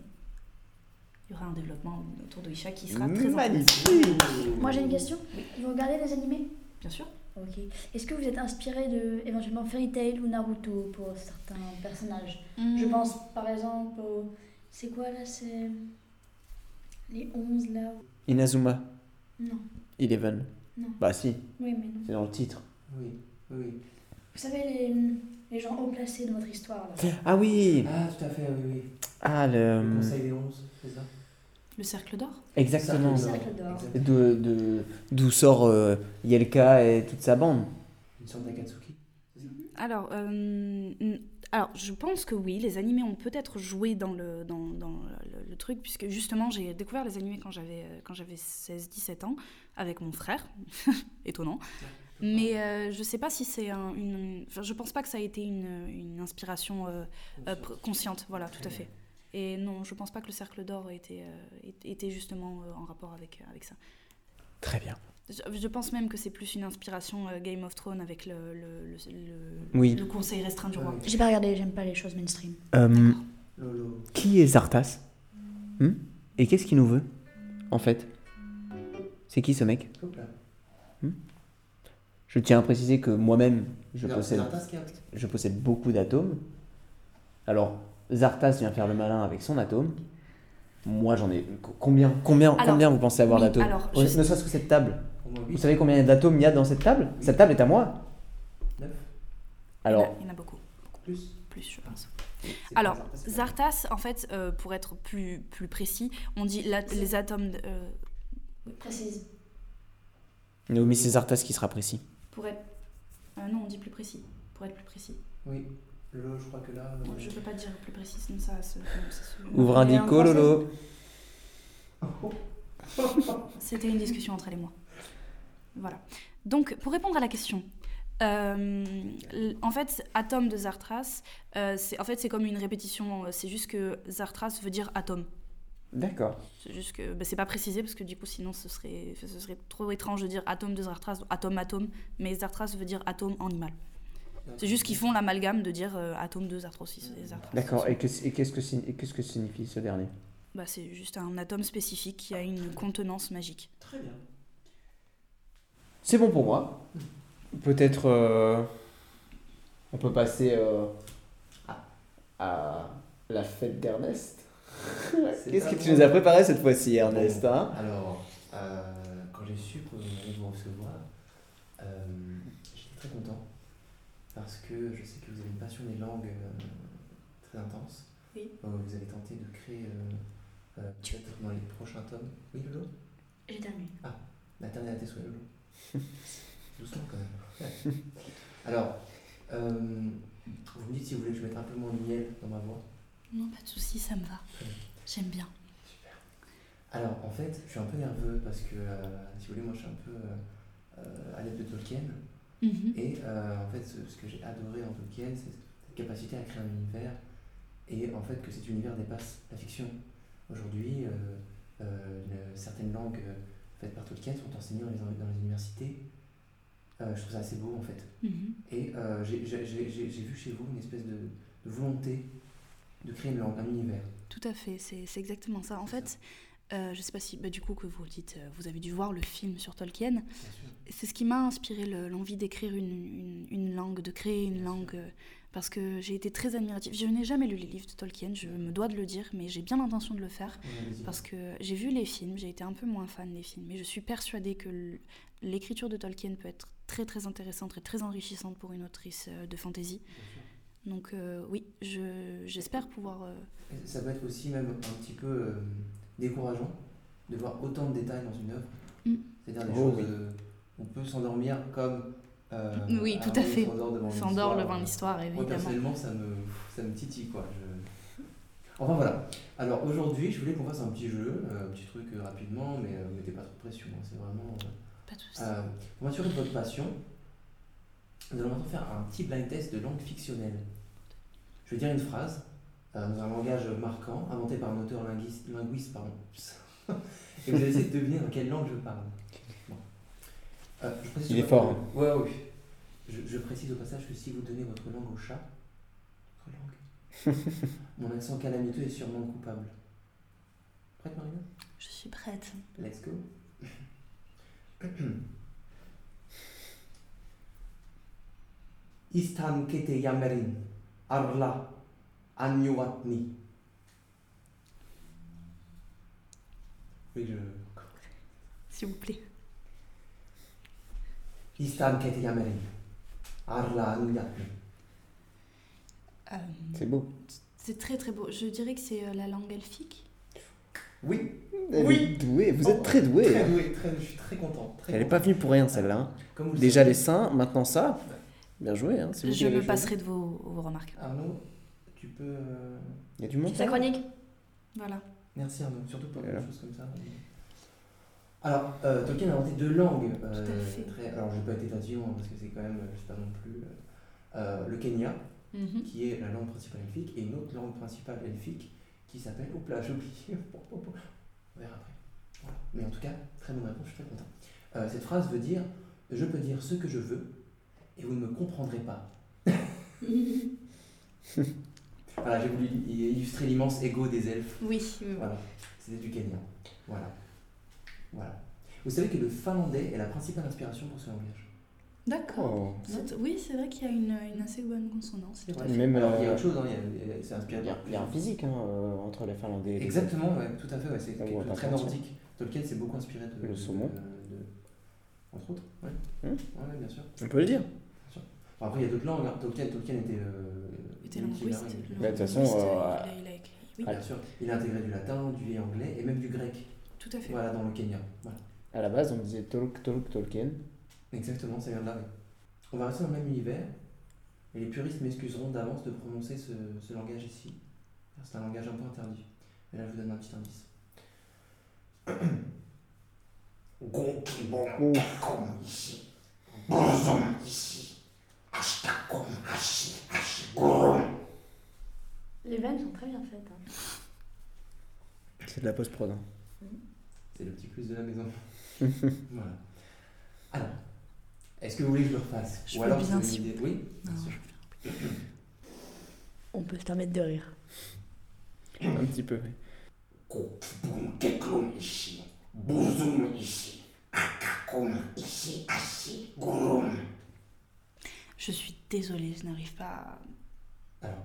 il y aura un développement autour de Isha qui sera très
Magnifique.
intéressant.
Moi j'ai une question. Vous regardez les animés
Bien sûr.
Ok. Est-ce que vous êtes inspiré de éventuellement Fairy Tail ou Naruto pour certains personnages
Hmm.
Je pense par exemple au. C'est quoi là C'est. Les 11 là
Inazuma,
Non.
Eleven.
Non.
Bah si,
Oui, mais non.
c'est dans le titre.
Oui, oui.
Vous savez, les, les gens haut placés de notre histoire là.
Ah oui
Ah, tout à fait, oui, oui.
Ah le.
Le conseil des 11, c'est ça
Le cercle d'or
Exactement.
Cercle d'or.
De- de- D'où sort euh, Yelka et toute sa bande.
Une sorte d'Akatsuki.
Alors, euh, n- alors, je pense que oui, les animés ont peut-être joué dans le, dans, dans le, le truc, puisque justement, j'ai découvert les animés quand j'avais euh, quand j'avais 16-17 ans, avec mon frère, étonnant. Mais euh, je sais pas si c'est un, une... Enfin, je pense pas que ça a été une, une inspiration euh, euh, pr- consciente, voilà, tout à fait. Et non, je pense pas que le cercle d'or était, euh, était justement euh, en rapport avec, avec ça.
Très bien.
Je, je pense même que c'est plus une inspiration euh, Game of Thrones avec le, le, le, le-
Oui.
le conseil restreint du roi.
J'ai pas regardé, j'aime pas les choses mainstream.
Euh,
Lolo.
qui est Zartas Hmm Et qu'est-ce qu'il nous veut, en fait C'est qui ce mec
Hop là.
Je tiens à préciser que moi-même, je
Non,
possède,
Zartas qui a-
je possède beaucoup d'atomes. Alors, Zartas vient faire le malin avec son atome. Moi, j'en ai. Combien Combien,
Alors,
combien vous pensez avoir
oui,
d'atomes
alors,
Ne
je sais-
serait-ce que cette table.
Au moins
Vous
huit.
savez combien d'atomes il y a dans cette table Cette table est à moi.
Neuf.
Alors,
Il y en a beaucoup.
Plus
Plus, je pense.
c'est
Alors,
pas Zartas,
Zartas, en fait, euh, pour être plus, plus précis, on dit la- les atomes. de- euh,
Précise.
Naomi Césartas qui sera précis.
Pour être. euh, non, on dit plus précis. Pour être plus précis.
Oui, le, je crois que là. euh,
Bon, je peux pas dire plus précis, sinon ça se. ça se-
Ouvre un dico, Lolo.
C'était une discussion entre elle et moi. Voilà. Donc, pour répondre à la question, euh, l- en fait, atome de Zartras, euh, c'est- en fait, c'est comme une répétition. euh, C'est juste que Zartras veut dire atome.
D'accord.
C'est juste que bah, c'est pas précisé parce que du coup, sinon, ce serait, ce serait trop étrange de dire atome de Zartras, atome, atome. Mais Zartras veut dire atome animal. C'est juste qu'ils font l'amalgame de dire euh, atome de Zartros et Zartras.
D'accord. Et que- et qu'est-ce que, sign- et qu'est-ce que signifie ce dernier
Bah, c'est juste un atome spécifique qui a une contenance magique.
Très bien.
C'est bon pour moi. Peut-être euh, on peut passer euh, à la fête d'Ernest. Qu'est-ce que tu nous as préparé cette fois-ci, Ernest hein
Alors, euh, quand j'ai su qu'on allait vous recevoir, euh, j'étais très content. Parce que je sais que vous avez une passion des langues euh, très intense.
Oui.
Euh, vous avez tenté de créer, euh, euh, peut-être dans les prochains tomes. Oui, Lolo
J'éternue.
Ah, la dernière à tes souhaits, Lolo. Doucement quand même. Ouais. Alors, euh, vous me dites si vous voulez que je mette un peu moins de miel dans ma voix.
Non, pas de soucis, ça me va. J'aime bien.
Alors, en fait, je suis un peu nerveux parce que, euh, si vous voulez, moi je suis un peu euh, euh, à l'aide de Tolkien.
Mhm.
Et euh, en fait, ce, ce que j'ai adoré en Tolkien, c'est cette capacité à créer un univers et en fait que cet univers dépasse la fiction. Aujourd'hui, euh, euh, le- certaines langues euh, faites par Tolkien sont enseignées dans les, dans les universités. Euh, je trouve ça assez beau en fait.
Mhm.
Et euh, j'ai- j'ai j'ai- j'ai- j'ai vu chez vous une espèce de, de volonté de créer une langue, un univers.
Tout à fait, c'est c'est exactement ça. En fait, euh, je sais pas si, bah, du coup, que vous le dites, euh, vous avez dû voir le film sur Tolkien. C'est ce qui m'a inspiré le- l'envie d'écrire une, une- une langue, de créer une langue, euh, parce que j'ai été très admirative. Je n'ai jamais lu les livres de Tolkien, je me dois de le dire, mais j'ai bien l'intention de le faire,
Ouais, vas-y.
parce que j'ai vu les films, j'ai été un peu moins fan des films, mais je suis persuadée que l- l'écriture de Tolkien peut être très très intéressante et très enrichissante pour une autrice euh, de fantasy. Donc euh, oui, je- j'espère pouvoir... euh,
Et Ça peut être aussi même un petit peu euh, décourageant de voir autant de détails dans une œuvre.
Mm.
C'est-à-dire des
Oh
choses.
oui.
euh, on peut s'endormir comme. euh,
Oui, tout à
Aramis
fait.
s'endort devant
S'endort
l'histoire. euh,
devant l'histoire, évidemment.
Moi, personnellement, ça me, ça me titille, quoi. Je- Enfin, voilà. Alors, aujourd'hui, je voulais qu'on fasse un petit jeu, euh, un petit truc euh, rapidement, mais euh, mettez pas trop de pression. hein, C'est vraiment.
Pas de
soucis. Euh, pour m'assurer de votre passion, nous allons maintenant faire un petit blind test de langue fictionnelle. Je vais dire une phrase euh, dans un langage marquant, inventé par un auteur linguiste, linguiste pardon. et vous allez essayer de deviner dans quelle langue je parle. Bon. Euh, je précise
Il
au
est
passage-
fort, hein.
Ouais, oui. Je, je précise au passage que si vous donnez votre langue au chat, votre langue, mon accent calamiteux est sûrement coupable. Prête, Marina
Je suis prête.
Let's go. Istan kete yamerin, arla, anyuatni. Oui, je.
S'il vous plaît.
Istan kete yamerin, arla, anyuatni.
Euh,
C'est beau.
c'est très très beau. Je dirais que c'est euh, la langue elfique.
Oui.
Elle
oui.
est douée. Vous
Oh,
êtes très doué.
Très doué, très- je suis très content. Très
Elle n'est
content.
pas venue pour rien celle-là. hein.
Comme vous le
Déjà
savez.
les seins, maintenant ça. Bien joué. Hein. c'est vous qui
Je
l'avez
me
choisi.
passerai de vos, vos remarques.
Arnaud, tu peux. euh,
Il y a du monde.
C'est chronique.
Voilà.
Merci Arnaud, surtout pour
Voilà.
des choses comme ça. Alors, euh, Tolkien a inventé deux langues. euh,
Tout à fait.
très- alors, je vais pas être tatillon hein, parce que c'est quand même, euh, je sais pas non plus. euh, euh, le Kenya,
Mhm.
qui est la langue principale elfique, et une autre langue principale elfique qui s'appelle. Oups là, j'ai oublié. On verra après. Voilà. Mais en tout cas, très bonne réponse, je suis très content. Euh, cette phrase veut dire Je peux dire ce que je veux et vous ne me comprendrez pas. Voilà, j'ai voulu illustrer l'immense ego des elfes.
Oui, oui, oui.
Voilà, c'était du Kenya. Voilà. Voilà. Vous savez que le finlandais est la principale inspiration pour ce langage.
D'accord.
Oh.
Note- Oui, c'est vrai qu'il y a une, une assez bonne consonance. tout à fait.
Même,
Alors, il y a
euh,
autre chose, hein, il y a- c'est inspiré
Il y a-
par-
il y a un physique hein, euh, entre les Finlandais. et les-
Exactement, ouais, tout à fait, ouais, c'est
Ça, on
quelque
va
chose de
pas
très
se mentir.
nordique. Tolkien s'est beaucoup inspiré de.
Le
de-
saumon.
de- de- entre autres, ouais.
Hmm.
Ouais, bien sûr.
On peut le dire.
Bien sûr. Bon, après, il y a d'autres langues, hein. Tolkien, Tolkien était. euh,
Il était
multilingue.
linguiste,
Bah, de toute façon,
linguiste,
euh,
il a- il a écrit- oui.
Bien sûr, il a intégré du latin, du anglais et même du grec.
Tout à fait.
Voilà, dans le Kenya. Voilà.
À la base, on disait Tolk, Tolk, Tolkien.
Exactement, ça vient de là. oui. On va rester dans le même univers, et les puristes m'excuseront d'avance de prononcer ce, ce langage ici. car C'est un langage un peu interdit. Mais là, je vous donne un petit indice.
Gonkibon, Kakom, ici. Bonzon, ici. Ashtakom, Hashi, Hashi, Goron.
Les vannes sont très bien faites. hein.
C'est de la post-prod. hein.
C'est le petit plus de la maison. voilà. Alors, est-ce que vous voulez que je le refasse
Je
Ou
veux
alors,
bien,
vous avez
s'il
une idée
vous
Oui
Non,
bien sûr.
On peut se permettre de rire.
Un petit peu, oui.
Gonkibon, Keklom, ici. Bonzon, ici. Akakom, ici. Hashi, Goron.
Je suis désolée, je n'arrive pas.
Alors,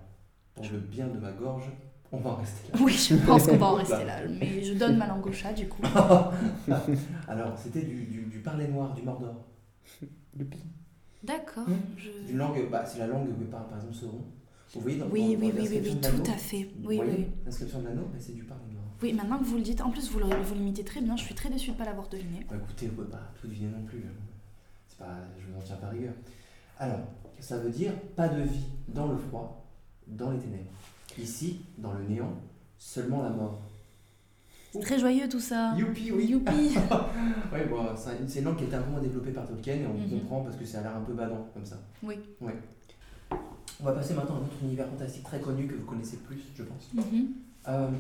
pour le bien de ma gorge, on va en rester
à-
là.
Oui, je pense qu'on va en rester là. Mais je donne ma langue au chat, du coup.
Alors, c'était du, du, du parler noir, du mordor.
D'accord. je-
C'est Une langue, bah, c'est la langue que parle par exemple Sauron. Vous voyez dans,
Oui,
dans-
oui,
dans
oui, oui,
l'inscription
oui,
de l'anneau,
tout à fait.
vous
Oui,
voyez,
oui.
L'inscription de l'anneau, bah, c'est du parler noir.
Oui, maintenant que vous le dites, en plus vous le- vous l'imitez très bien, je suis très déçue de ne pas l'avoir deviné.
Bah, écoutez, vous ne pouvez pas tout deviner non plus. hein. C'est pas, je vous en tiens pas rigueur. Alors, ça veut dire pas de vie dans le froid, dans les ténèbres. Ici, dans le néant, seulement la mort.
C'est très joyeux tout ça.
Youpi, oui. Ouais, bon, c'est une- c'est une langue qui a été un peu moins développée par Tolkien et on
Mhm.
comprend parce que ça a l'air un peu badant comme ça.
Oui.
Ouais. On va passer maintenant à un autre univers fantastique très connu que vous connaissez plus, je pense.
Mhm.
Euh,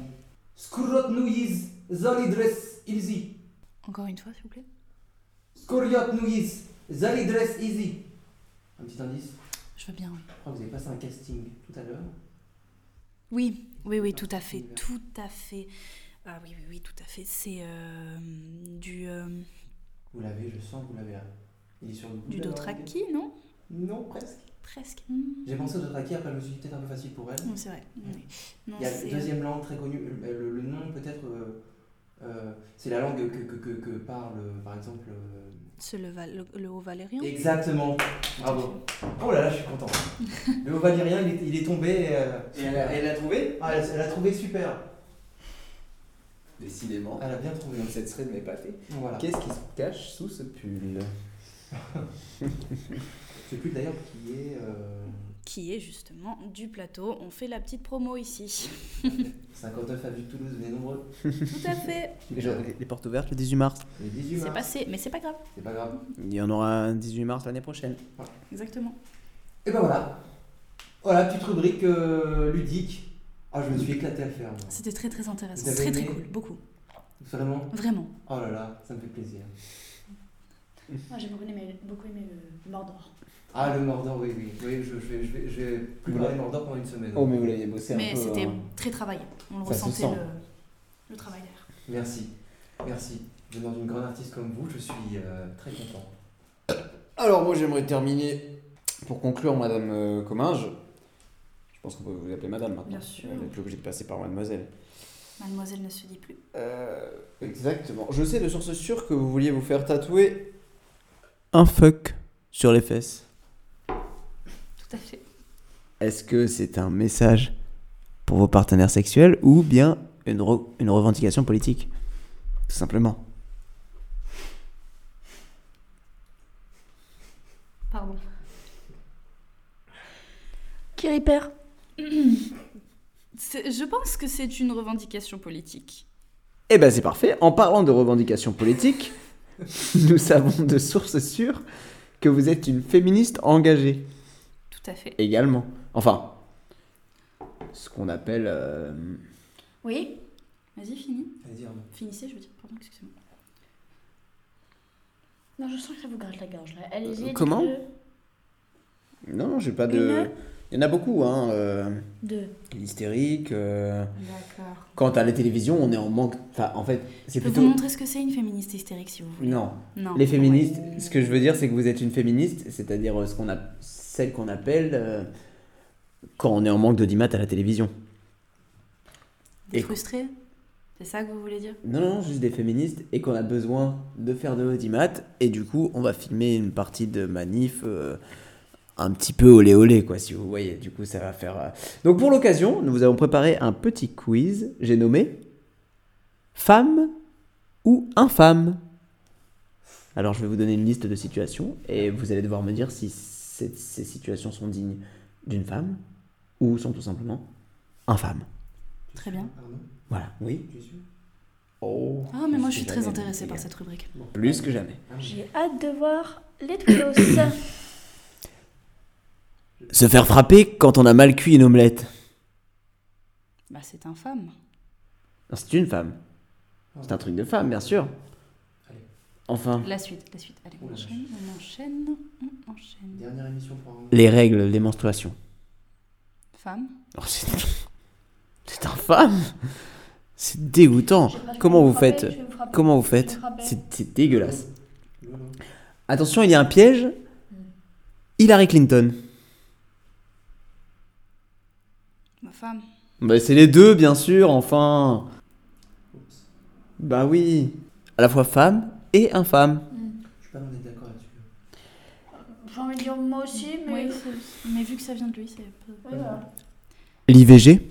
Skurrotnuyiz, Zalidres Ilzi.
Encore une fois, s'il vous plaît.
Skurrotnuyiz, Zalidres Ilzi. Un petit indice
Je veux bien, oui.
Je crois que vous avez passé un casting tout à l'heure.
Oui, oui, oui, tout à fait, tout à fait. Ah oui, oui, oui, tout à fait. C'est euh, du, euh,
Vous l'avez, je sens que vous l'avez là. Il est sur le bout
du
de la
Dothraki, non
Non, presque.
Presque. hmm.
langue. J'ai pensé au Dothraki, après je me suis dit peut-être un peu facile pour elle.
Non, c'est vrai. oui.
Mm.
Non,
Il y a
c'est-
une deuxième langue très connue, euh, le, le- le nom peut-être, euh, euh, c'est la langue que, que, que, que parle euh, par exemple. euh,
C'est le, val- le, le haut valérien
Exactement, bravo. Oh là là, je suis content. le haut valérien, il est, il est tombé. euh,
Et elle a- elle l'a trouvé
Ah, elle, elle a trouvé super.
Décidément.
Elle a bien trouvé.
Cette serait de mes pâtés.
Voilà.
Qu'est-ce qui se cache sous ce pull
Ce pull d'ailleurs qui est. euh,
Qui est justement du plateau. On fait la petite promo ici.
59 avenue de Toulouse, venez nombreux.
tout à fait.
les, gens- les- les portes ouvertes le 18 mars.
Le 18
C'est
mars.
passé, mais c'est pas grave.
C'est pas grave.
Il y en aura un 18 mars l'année prochaine.
Exactement.
Et ben voilà. Voilà, petite rubrique euh, ludique. Ah, je me suis éclaté à le faire. moi.
C'était très très intéressant.
Vous avez
Très très
aimé
cool, beaucoup.
Vraiment
Vraiment.
Oh là là, ça me fait plaisir.
Moi j'ai beaucoup aimé, beaucoup aimé le Mordor.
Ah, le Mordor, oui, oui. Oui, je, je vais, je vais, je vais plus
Vous
parler
l'avez-
de Mordor pendant une semaine.
Oh, mais vous l'aviez bossé un
Mais
peu.
c'était
hein.
très travaillé. On le
Ça se
ressentait
sent.
le, le travail derrière.
Merci, merci. Venant d'une grande artiste comme vous, je suis euh, très content.
Alors moi j'aimerais terminer pour conclure Madame euh, Comminges. Je pense qu'on peut vous appeler Madame maintenant.
Bien sûr.
Vous n'êtes plus obligé de passer par Mademoiselle.
Mademoiselle ne se dit plus.
Euh, exactement. Je sais de source sûre que vous vouliez vous faire tatouer un fuck sur les fesses.
Tout à fait.
Est-ce que c'est un message pour vos partenaires sexuels ou bien une, re- une revendication politique Tout simplement.
Pardon.
Kiri perd.
C'est- Je pense que c'est une revendication politique.
Eh ben c'est parfait. En parlant de revendications politiques, nous savons de sources sûres que vous êtes une féministe engagée.
Tout à fait.
également. Enfin, ce qu'on appelle. euh,
Oui Vas-y, finis.
Allez-y, Arnaud.
Finissez, je veux dire. Pardon, excusez-moi.
Non, je sens que ça vous gratte la gorge là. Allez-y.
comment
dites-le.
Non, non, j'ai pas de. Il y en a beaucoup, hein. euh,
Deux.
L'hystérique. euh,
D'accord.
Quant à la télévision, on est en manque. enfin, en fait, c'est
Je peux
plutôt.
vous montrer ce que c'est une féministe hystérique si vous voulez.
Non.
Non.
Les féministes, ce que je veux dire, c'est que vous êtes une féministe, c'est-à-dire euh, ce qu'on a... celle qu'on appelle euh, quand on est en manque d'audimat à la télévision.
Des
Et-
frustrés C'est ça que vous voulez dire
Non, non, juste des féministes et qu'on a besoin de faire de l'audimat. Et du coup, on va filmer une partie de manif euh, un petit peu olé olé, quoi, si vous voyez. Du coup, ça va faire. euh. Donc, pour l'occasion, nous vous avons préparé un petit quiz. J'ai nommé Femme ou infâme Alors je vais vous donner une liste de situations et vous allez devoir me dire si ces, ces situations sont dignes d'une femme ou sont tout simplement infâmes.
Très bien.
Voilà, oui. Oh,
Ah, mais moi je suis très intéressée par cette rubrique.
hein. Plus que jamais.
J'ai hâte de voir les tuyaux.
Se faire frapper quand on a mal cuit une omelette.
Bah, c'est infâme.
Non, C'est une femme. C'est un truc de femme, bien sûr. Enfin,
La suite, la suite. Allez, on enchaîne, on enchaîne, on enchaîne.
Dernière émission pour un.
les règles, les menstruations.
Femme.
Oh, c'est... c'est infâme. C'est dégoûtant. Comment vous faites Comment vous faites C'est c'est dégueulasse. Attention, il y a un piège.
Mm.
Hillary Clinton.
Ma femme.
Bah, c'est les deux, bien sûr, enfin. Bah oui. À la fois femme et infâme.
Je suis pas loin d'être d'accord là-dessus.
J'ai envie de dire moi aussi, mais.
Oui, c'est- mais vu que ça vient de lui, c'est pas.
Oui, voilà.
L'IVG.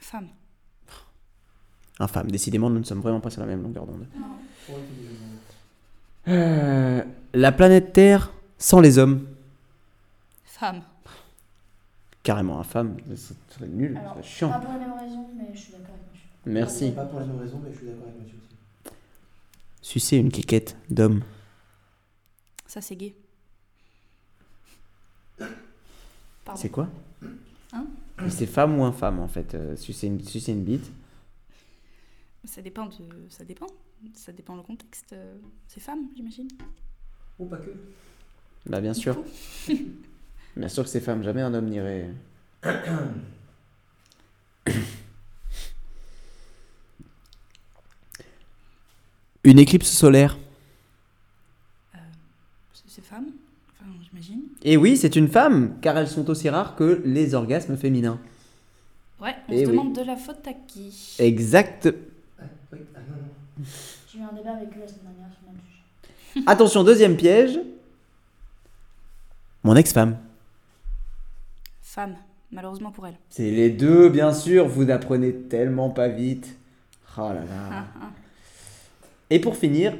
Femme.
Infâme. Décidément, nous ne sommes vraiment pas sur la même longueur d'onde.
Pour être évidemment.
Euh, la planète Terre sans les hommes.
Femme.
Carrément infâme. C'est serait nul,
Alors,
c'est chiant.
Pas pour les mêmes raisons, mais je suis d'accord avec Mathieu.
Merci.
Pas pour les mêmes raisons, mais je suis d'accord avec Mathieu aussi.
Sucer une cliquette d'homme.
Ça, c'est gay. Pardon.
C'est quoi
Hein
Mais C'est femme ou infâme en fait. euh, sucer, une, sucer une bite.
Ça dépend de. Ça dépend. Ça dépend le contexte. euh, C'est femme, j'imagine.
Ou pas que.
Bah bien sûr. bien sûr que c'est femme. Jamais un homme n'irait. une éclipse solaire.
C'est c'est femme. Enfin, j'imagine.
Et Eh oui, c'est une femme, car elles sont aussi rares que les orgasmes féminins.
Ouais,
Eh
on se
oui. Eh.
demande de la faute à qui.
Exact.
J'ai eu un débat avec eux la semaine dernière sur le même sujet.
Attention, deuxième piège. Mon ex-femme.
Femme, malheureusement pour elle.
C'est les deux, bien sûr, vous n'apprenez tellement pas vite. Oh là là. Et pour finir,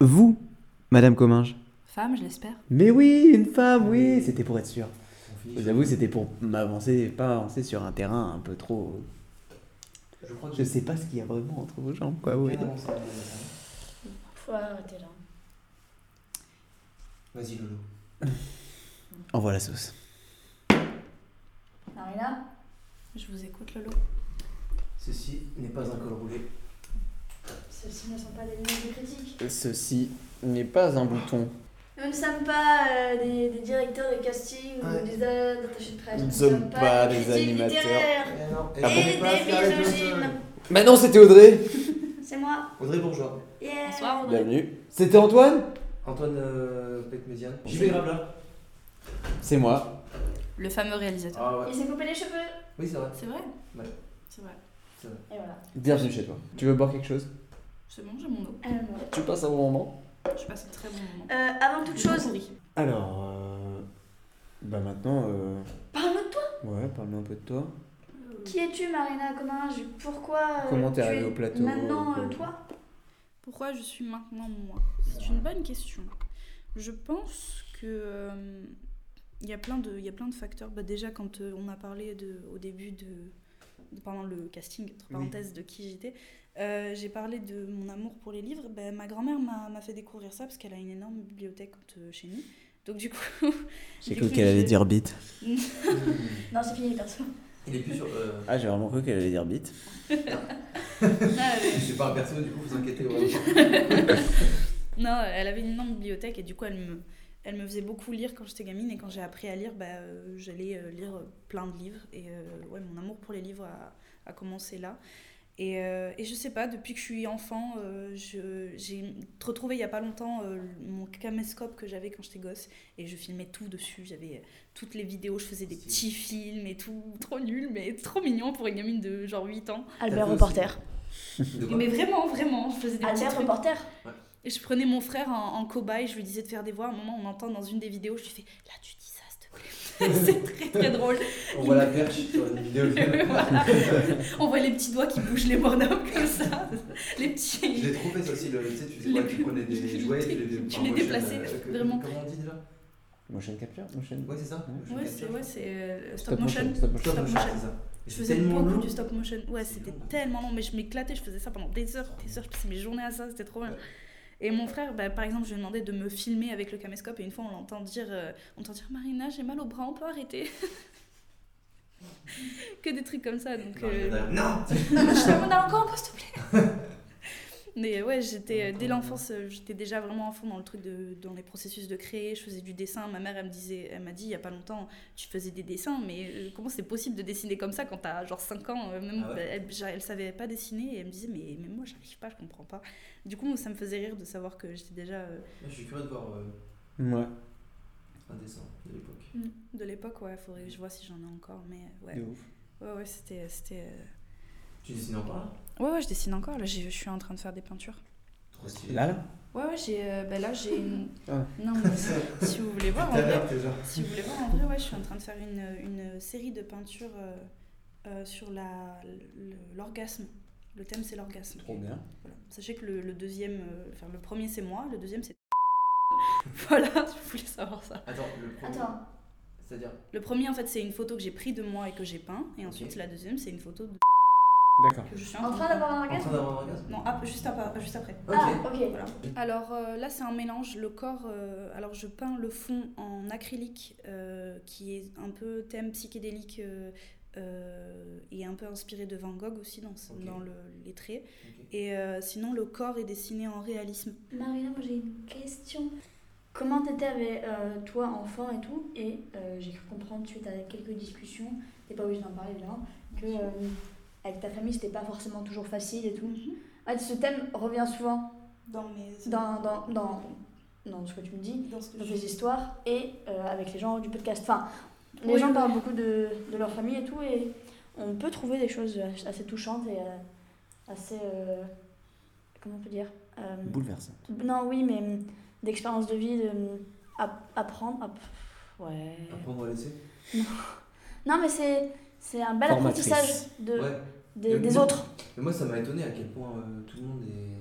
vous, Madame Comminges.
Femme, je l'espère.
Mais oui, une femme, oui, c'était pour être sûr. Je vous avoue, c'était pour m'avancer, pas avancer sur un terrain un peu trop.
Je crois que
Je sais pas ce qu'il y a vraiment entre vos jambes, quoi. oui.
Bien avancé, bien avancé.
Faut arrêter là.
Vas-y, Lolo.
Envoie la sauce.
Non, mais là,
Je vous écoute, Lolo.
Ceci n'est pas un col roulé.
ceux-ci ne sont pas des lignes de critique.
Ceci n'est pas un bouton.
Nous ne sommes pas euh, des, des directeurs de casting ou des euh, attachés de presse.
Nous ne sommes pas des
critiques
animateurs.
littéraires
Eh non,
Ah
et
bon
des misogynes.
Maintenant, c'était Audrey.
C'est moi.
Audrey Bourgeois.
Yeah.
Bonsoir, Audrey.
Bienvenue. C'était Antoine
Antoine euh, Pecmézian.
Bonjour.
JP Grabla.
C'est moi.
Le fameux réalisateur.
Ah ouais.
Il s'est coupé les cheveux.
Oui, c'est vrai.
C'est vrai
Ouais.
C'est vrai.
Et voilà.
Bienvenue chez toi. Tu veux boire quelque chose
C'est bon, j'ai mon eau.
Euh,
Tu passes un bon moment
Je passe un très bon moment.
euh, avant toute chose,
Alors, euh, bah maintenant, euh,
parle-nous de toi.
ouais, parle-nous un peu de toi.
Euh,
Qui es-tu, Marina Comminges Pourquoi euh,
Comment t'es
tu
arrivée
es
au plateau
Maintenant,
euh,
euh, toi
Pourquoi je suis maintenant moi C'est une bonne question. Je pense que euh, il y a plein de il y a plein de facteurs. Bah, déjà quand euh, on a parlé de au début de, de- pendant le casting entre
Oui.
parenthèses de qui j'étais, euh, j'ai parlé de mon amour pour les livres. Bah, ma grand-mère m'a m'a fait découvrir ça parce qu'elle a une énorme bibliothèque euh, chez nous. Donc du coup,
J'ai
du
cru
coup,
qu'elle allait
je-
dire bite.
Non, c'est fini, perso.
Il est plus sur. euh,
Ah, j'ai vraiment cru qu'elle allait dire bite.
Ah,
Je suis pas un perso, du coup, vous inquiétez. ouais.
Non, elle avait une énorme bibliothèque et du coup, elle me, elle me faisait beaucoup lire quand j'étais gamine. Et quand j'ai appris à lire, bah, euh, j'allais euh, lire plein de livres. Et euh, ouais, mon amour pour les livres a, a commencé là. Et, euh, et je sais pas, depuis que je suis enfant, euh, je- j'ai retrouvé il y a pas longtemps euh, mon caméscope que j'avais quand j'étais gosse. Et je filmais tout dessus. J'avais euh, toutes les vidéos, je faisais des petits films et tout. Trop nul, mais trop mignon pour une gamine de genre 8 ans.
Albert
T'as fait
Reporter.
De quoi
Mais vraiment, vraiment, je
Ah,
faisais des petits
Albert,
trucs.
reporter.
Et je prenais mon frère en, en cobaye, je lui disais de faire des voix. À un moment, on entend dans une des vidéos, je lui fais Là, tu dis ça, s'il te plaît. c'est très très drôle.
On voit la perche sur une vidéo.
Voilà. On voit les petits doigts qui bougent les bonhommes comme ça. Les petits.
Je l'ai trouvé ça aussi, le, tu sais, tu, faisais quoi, tu prenais des jouets, tu les,
Tu
enfin,
les
moi, je-
déplaçais,
euh, que-
vraiment.
Comment on dit déjà
Motion capture motion...
Ouais, c'est ça. motion
Ouais, c'est
capture.
ouais, c'est, euh,
Stop
stop motion.
motion, stop motion.
Stop
Stop motion,
motion.
c'est ça. Et
Je
c'est
faisais
tellement
beaucoup
long.
du stop motion. Ouais, c'était tellement long, mais je m'éclatais, je faisais ça pendant des heures, des heures, je passais mes journées à ça, c'était trop bien. Et mon frère, bah, par exemple, je lui demandais de me filmer avec le caméscope, et une fois on l'entend dire, euh, on entend dire Marina, j'ai mal au bras, on peut arrêter. que des trucs euh, comme ça, donc.
Marina, non
Je suis en mode, Ah, encore un peu, s'il te plaît Mais euh, ouais, j'étais euh, dès l'enfance, euh, j'étais déjà vraiment enfant dans le truc de dans les processus de créer. Je faisais du dessin. Ma mère, elle me disait, elle m'a dit il y a pas longtemps, tu faisais des dessins, mais euh, comment c'est possible de dessiner comme ça quand t'as genre 5 ans euh, Même
Ah ouais.
elle, j'a- elle savait pas dessiner et elle me disait mais, mais moi j'arrive pas, je comprends pas. Du coup, ça me faisait rire de savoir que j'étais déjà euh,
Moi, Je suis curieux de voir euh,
Ouais.
un dessin de l'époque.
de l'époque. Ouais, faudrait que je vois si j'en ai encore, mais euh, ouais.
De ouf.
Ouais, ouais, c'était c'était. euh,
Tu dessines encore là
Ouais, ouais, je dessine encore. Là, j'ai- je suis en train de faire des peintures.
Trop stylé.
Là, là
Ouais, ouais, j'ai. euh, ben là, j'ai une.
Ah.
Non, mais si vous voulez voir, en
Tout à
vrai,
l'heure, t'es genre.
si vous voulez voir, en vrai, ouais, je suis en train de faire une, une série de peintures euh, euh, sur la le- l'orgasme. Le thème, c'est l'orgasme.
Trop bien.
Voilà. Sachez que le, le deuxième, euh, enfin le premier, c'est moi. Le deuxième, c'est. voilà, je voulais savoir ça.
Attends, le premier.
Attends.
C'est-à-dire.
Le premier, en fait, c'est une photo que j'ai prise de moi et que j'ai peint, et ensuite la deuxième, c'est une photo de.
D'accord.
que je suis
En train d'avoir un
Ah.
orgasme En train
d'avoir un orgasme
Non, ap- juste, après- juste après.
Ok. Ah, ok.
Voilà. Alors euh, là, c'est un mélange. Le corps. euh, alors, je peins le fond en acrylique, euh, qui est un peu thème psychédélique euh, euh, et un peu inspiré de Van Gogh aussi dans, ce-
Ok.
dans le- les traits. Et euh, sinon, le corps est dessiné en réalisme.
Marina, moi j'ai une question. Comment t'étais avec euh, toi enfant et tout Et euh, j'ai cru comprendre suite à quelques discussions, t'es pas obligé d'en parler évidemment, que
Bien sûr.
euh, avec ta famille c'était pas forcément toujours facile et tout. Ah, ce thème revient souvent
dans mes
dans dans, dans, dans ce que tu me dis,
dans,
tes histoires et euh, avec les gens du podcast. Enfin, les
Oui,
gens
oui.
parlent beaucoup de, de leur famille et tout et on peut trouver des choses assez touchantes et euh, assez euh, comment on peut dire euh,
Bouleversant.
non, oui, mais hum, d'expérience de vie, de, hum, app- apprendre. app- ouais.
Apprendre à laisser
Non, Non, mais c'est, c'est un bel
Formatrice.
apprentissage de,
Euh,
Ouais.
des,
Et
des
moi-
autres.
Mais moi, ça m'a étonné à quel point euh, tout le monde est.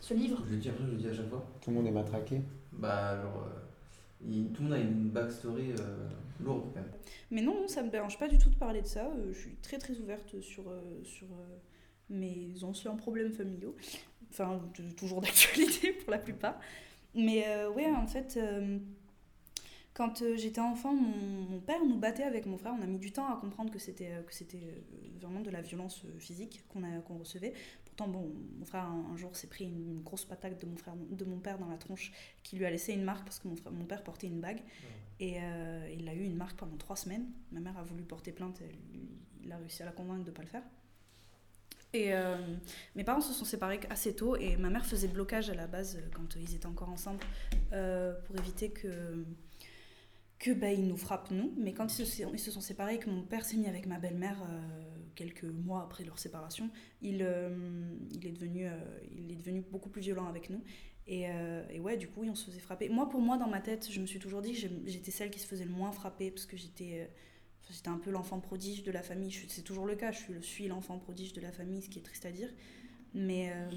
Ce livre.
Je le dis après, je le dis à chaque fois.
Tout le monde est matraqué.
Bah, genre. euh, il- tout le monde a une backstory euh, lourde quand même.
Mais non, non, ça me dérange pas du tout de parler de ça. Euh, je suis très très ouverte sur, euh, sur euh, mes anciens problèmes familiaux. Enfin, de- toujours d'actualité pour la plupart. Mais euh, ouais, en fait, euh, quand euh, j'étais enfant, mon, mon père nous battait avec mon frère. On a mis du temps à comprendre que c'était euh, que c'était euh, vraiment de la violence euh, physique qu'on a- qu'on recevait. Pourtant, bon, mon frère un, un jour s'est pris une, une grosse pataque de mon frère, de mon père dans la tronche, qui lui a laissé une marque parce que mon, frère- mon père portait une bague. Et euh, il a eu une marque pendant trois semaines. Ma mère a voulu porter plainte, elle- il a réussi à la convaincre de ne pas le faire. Et euh, mes parents se sont séparés assez tôt et ma mère faisait blocage à la base euh, quand euh, ils étaient encore ensemble euh, pour éviter que que bah, ils nous frappent nous. Mais quand ils se, sont- ils se sont séparés et que mon père s'est mis avec ma belle-mère euh, quelques mois après leur séparation, il, euh, il, est devenu, euh, il est devenu beaucoup plus violent avec nous. Et, euh, et ouais, du coup, oui, on se faisait frapper. Moi, pour moi, dans ma tête, je me suis toujours dit que j'aime- j'étais celle qui se faisait le moins frapper parce que j'étais... euh, Enfin, J'étais un peu l'enfant prodige de la famille. Je suis- C'est toujours le cas. Je suis, le- suis l'enfant prodige de la famille, ce qui est triste à dire. Mais, euh,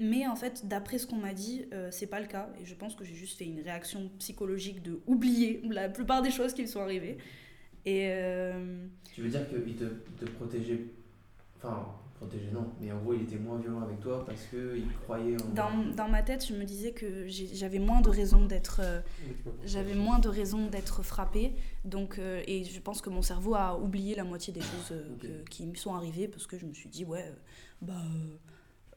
mais en fait, d'après ce qu'on m'a dit, euh, c'est pas le cas. Et je pense que j'ai juste fait une réaction psychologique de oublier la plupart des choses qui me sont arrivées. Et euh,
Tu veux dire qu'il te, il te protégeait. Enfin, protégeait non, mais en gros, il était moins violent avec toi parce qu'il croyait en.
dans, dans ma tête, je me disais que j'ai- j'avais moins de raisons d'être. euh, j'avais moins de raisons d'être frappée. Donc, euh, et je pense que mon cerveau a oublié la moitié des choses euh, que- qui me sont arrivées parce que je me suis dit, ouais, euh, bah.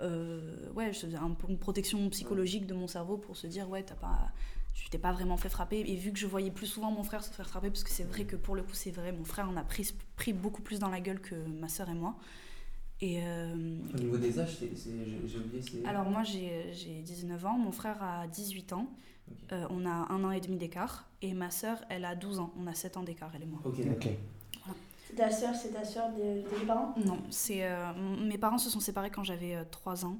euh, ouais, je faisais un peu une protection psychologique de mon cerveau pour se dire, ouais, t'as pas. Je t'ai pas vraiment fait frapper. Et vu que je voyais plus souvent mon frère se faire frapper, parce que c'est vrai que pour le coup, c'est vrai, mon frère en a pris, pris beaucoup plus dans la gueule que ma sœur et moi. Et. euh,
Au niveau des âges, c'est- c'est- j'ai j'ai oublié. c'est-
alors moi j'ai euh, j'ai 19 ans, mon frère a 18 ans, Euh, on a un an et demi d'écart, et ma sœur elle a 12 ans, on a 7 ans d'écart, elle et moi.
Ok,
Ok.
C'est ta sœur, c'est ta sœur des, des parents
Non, c'est euh, m- mes parents se sont séparés quand j'avais 3 ans,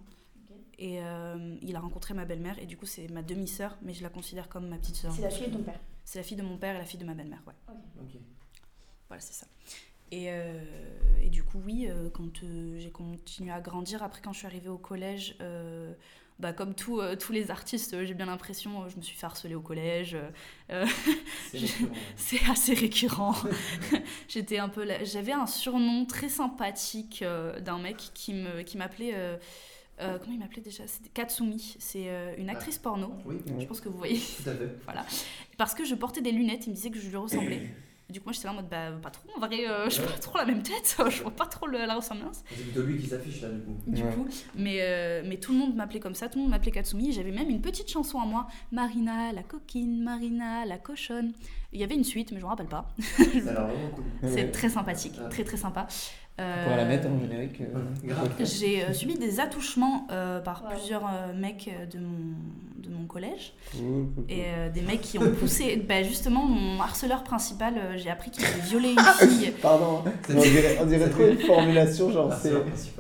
et euh, il a rencontré ma belle-mère, et du coup c'est ma demi-sœur, mais je la considère comme ma petite sœur.
C'est la fille de ton père.
C'est la fille de mon père et la fille de ma belle-mère, ouais.
Ok.
Voilà, c'est ça. Et, euh, et du coup, oui, euh, quand euh, j'ai continué à grandir, après quand je suis arrivée au collège, euh, bah, comme tout, euh, tous les artistes, euh, j'ai bien l'impression, euh, je me suis fait harceler au collège. euh, euh,
C'est
je-
récurrent, ouais.
c'est assez récurrent. J'étais un peu, la- j'avais un surnom très sympathique euh, d'un mec qui me, qui m'appelait. euh, euh, comment il m'appelait déjà C'était Katsumi, c'est euh, une actrice porno.
Oui.
Je pense que vous voyez.
Tout à fait.
Voilà. Parce que je portais des lunettes, il me disait que je lui ressemblais. Du coup, moi, j'étais là en mode, bah, pas trop, en vrai, euh, j'ai pas trop la même tête, je vois pas trop le- la ressemblance.
C'est plutôt lui qui s'affiche là du coup.
Du coup, mais, euh, mais tout le monde m'appelait comme ça, tout le monde m'appelait Katsumi. J'avais même une petite chanson à moi, Marina la coquine, Marina la cochonne. Il y avait une suite, mais je me rappelle pas.
Ça a l'air vraiment cool.
C'est très sympathique, très très sympa.
On
Euh,
pourrait la mettre en générique. euh, podcast.
J'ai euh, subi des attouchements euh, par plusieurs euh, mecs de mon, de mon collège.
Cool, cool,
Et euh, des mecs qui ont poussé. bah, justement, mon harceleur principal, euh, j'ai appris qu'il avait violé une fille.
Pardon, hein. on dirait, on dirait trop une formulation,
Ah,
genre c'est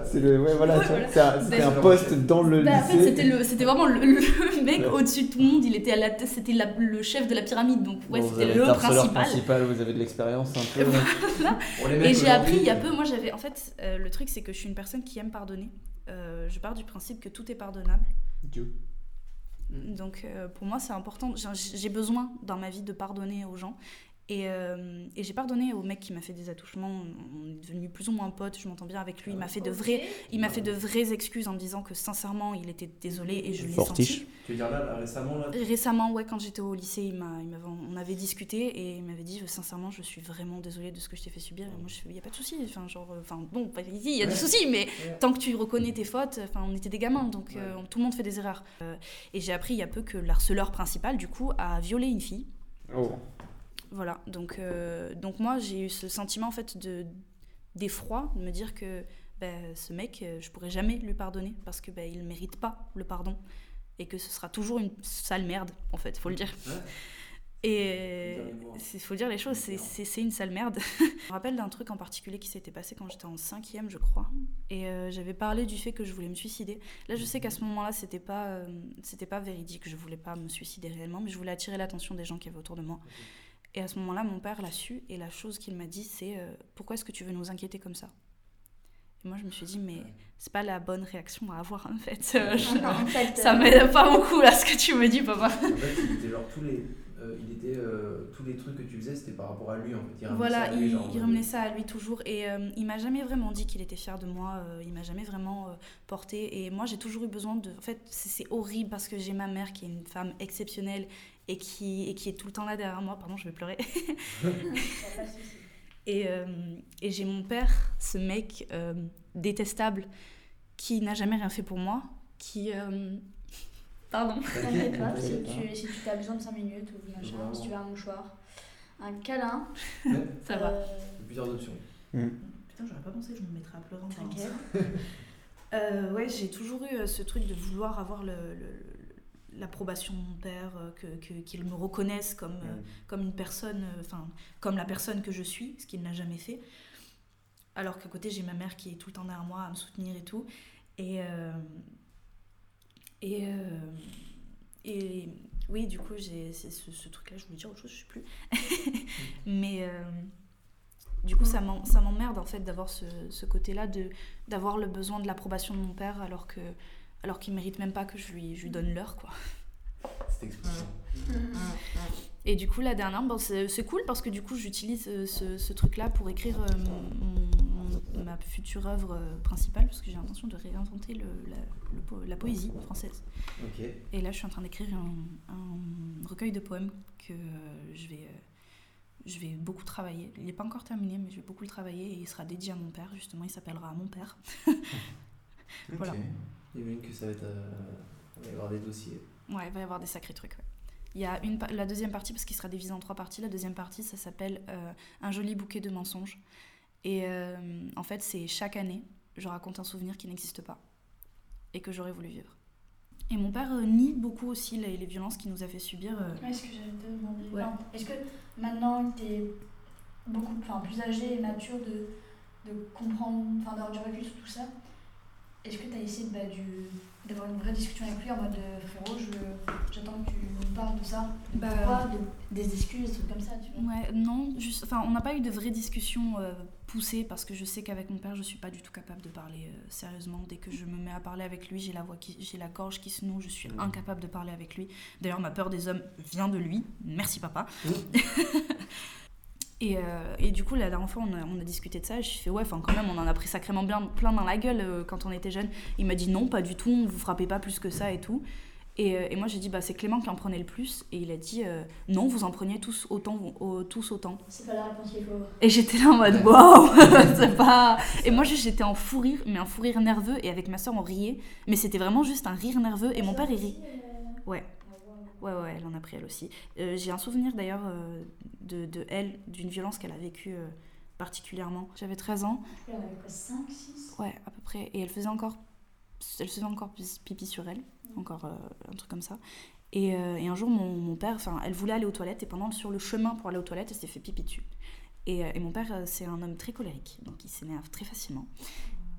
c'est le. Ouais, voilà,
Ouais,
tu vois,
voilà.
c'est un- c'était un poste dans le
Bah, en fait, c'était,
lycée.
le, c'était vraiment le, le mec
Ouais.
au-dessus de tout le monde. Il était à la tête, c'était la- le chef de la pyramide. Donc, ouais,
Bon, vous
c'était
avez
le
été harceleur
principal.
principal, vous avez de l'expérience un peu.
Voilà.
On les met
Et j'ai
aujourd'hui. euh,
appris il y a peu, moi j'avais. En fait, euh, le truc c'est que je suis une personne qui aime pardonner. Euh, je pars du principe que tout est pardonnable.
Dieu.
Donc euh, pour moi c'est important. J'ai- J'ai besoin dans ma vie de pardonner aux gens. Et, euh, et j'ai pardonné au mec qui m'a fait des attouchements. On on est devenu plus ou moins potes. Je m'entends bien avec lui. Il m'a fait de
Ok.
vrais, il m'a fait de vraies excuses en me disant que sincèrement il était désolé et je l'ai
Fortiche.
senti.
Tu veux dire là, là, récemment là
Récemment, ouais, quand j'étais au lycée, il m'a, il m'avait- on avait discuté et il m'avait dit sincèrement, je suis vraiment désolée de ce que je t'ai fait subir. Et moi, je fais, il y a pas de souci. Enfin, genre, euh, enfin, bon, pas ici, il y a des
Ouais.
soucis, mais
Ouais.
tant que tu reconnais tes fautes, enfin, on était des gamins, donc euh, tout le monde fait des erreurs. Euh, et j'ai appris il y a peu que l'harceleur principal, du coup, a violé une fille.
Oh.
Voilà, donc, euh, donc moi j'ai eu ce sentiment en fait de d'effroi, de me dire que ben, ce mec, euh, je pourrais jamais lui pardonner parce que ben, il mérite pas le pardon et que ce sera toujours une sale merde en fait, faut le dire. Et il faut dire les choses, c'est- c'est c'est une sale merde. je me rappelle d'un truc en particulier qui s'était passé quand j'étais en cinquième, je crois, et euh, j'avais parlé du fait que je voulais me suicider. Là, je sais qu'à ce moment-là, c'était pas, euh, c'était pas véridique, je voulais pas me suicider réellement, mais je voulais attirer l'attention des gens qui avaient autour de moi. Et à ce moment-là, mon père l'a su, et la chose qu'il m'a dit, c'est euh, Pourquoi est-ce que tu veux nous inquiéter comme ça Et moi, je me suis dit, mais c'est pas la bonne réaction à avoir, en fait. Euh, je-
En fait,
ça
euh,
m'aide pas beaucoup, là, ce que tu me dis, papa.
En fait, il était genre tous les, euh, il était, euh, tous les trucs que tu faisais, c'était par rapport à lui en fait. Il ramenait ça
Voilà,
à lui,
il,
genre,
il
euh,
remenait ça à lui toujours et euh, il m'a jamais vraiment dit qu'il était fier de moi, euh, il m'a jamais vraiment euh, porté et moi j'ai toujours eu besoin de... En fait c'est c'est horrible parce que j'ai ma mère qui est une femme exceptionnelle et qui, et qui est tout le temps là derrière moi, pardon je vais pleurer. et euh, et j'ai mon père, ce mec euh, détestable qui n'a jamais rien fait pour moi, qui... euh, Pardon.
T'inquiète pas, si tu, si tu as besoin de 5 minutes ou machin,
Vraiment.
si tu veux un mouchoir, un câlin.
Ça va.
euh,
Plusieurs options.
Putain, j'aurais pas pensé que je me mettrais à pleurer
encore. T'inquiète.
Euh, ouais, j'ai toujours eu euh, ce truc de vouloir avoir le- le- le- l'approbation de mon père, euh, que, que- qu'il me reconnaisse comme, euh,
Mm.
comme une personne, euh, enfin, comme la personne que je suis, ce qu'il n'a jamais fait. Alors qu'à côté, j'ai ma mère qui est tout le temps derrière moi à me soutenir et tout. Et. euh, et. euh, et oui, du coup, j'ai c'est ce, ce truc-là, je voulais dire autre chose, je sais plus. Mais euh, du coup, ça m'en- ça m'emmerde en fait d'avoir ce, ce côté-là, de- d'avoir le besoin de l'approbation de mon père alors que alors qu'il mérite même pas que je lui, je lui donne l'heure, quoi.
C'était expliqué.
Et du coup, la dernière, bon, c'est c'est cool parce que du coup, j'utilise euh, ce, ce truc-là pour écrire euh, mon- mon- ma future œuvre euh, principale parce que j'ai l'intention de réinventer le, la, le po- la poésie française.
Ok.
Et là, je suis en train d'écrire un, un recueil de poèmes que euh, je vais, euh, je vais beaucoup travailler. Il n'est pas encore terminé, mais je vais beaucoup le travailler et il sera dédié à mon père. Justement, il s'appellera à mon père. Voilà.
Ok. J'imagine que ça va être. euh, il va y avoir des dossiers.
Ouais, il va y avoir des sacrés trucs. ouais. Il y a une pa- la deuxième partie, parce qu'il sera divisé en trois parties, la deuxième partie, ça s'appelle euh, Un joli bouquet de mensonges. Et euh, en fait, c'est chaque année, je raconte un souvenir qui n'existe pas et que j'aurais voulu vivre. Et mon père euh, nie beaucoup aussi les, les violences qu'il nous a fait subir. euh,
Ouais, Est-ce que j'allais te demander
Ouais.
enfin, Est-ce que maintenant que t'es beaucoup enfin, plus âgé et mature de, de comprendre, enfin d'avoir du recul sur tout ça, est-ce que t'as essayé bah, du- d'avoir une vraie discussion avec lui en mode euh, frérot, je- j'attends que tu me
parle de ça
Bah,
Pourquoi de- Des excuses, des trucs comme ça, tu vois.
Ouais, non, juste, enfin, on n'a pas eu de vraies discussions euh, poussées parce que je sais qu'avec mon père, je suis pas du tout capable de parler euh, sérieusement. Dès que je me mets à parler avec lui, j'ai la voix qui, j'ai la gorge qui se noue, je suis incapable de parler avec lui. D'ailleurs, ma peur des hommes vient de lui. Merci papa. Et, euh, et du coup, la dernière fois, on a, on a discuté de ça. et Je fais ouais, enfin quand même, on en a pris sacrément bien, plein dans la gueule euh, quand on était jeune. Il m'a dit non, pas du tout, on vous frappez pas plus que ça et tout. Et, euh, et moi, j'ai dit bah c'est Clément qui en prenait le plus. Et il a dit euh, non, vous en preniez tous autant, vous- au- tous autant.
C'est pas la réponse qu'il faut.
Et j'étais là en mode waouh, c'est pas. Et moi, juste, j'étais en fou rire, mais un fou rire nerveux. Et avec ma soeur, on riait, mais c'était vraiment juste un rire nerveux. Et mon père, il rit. Ouais. Ouais, ouais, elle en a pris elle aussi. Euh, J'ai un souvenir d'ailleurs euh, de, de elle, d'une violence qu'elle a vécue euh, particulièrement. J'avais 13 ans.
Elle avait quoi, 5, 6
Ouais, à peu près. Et elle faisait encore, elle faisait encore pis- pipi sur elle, encore euh, un truc comme ça. Et, euh, et un jour, mon, mon père, enfin, elle voulait aller aux toilettes et pendant sur le chemin pour aller aux toilettes, elle s'est fait pipi dessus. Et, euh, et mon père, euh, c'est un homme très colérique, donc il s'énerve très facilement.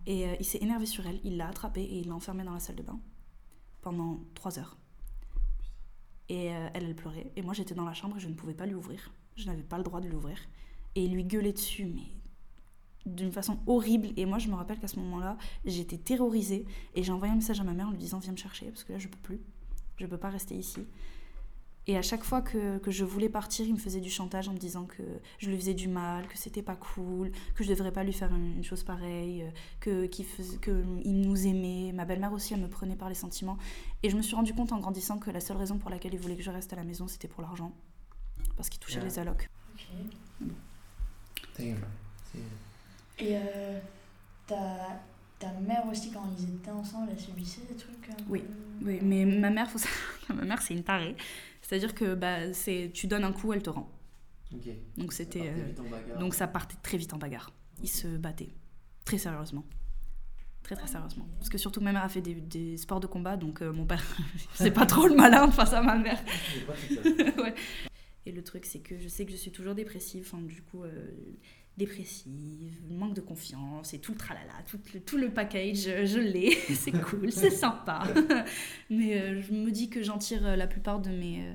Et euh, il s'est énervé sur elle, il l'a attrapée et il l'a enfermée dans la salle de bain pendant trois heures. Et euh, elle, elle pleurait. Et moi, j'étais dans la chambre et je ne pouvais pas lui ouvrir. Je n'avais pas le droit de l'ouvrir. Et il lui gueulait dessus, mais d'une façon horrible. Et moi, je me rappelle qu'à ce moment-là, j'étais terrorisée et j'ai envoyé un message à ma mère en lui disant Viens me chercher, parce que là, je peux plus. Je peux pas rester ici. Et à chaque fois que, que je voulais partir, il me faisait du chantage en me disant que je lui faisais du mal, que c'était pas cool, que je devrais pas lui faire une, une chose pareille, euh, que qu'il fais- que il nous aimait. Ma belle-mère aussi, elle me prenait par les sentiments. Et je me suis rendu compte en grandissant que la seule raison pour laquelle il voulait que je reste à la maison, c'était pour l'argent. Parce qu'il touchait
Ouais.
les allocs.
Et euh, ta, ta mère aussi, quand ils étaient ensemble, elle subissait des trucs
euh,
un
Oui,
peu-
oui, mais ma mère, faut savoir que ma mère, c'est une tarée. C'est-à-dire que bah, c'est, tu donnes un coup, elle te rend.
Ok.
Donc c'était,
partait
Ah,
euh,
vite en bagarre.
donc ça partait très vite en bagarre. Ils se battaient très sérieusement, très très sérieusement. Parce que surtout ma mère a fait des, des sports de combat, donc euh, mon père, c'est pas trop le malin face à ma mère.
Il est pas tout
Ouais. Et le truc, c'est que je sais que je suis toujours dépressive. Enfin, du coup, euh, dépressive, manque de confiance et tout le tralala, tout le, tout le package, euh, je l'ai. c'est cool, c'est sympa. Mais euh, je me dis que j'en tire euh, la plupart de mes, euh,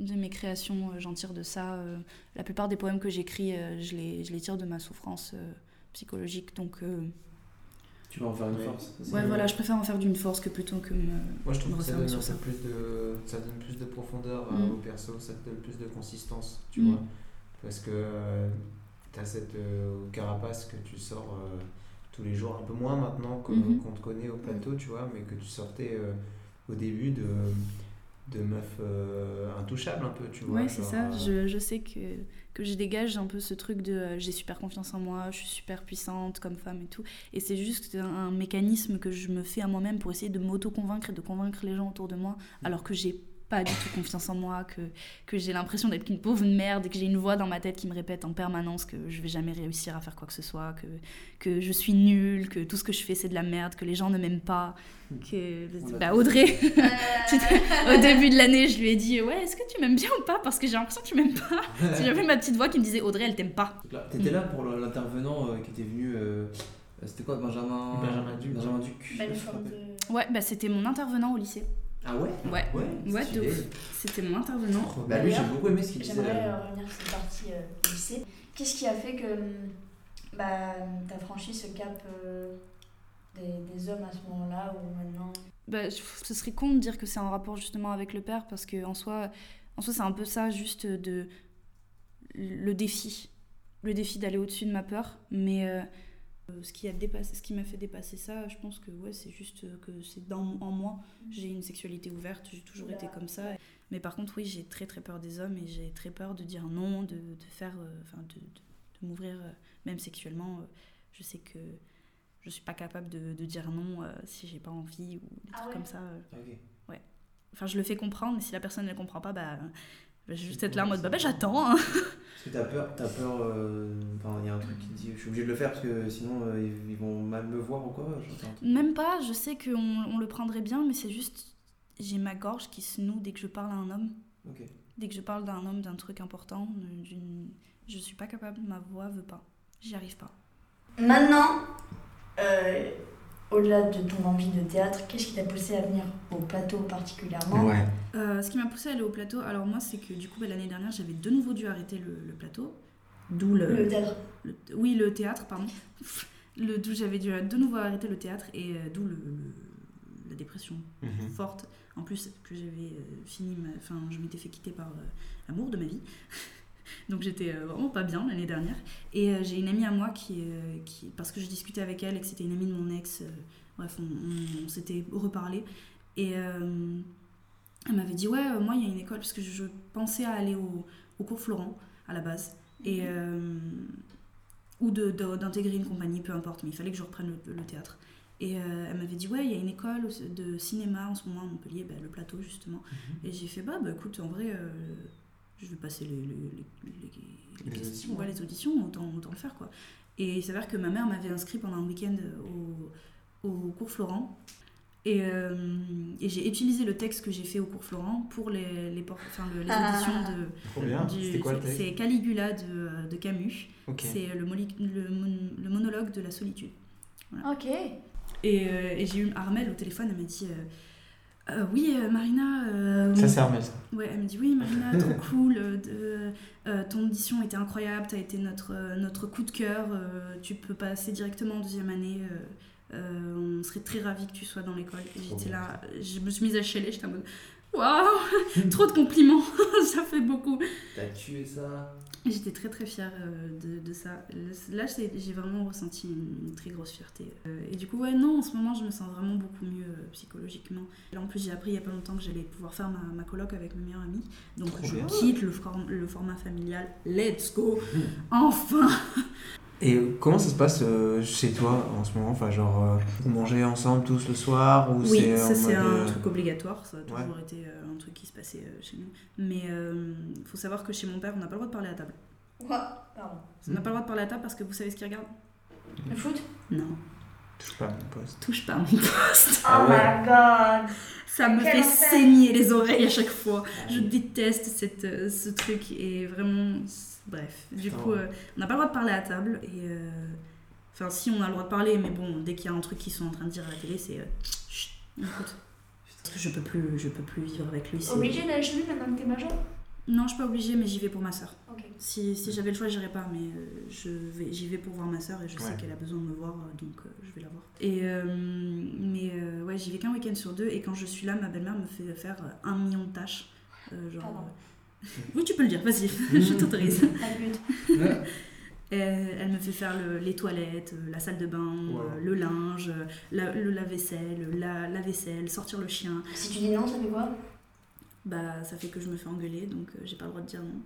de mes créations, euh, j'en tire de ça. euh, la plupart des poèmes que j'écris, euh, je, les, je les tire de ma souffrance euh, psychologique. Donc, euh,
Tu vas en faire une force. c'est
ouais,
mieux.
voilà, je préfère en faire d'une force que plutôt que me.
Moi, je
me
trouve que ça
refermer
donne un
sur
peu plus de, ça donne plus de profondeur euh,
Mm.
au perso, ça te donne plus de consistance, tu
Mm.
vois. Parce que tu as cette euh, carapace que tu sors euh, tous les jours, un peu moins maintenant que-
Mhm.
qu'on te connaît au plateau, tu vois, mais que tu sortais euh, au début de, de meuf euh, intouchable un peu, tu vois.
Ouais, c'est
genre,
ça.
euh,
Je, je sais que, que je dégage un peu ce truc de euh, j'ai super confiance en moi, je suis super puissante comme femme et tout. Et c'est juste un, un mécanisme que je me fais à moi-même pour essayer de m'auto-convaincre et de convaincre les gens autour de moi,
Mm.
alors que j'ai pas du tout confiance en moi, que, que j'ai l'impression d'être une pauvre merde et que j'ai une voix dans ma tête qui me répète en permanence que je vais jamais réussir à faire quoi que ce soit, que, que je suis nulle, que tout ce que je fais c'est de la merde, que les gens ne m'aiment pas, que...
On a
Bah
tous-
Audrey, tu te- au début de l'année je lui ai dit ouais est-ce que tu m'aimes bien ou pas parce que j'ai l'impression que tu m'aimes pas. Parce que J'avais ma petite voix qui me disait Audrey elle t'aime pas.
Là, T'étais là pour le- l'intervenant euh, qui était venu. euh, C'était quoi, Benjamin
Benjamin Duc.
Benjamin Duc.
bah,
Belle
je me
forme
rappelle.
de-
Ouais bah c'était mon intervenant au lycée.
Ah ouais
Ouais, ouais,
Ouais,
de
stylé.
Bah,
ouf. C'était mon intervenant.
Bah lui, j'ai beaucoup aimé ce qu'il disait.
J'aimerais
là.
euh, revenir sur cette partie euh, lycée. Qu'est-ce qui a fait que hum, bah, tu as franchi ce cap euh, des, des hommes à ce moment-là ou maintenant
Bah, je- ce serait con de dire que c'est en rapport justement avec le père parce que en soi, en soi c'est un peu ça juste euh, de le défi, le défi d'aller au-dessus de ma peur. Mais euh, ce qui a dépassé, ce qui m'a fait dépasser ça, je pense que ouais, c'est juste euh, que c'est dans en moi. J'ai une sexualité ouverte, j'ai toujours été comme ça. Mais par contre, oui, j'ai très très peur des hommes et j'ai très peur de dire non, de, de faire, euh, enfin de, de- de m'ouvrir euh, même sexuellement. euh, je sais que je suis pas capable de, de dire non euh, si j'ai pas envie ou des
Ah
trucs
ouais.
comme ça. euh.
Ok.
Ouais. Enfin, je le fais comprendre, mais si la personne ne comprend pas, bah, je vais juste être là en mode bah, bah, j'attends. hein.
Parce que t'as peur, t'as peur. euh, Enfin, il y a un truc qui te dit, je suis obligé de le faire parce que sinon euh, ils- ils vont mal me voir ou quoi. j'entends un truc.
Même pas, je sais qu'on on le prendrait bien, mais c'est juste, j'ai ma gorge qui se noue dès que je parle à un homme.
Ok.
Dès que je parle d'un homme, d'un truc important, euh, d'une... je suis pas capable, ma voix veut pas. J'y arrive pas.
Maintenant, euh,
au-delà de ton envie de théâtre, qu'est-ce qui t'a poussé à venir au plateau particulièrement
Ouais.
Euh, ce qui m'a poussé à aller au plateau, alors moi, c'est que du coup, bah, l'année dernière, j'avais de nouveau dû arrêter le, le plateau. D'où le.
Le théâtre.
le- oui, le théâtre, pardon. Le, d'où j'avais dû de nouveau arrêter le théâtre et euh, d'où le, le- la dépression
Mmh.
Mhm.
forte. En plus, que j'avais euh, fini. ma- Enfin, je m'étais fait quitter par euh, l'amour de ma vie. Donc j'étais euh, vraiment pas bien l'année dernière. Et euh, j'ai une amie à moi qui, euh, qui. Parce que je discutais avec elle et que c'était une amie de mon ex. euh, bref, on, on- on s'était reparlé. Et. euh, elle m'avait dit ouais euh, moi il y a une école parce que je pensais à aller au, au cours Florent à la base et euh, ou de- de- d'intégrer une compagnie peu importe mais il fallait que je reprenne le, le théâtre et euh, elle m'avait dit ouais il y a une école de cinéma en ce moment à Montpellier bah, le plateau justement et j'ai fait bah, bah, écoute en vrai euh, je vais passer les, les, les- les- les
Les
questions
auditions.
ouais, les auditions autant, autant le faire quoi et il s'avère que ma mère m'avait inscrit pendant un week-end au, au cours Florent et, euh, et j'ai utilisé le texte que j'ai fait au cours Florent pour les, les, por- enfin, le- les
Ah.
auditions
Trop
de.
bien.
du-
C'était quoi le texte
C'est Caligula de, euh, de Camus.
Ok.
C'est euh, le, moli- le mon- le monologue de la solitude. Voilà.
Ok.
Et, euh, et j'ai eu Armel au téléphone, elle m'a dit euh, Euh, Oui, euh, Marina. euh,
Ça, c'est Armel, ça.
Ouais, elle me dit Oui, Marina, trop cool. euh, de- euh, ton audition était incroyable, t'as été notre, euh, notre coup de cœur. euh, tu peux passer directement en deuxième année. euh, euh, on serait très ravis que tu sois dans l'école. Et J'étais
Oh.
là, je me suis mise à chialer, j'étais en mode Waouh, trop de compliments, ça fait beaucoup.
T'as tué ça.
Et J'étais très très fière euh, de, de ça. Le- Là, c'est- j'ai vraiment ressenti une, une très grosse fierté. Euh, et du coup, ouais, non, en ce moment, je me sens vraiment beaucoup mieux euh, psychologiquement. Là, en plus, j'ai appris il y a pas longtemps que j'allais pouvoir faire ma, ma coloc avec ma meilleure amie. Donc,
Trop
je
bien.
quitte le, form- le format familial. Let's go Enfin
Et comment ça se passe euh, chez toi en ce moment Enfin, genre, euh, vous mangez ensemble tous le soir ou
Oui,
c'est, euh,
ça
en
c'est
mode,
un
euh,
truc obligatoire, ça a
Ouais.
toujours été euh, un truc qui se passait euh, chez nous. Mais il faut savoir que chez mon père, on n'a pas le droit de parler à table.
Quoi Pardon.
On n'a
Mm.
pas le droit de parler à table parce que vous savez ce qu'il regarde
Le foot
Non.
Touche pas à mon poste.
Touche pas à mon poste.
Ah ouais.
Oh god
Ça me
Quel
fait
enfer.
saigner les oreilles à chaque fois. Je déteste cette, euh, ce truc et vraiment. c'est- Bref. Du
Putain.
coup, euh, on n'a pas le droit de parler à table. Et, euh, Enfin, si, on a le droit de parler, mais bon, dès qu'il y a un truc qu'ils sont en train de dire à la télé, c'est. euh, Chut, on écoute. Parce que je peux plus, je peux plus vivre avec lui. c'est-
Obligé d'aller chez lui maintenant que t'es major
Non, je suis pas obligée, mais j'y vais pour ma soeur.
Ok.
Si, si j'avais le choix, j'irais pas, mais euh, je vais, j'y vais pour voir ma soeur et je sais
Ouais.
qu'elle a besoin de me voir, euh, donc euh, je vais la voir. Et euh, mais euh, ouais, j'y vais qu'un week-end sur deux et quand je suis là, ma belle-mère me fait faire euh, un million de tâches, euh, genre.
Pardon.
euh, Oui, tu peux le dire, vas-y, je t'autorise.
Pas de but.
Euh, elle me fait faire le- les toilettes, euh, la salle de bain, euh, le linge, euh, la- le lave-vaisselle, euh, la, la vaisselle, sortir le chien.
Si tu dis non, ça fait quoi
Bah, ça fait que je me fais engueuler, donc euh, j'ai pas le droit de dire non.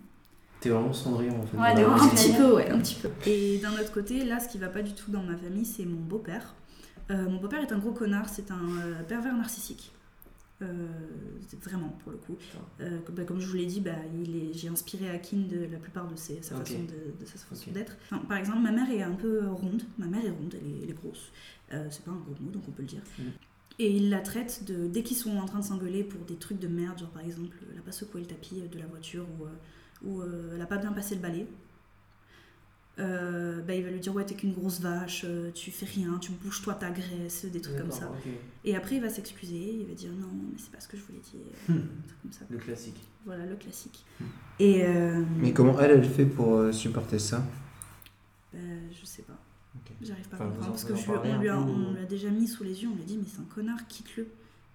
T'es vraiment Cendrillon en fait.
Ouais, de
Euh,
ouf,
un
tu
petit
l'as
peu,
dit.
ouais, un petit peu. Et d'un autre côté, là, ce qui va pas du tout dans ma famille, c'est mon beau-père. Euh, mon beau-père est un gros connard, c'est un euh, pervers narcissique. Euh, c'est vraiment pour le coup. Euh, que- bah, comme je vous l'ai dit, bah, il est- j'ai inspiré Akin de la plupart de ses, sa
Ok.
façon de, de sa façon
Ok.
d'être. Enfin, par exemple, ma mère est un peu ronde. Ma mère est ronde, elle est, elle est grosse. Euh, c'est pas un gros mot, donc on peut le dire. Et il la traite de. Dès qu'ils sont en train de s'engueuler pour des trucs de merde, genre par exemple, elle a pas secoué le tapis de la voiture ou, euh, ou euh, elle a pas bien passé le balai, euh, bah, il va lui dire Ouais, t'es qu'une grosse vache, euh, tu fais rien, tu bouges-toi ta graisse, des trucs comme ça.
D'accord, ok.
Et après, il va s'excuser, il va dire Non, mais c'est pas ce que je voulais dire,
Hmm.
des trucs comme ça.
Le classique.
Voilà, le classique.
Hmm.
Et. euh,
Mais comment elle, elle fait pour euh, supporter ça
bah, je sais pas. J'arrive pas
Enfin,
à
vous
comprendre.
en-
Parce
vous
que
en
je, lui-
parlez
on
un
lui a,
peu,
on
ou-
lui a déjà mis sous les yeux, on lui a dit Mais c'est un connard, quitte-le.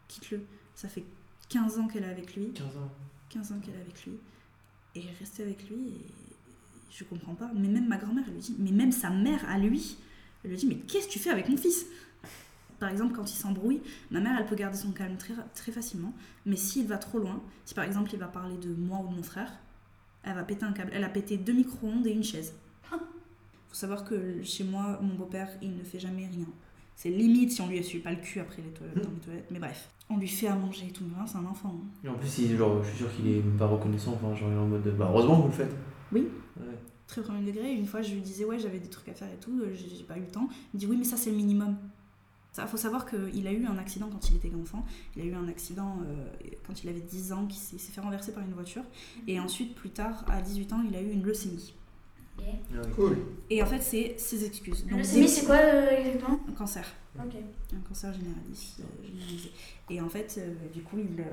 Quitte-le. Ça fait 15 ans qu'elle est avec lui.
15 ans.
15 ans qu'elle est avec lui. Et rester avec lui, et je comprends pas. Mais même ma grand-mère, elle lui dit Mais même sa mère à lui, elle lui dit Mais qu'est-ce que tu fais avec mon fils par exemple, quand il s'embrouille, ma mère, elle peut garder son calme très, ra- très facilement. Mais s'il va trop loin, si par exemple il va parler de moi ou de mon frère, elle va péter un câble. Elle a pété deux micro-ondes et une chaise. Faut savoir que chez moi, mon beau-père, il ne fait jamais rien. C'est limite si on lui essuie pas le cul après les toilettes, dans les toilettes. Mais bref, on lui fait à manger et tout. Mais vraiment, c'est un enfant. hein.
Et en plus, il, genre, je suis sûr qu'il est même pas reconnaissant. Enfin, genre, il est en mode. de, Bah, heureusement que vous le faites.
Oui.
Ouais.
Très premier degré. Une fois, je lui disais, ouais, j'avais des trucs à faire et tout, euh, j'ai j'ai pas eu le temps. Il me dit, oui, mais ça, c'est le minimum. Ça, faut savoir qu'il a eu un accident quand il était enfant. Il a eu un accident euh, quand il avait 10 ans, qui s'est il s'est fait renverser par une voiture. Et ensuite, plus tard, à 18 ans, il a eu une leucémie.
Cool.
Et en fait, c'est ses excuses.
Le SMI, c'est quoi, euh, exactement
Un cancer.
Ok.
Un cancer généraliste, euh, généralisé. Et en fait, euh, du coup, il, euh,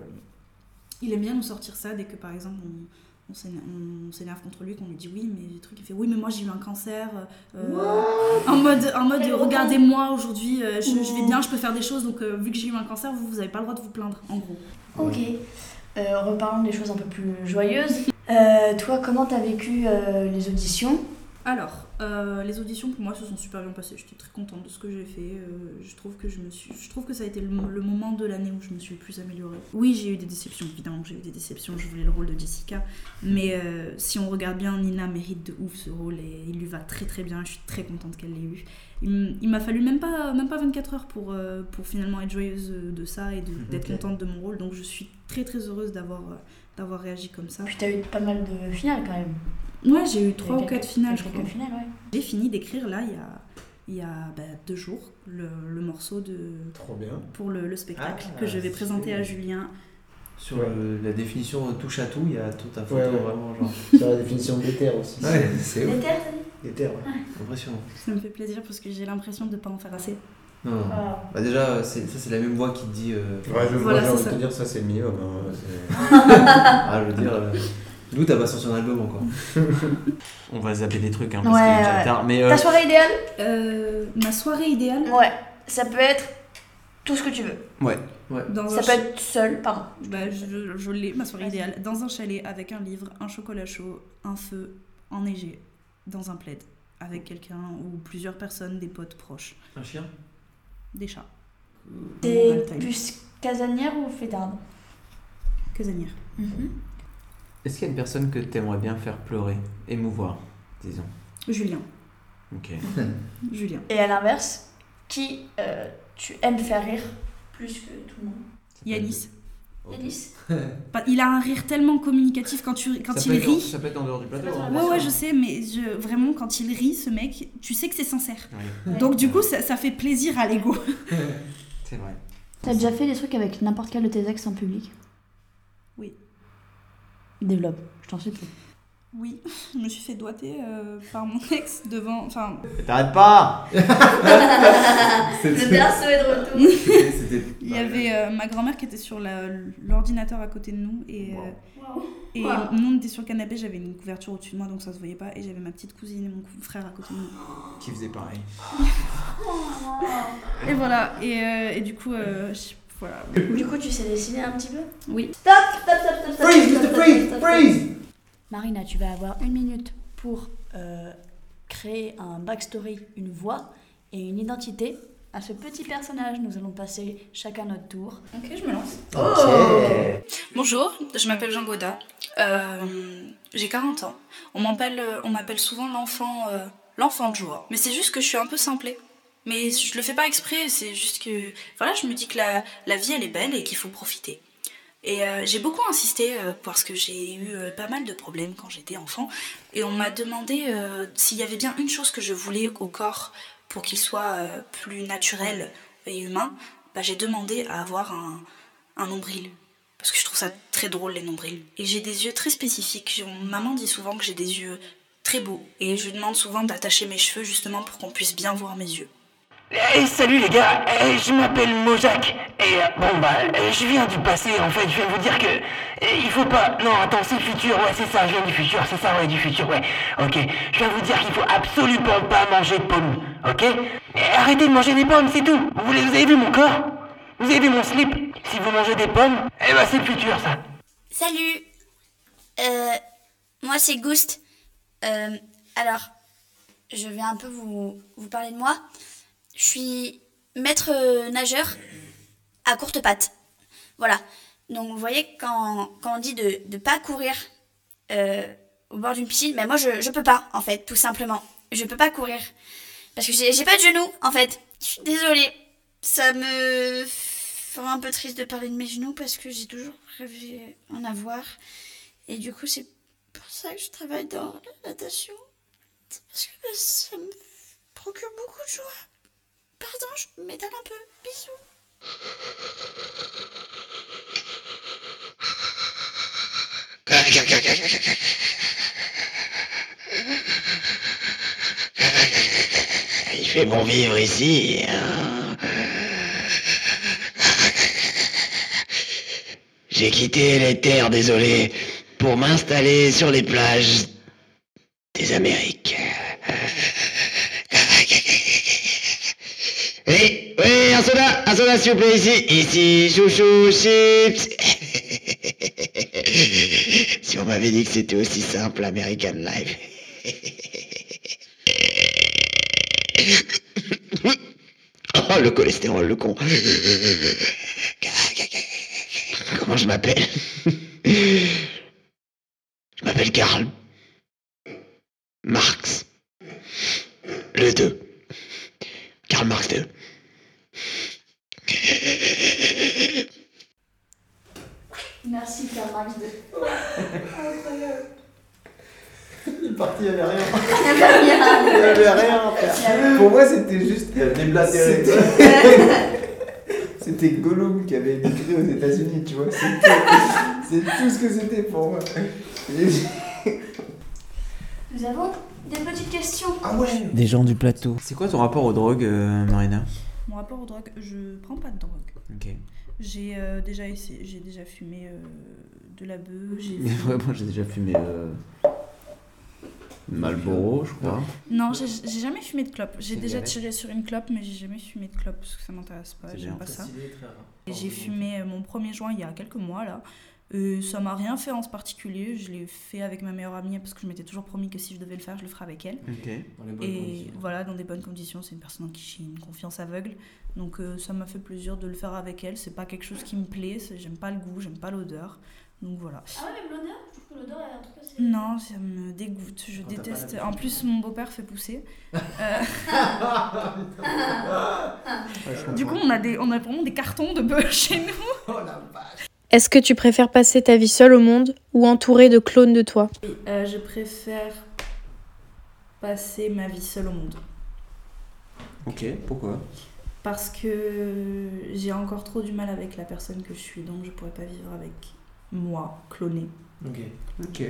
il aime bien nous sortir ça dès que, par exemple, on, on s'éner- on s'énerve contre lui, qu'on lui dit oui, mais le truc, il fait oui, mais moi j'ai eu un cancer. euh,
What
en mode, en mode
Quel
regardez-moi aujourd'hui, euh, je, je vais bien, je peux faire des choses, donc euh, vu que j'ai eu un cancer, vous, vous n'avez pas le droit de vous plaindre, en gros.
Ok. Euh, reparlons des choses un peu plus joyeuses. Euh, toi, comment t'as vécu euh, les auditions
Alors, euh, les auditions pour moi se sont super bien passées. J'étais très contente de ce que j'ai fait. Euh, je trouve que je me suis, je trouve que ça a été le, le moment de l'année où je me suis le plus améliorée. Oui, j'ai eu des déceptions. Évidemment, que j'ai eu des déceptions. Je voulais le rôle de Jessica, mais euh, si on regarde bien, Nina mérite de ouf ce rôle et il lui va très très bien. Je suis très contente qu'elle l'ait eu. Il m- il m'a fallu même pas même pas 24 heures pour euh, pour finalement être joyeuse de ça et de- d'être
Ok.
contente de mon rôle. Donc je suis très très heureuse d'avoir euh, d'avoir réagi comme ça.
Puis t'as eu pas mal de finales quand même.
Ouais, j'ai eu
T'as
trois ou
quelques-
quatre finales, je
quelques
crois.
finales, ouais.
J'ai fini d'écrire là il y a, il y a bah, deux jours le, le morceau de
bien.
pour le, le spectacle
Ah,
que je vais
c'est
présenter à
cool.
Julien.
Sur euh, la définition euh, touche à tout, il y a toute ta photo
Ouais, ouais.
vraiment genre.
Sur la définition des terres aussi.
Ouais, c'est ouf.
terres,
Des terres, ouais.
Impressionnant.
Ça me fait plaisir parce que j'ai l'impression de pas en faire assez.
Non, non.
Ah.
Bah déjà, euh, c'est- ça c'est la même voix qui te dit. euh,
Ouais, je, moi,
Voilà,
j'ai
c'est
envie de
ça.
te dire, ça c'est le minimum. hein, c'est-
ah, je veux dire, euh, Lou, t'as pas sorti un album encore. On va zapper des trucs, hein, parce qu'il est déjà tard. Mais euh,
Ta soirée idéale
Euh, Ma soirée idéale
Ouais. Ça peut être tout ce que tu veux.
Ouais. ouais.
Dans
ça
un
peut
cha-
être seul, pardon.
Bah, je, je l'ai, ma soirée idéale. Dans un chalet avec un livre, un chocolat chaud, un feu, enneigé, dans un plaid, avec quelqu'un ou plusieurs personnes, des potes proches,
Un chien
des chats.
T'es plus casanière ou fêtarde Mhm.
Casanière.
Est-ce qu'il y a une personne que t'aimerais bien faire pleurer, émouvoir, disons
Julien.
Ok.
Julien.
Et à l'inverse, qui euh, tu aimes faire rire plus que tout le monde
Yanis.
Yanis
Pas- Il a un rire tellement communicatif quand, tu, quand
ça
il
peut être en-
rit.
ça peut être en dehors du plateau. hein.
Ouais, ouais, je sais, mais je, vraiment, quand il rit, ce mec, tu sais que c'est sincère.
hein. Ouais.
Donc, du coup, ça, ça fait plaisir à l'ego.
C'est vrai.
T'as déjà fait des trucs avec n'importe quel de tes ex en public
Oui.
Développe, je t'en supplie.
Oui, je me suis fait doigter euh, par mon ex devant. Enfin.
T'arrêtes pas
Le
berceau est de retour. C'était-
c'était
Il
Bah,
y avait euh, ma grand-mère qui était sur la- l'ordinateur à côté de nous et, euh,
Wow.
et
Wow.
nous on était sur le canapé, j'avais une couverture au-dessus de moi donc ça se voyait pas et j'avais ma petite cousine et mon cou- frère à côté de nous.
Qui faisait pareil.
Et voilà, et, euh, et du coup, euh, je- voilà.
Du coup, tu sais dessiner un petit peu
Oui.
Stop, stop, stop, stop, stop.
Freeze,
stop,
Mr.
stop,
Freeze,
stop, stop,
freeze.
stop.
Marina, tu vas avoir une minute pour euh, créer un backstory, une voix et une identité à ce petit personnage. Nous allons passer chacun notre tour.
Ok, je me lance.
Oh
Bonjour, je m'appelle Jean Godin. Euh, j'ai 40 ans. On m'appelle, euh, on m'appelle souvent l'enfant, euh, l'enfant de joie. Mais c'est juste que je suis un peu simplée. Mais je le fais pas exprès. C'est juste que, voilà, je me dis que la, la vie elle est belle et qu'il faut profiter. Et euh, j'ai beaucoup insisté euh, parce que j'ai eu euh, pas mal de problèmes quand j'étais enfant. Et on m'a demandé euh, s'il y avait bien une chose que je voulais au corps pour qu'il soit euh, plus naturel et humain. Bah, j'ai demandé à avoir un, un nombril. Parce que je trouve ça très drôle les nombrils. Et j'ai des yeux très spécifiques. J'ai- mon- Maman dit souvent que j'ai des yeux très beaux. Et je lui demande souvent d'attacher mes cheveux justement pour qu'on puisse bien voir mes yeux.
Hey, salut les gars, Hey, je m'appelle Mojac et euh, bon bah euh, je viens du passé en fait, je viens vous dire que euh, il faut pas, non attends c'est le futur, ouais c'est ça, je viens du futur, c'est ça, ouais du futur, ouais, ok, je viens vous dire qu'il faut absolument pas manger de pommes, ok Et Arrêtez de manger des pommes, c'est tout, vous, voulez- vous avez vu mon corps Vous avez vu mon slip Si vous mangez des pommes, eh bah c'est le futur ça
Salut Euh, Moi c'est Ghost. Euh, alors, je vais un peu vous, vous parler de moi. Je suis maître euh, nageur à courte patte. Voilà. Donc vous voyez, quand, quand on dit de ne pas courir euh, au bord d'une piscine, mais moi je ne peux pas en fait, tout simplement. Je peux pas courir. Parce que j'ai j'ai pas de genoux en fait. Je suis désolée. Ça me fera un peu triste de parler de mes genoux parce que j'ai toujours rêvé en avoir. Et du coup, c'est pour ça que je travaille dans la natation. C'est parce que bah, ça me procure beaucoup de joie. Pardon, je m'étale un peu. Bisous.
fait bon vivre ici. J'ai quitté les terres désolées pour m'installer sur les plages des Amériques. Oui, oui, un soda, un soda s'il vous plaît ici, ici, chouchou, chips. si on m'avait dit que c'était aussi simple, American Life. Oh, le cholestérol, le con. Comment je m'appelle Je m'appelle Karl. Marx. Le 2. Karl Marx 2.
Merci, Karl Marx 2. Incroyable.
Il est parti, il n'y avait rien.
Il y avait rien.
Il y avait rien. frère. Pour moi, c'était juste.
déblatéré.
C'était- C'était Gollum qui avait émigré aux États-Unis, tu vois. C'était- C'est tout ce que c'était pour moi. Et-
Nous avons des petites questions.
Ah ouais
Des gens du plateau. C'est quoi ton rapport aux drogues, euh, Marina
Mon rapport aux drogues, je prends pas de drogue.
Ok.
J'ai euh, déjà essayé, j'ai déjà fumé euh, de la bœuf, j'ai
Mais
fumé-
vraiment, j'ai déjà fumé. Euh... Malboro, je crois.
Non, j'ai j'ai jamais fumé de clope. J'ai
C'est
déjà
galère.
tiré sur une clope, mais j'ai jamais fumé de clope parce que ça m'intéresse pas,
C'est
j'aime
bien.
pas ça.
Facile et très rare.
Et J'ai fumé euh, mon 1er juin il y a quelques mois là. Euh, ça m'a rien fait en ce particulier, je l'ai fait avec ma meilleure amie parce que je m'étais toujours promis que si je devais le faire, je le ferais avec elle.
Ok. Dans les bonnes
Et
conditions.
voilà, dans des bonnes conditions, c'est une personne en qui j'ai une confiance aveugle. Donc euh, ça m'a fait plaisir de le faire avec elle, c'est pas quelque chose qui me plaît, c'est- j'aime pas le goût, j'aime pas l'odeur. Donc voilà.
Ah ouais, même l'odeur Je trouve que l'odeur, elle, en tout cas, c'est.
Non, ça me dégoûte. Je
Quand t'as pas
déteste.
l'habitude.
En plus, mon beau-père fait pousser. Euh,
je
du coup, on a, des, on a vraiment des cartons de bœufs chez nous.
Est-ce que tu préfères passer ta vie seule au monde ou entourée de clones de toi
Euh, je préfère passer ma vie seule au monde.
Ok, pourquoi
Parce que j'ai encore trop du mal avec la personne que je suis, donc je pourrais pas vivre avec moi, clonée.
Ok.
Ok.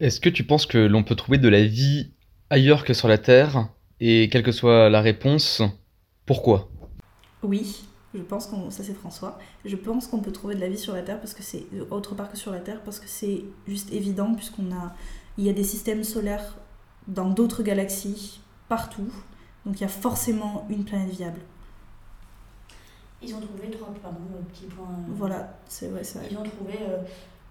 Est-ce que tu penses que l'on peut trouver de la vie ailleurs que sur la Terre Et quelle que soit la réponse, pourquoi
Oui, je pense qu'on ça c'est François. Je pense qu'on peut trouver de la vie sur la Terre parce que c'est autre part que sur la Terre parce que c'est juste évident puisqu'on a il y a des systèmes solaires dans d'autres galaxies partout. Donc il y a forcément une planète viable.
Ils ont trouvé trois, pardon, le petit point. euh,
Voilà, c'est vrai ça.
Ils ont trouvé euh,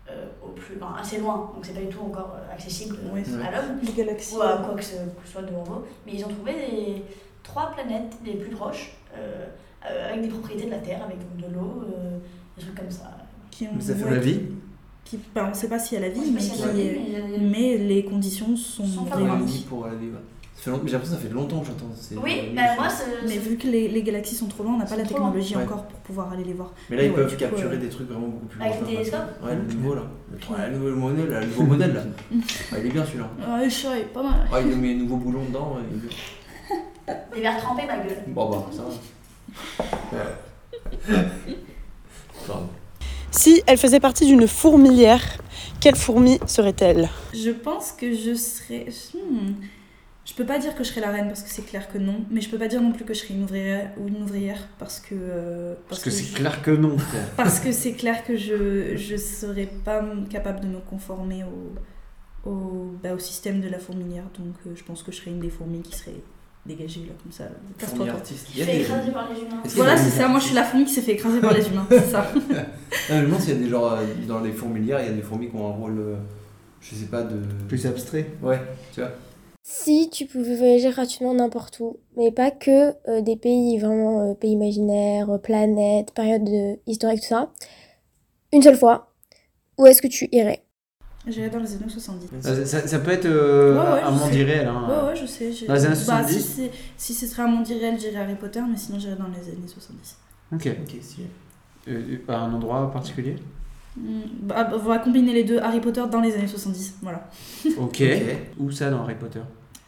euh, au plus, enfin, assez loin, donc c'est pas du tout encore euh, accessible euh,
Ouais.
à l'homme.
Les galaxies.
Ou à quoi que ce, que ce soit de nouveau. Mais ils ont trouvé des, trois planètes les plus proches, euh, euh, avec des propriétés de la Terre, avec donc, de l'eau, euh, des trucs comme ça.
Qui
Mais ça fait de la
qui-
vie
qui, ben, On sait pas s'il y a la
On
vie,
sait pas
mais,
s'il y a la
qui-
vie, mais il y a-
mais les conditions sont,
Sont
Pour la
réunies.
vie, pour la vie, ouais. Ça fait long- J'ai l'impression que ça fait longtemps que j'entends ces.
Oui, bah, moi, c'est-
Mais
c'est-
vu que les, les galaxies sont trop loin, on n'a pas la
Sont trop loin.
technologie
Ouais.
encore pour pouvoir aller les voir.
Mais là, ils
ouais,
peuvent
du coup,
capturer
euh,
des trucs vraiment beaucoup plus
Avec
loin,
des
maintenant.
télescopes
Ouais, le nouveau là. Le, trois- le nouveau modèle, là, le nouveau modèle là. Ah, il est bien celui-là.
Ouais, je serais pas mal.
Ah, il met un nouveau boulon dedans. ouais, il est-
Des verres trempés, ma gueule.
Bon, bah, ça va. Ouais. Pardon.
Si elle faisait partie d'une fourmilière, quelle fourmi serait-elle
Je pense que je serais. hmm. Je peux pas dire que je serais la reine parce que c'est clair que non, mais je peux pas dire non plus que je serais une ouvrière ou une ouvrière parce que. euh,
Parce que c'est
je-
clair que non, frère.
Parce que c'est clair que je je serais pas capable de me conformer au au, bah, au système de la fourmilière, donc euh, je pense que je serais une des fourmis qui serait dégagée là comme ça. Casse-toi,
Fourmi
toi.
artiste. Il y a Fait des- écraser par les humains. Est-ce qu'il y a
Voilà,
des
c'est ça. Moi, je
artistes
suis la fourmi qui s'est fait écraser par les humains. C'est ça.
Ah, mais je me demande s'il y a des gens euh, dans les fourmilières, il y a des fourmis qui ont un rôle, euh, je sais pas, de. Plus abstrait Ouais, tu vois.
Si tu pouvais voyager gratuitement n'importe où, mais pas que euh, des pays, vraiment euh, pays imaginaires, euh, planètes, périodes euh, historiques, tout ça, une seule fois, où est-ce que tu irais
J'irais dans les années 70.
Ça, ça- ça peut être euh,
Ouais, ouais,
un
je
monde
sais.
irréel. Hein.
Ouais, ouais, je sais. j'ai-
Dans les années
Bah,
70
si, c'est- si ce serait un monde irréel, j'irais Harry Potter, mais sinon j'irais dans les années 70.
Ok. Euh, euh, à un endroit particulier
Hmm, Bah, bah, on va combiner les deux, Harry Potter dans les années 70, voilà.
ok. Où ça dans Harry Potter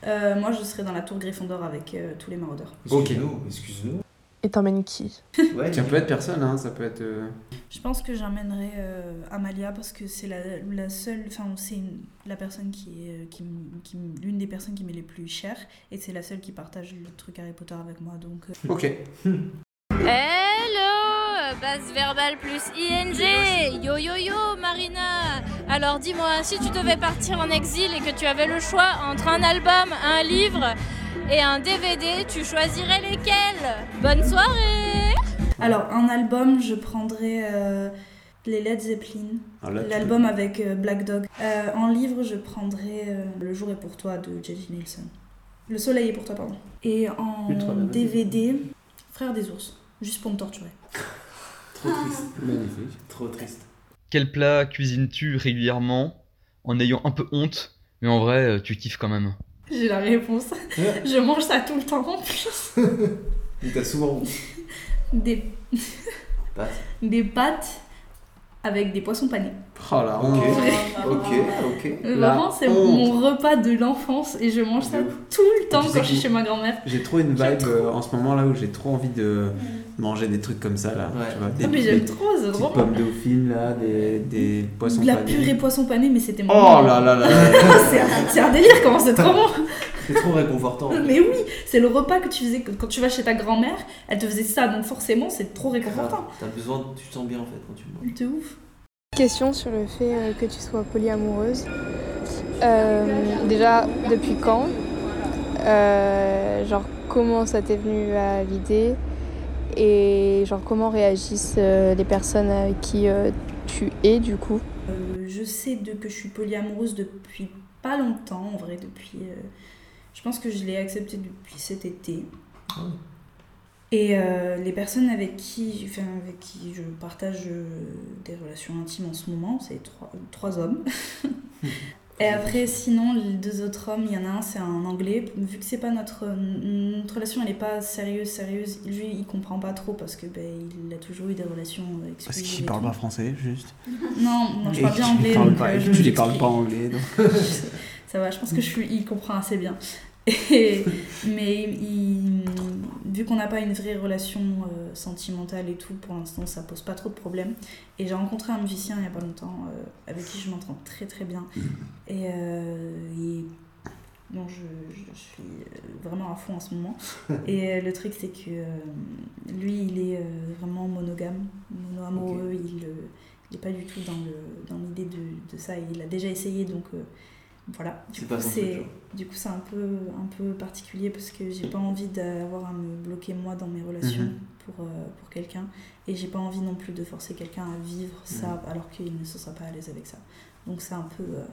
Euh, moi, je serais dans la tour Gryffondor avec euh, tous les maraudeurs.
Excuse-nous, excuse-nous.
Et t'emmènes qui
Ça peut être personne, hein, ça peut être. euh,
Je pense que j'emmènerai euh, Amalia parce que c'est la, la seule, enfin c'est une- la personne qui est euh, qui, m- qui m- l'une des personnes qui m'est les plus chères et c'est la seule qui partage le truc Harry Potter avec moi donc. euh.
Ok.
Hello Base verbale plus ING Yo yo yo Marina Alors dis-moi, si tu devais partir en exil et que tu avais le choix entre un album, un livre et un DVD, tu choisirais lesquels Bonne soirée
Alors un album, je prendrais euh, les Led Zeppelin,
hein.
Ah, là, tu
l'album avec euh, Black Dog. Euh, en livre, je prendrais euh, Le jour est pour toi de J.J. Nielsen. Le soleil est pour toi, pardon. Et en
Ultra bien.
DVD, Frères des ours, juste pour me torturer.
Trop triste. Magnifique. Trop triste.
Quel plat cuisines-tu régulièrement en ayant un peu honte, mais en vrai, euh, tu kiffes quand même
J'ai la réponse. je mange ça tout le temps en plus.
Il t'a souvent.
Des,
Pâtes.
des pâtes avec des poissons panés.
Oh là, ok. ok, ok.
Vraiment, c'est mon repas de l'enfance et je mange ça tout le temps
Tu sais
quand je suis
que-
chez ma grand-mère.
J'ai trop une vibe euh, en ce moment là où j'ai trop envie de
Mm.
manger des trucs comme ça là. Tu vois, des,
mais j'aime
des
trop, c'est
petites
vraiment-
pommes dauphines là, des, des poissons
De la
panés.
purée poisson pané, mais c'était mon
Oh
moment.
là là là là là.
c'est, un, c'est un délire, comment c'est trop bon
C'est trop réconfortant.
Mais oui, c'est le repas que tu faisais que- quand tu vas chez ta grand-mère, elle te faisait ça, donc forcément c'est trop réconfortant.
T'as besoin, tu te sens bien en fait quand tu manges.
De ouf.
Question sur le fait euh, que tu sois polyamoureuse. Euh, déjà, depuis quand Euh, Genre, comment ça t'est venu à l'idée Et genre, comment réagissent euh, les personnes avec qui euh, tu es, du coup
Euh, je sais de, que je suis polyamoureuse depuis pas longtemps, en vrai, depuis. euh, je pense que je l'ai accepté depuis cet été.
Ah.
Et euh, les personnes avec qui, enfin, avec qui je partage euh, des relations intimes en ce moment, c'est trois, trois hommes. Et après, sinon, les deux autres hommes, il y en a un, c'est un anglais. Vu que c'est pas notre, notre relation, elle est pas sérieuse, sérieuse. Lui, il comprend pas trop parce que ben, il a toujours eu des relations euh, exclusives.
Parce
et
qu'il parle
tout.
pas français, juste.
Non, non, je
Et
parle bien
qu'il
anglais,
parle
donc,
pas-
euh,
et
je-
tu les parles pas anglais, donc.
Ça va, je pense que je suis, il comprend assez bien. Et- mais il- vu qu'on n'a pas une vraie relation euh, sentimentale et tout, pour l'instant, ça pose pas trop de problèmes. Et j'ai rencontré un musicien il y a pas longtemps euh, avec qui je m'entends très très bien.
Mmh.
Et, euh, il- bon, je, je suis euh, vraiment à fond en ce moment. Et euh, le truc, c'est que euh, lui, il est euh, vraiment monogame, mono-amoureux. Il n'est pas du tout dans le- dans l'idée de, de ça. Il a déjà essayé, donc euh, voilà. Du
C'est
coup,
pas son
c'est
truc,
du coup, c'est un peu, un peu particulier parce que j'ai pas envie d'avoir à me bloquer moi dans mes relations
Mhm.
pour, euh, pour quelqu'un. Et j'ai pas envie non plus de forcer quelqu'un à vivre ça alors qu'il ne se sera pas à l'aise avec ça. Donc c'est un peu. euh,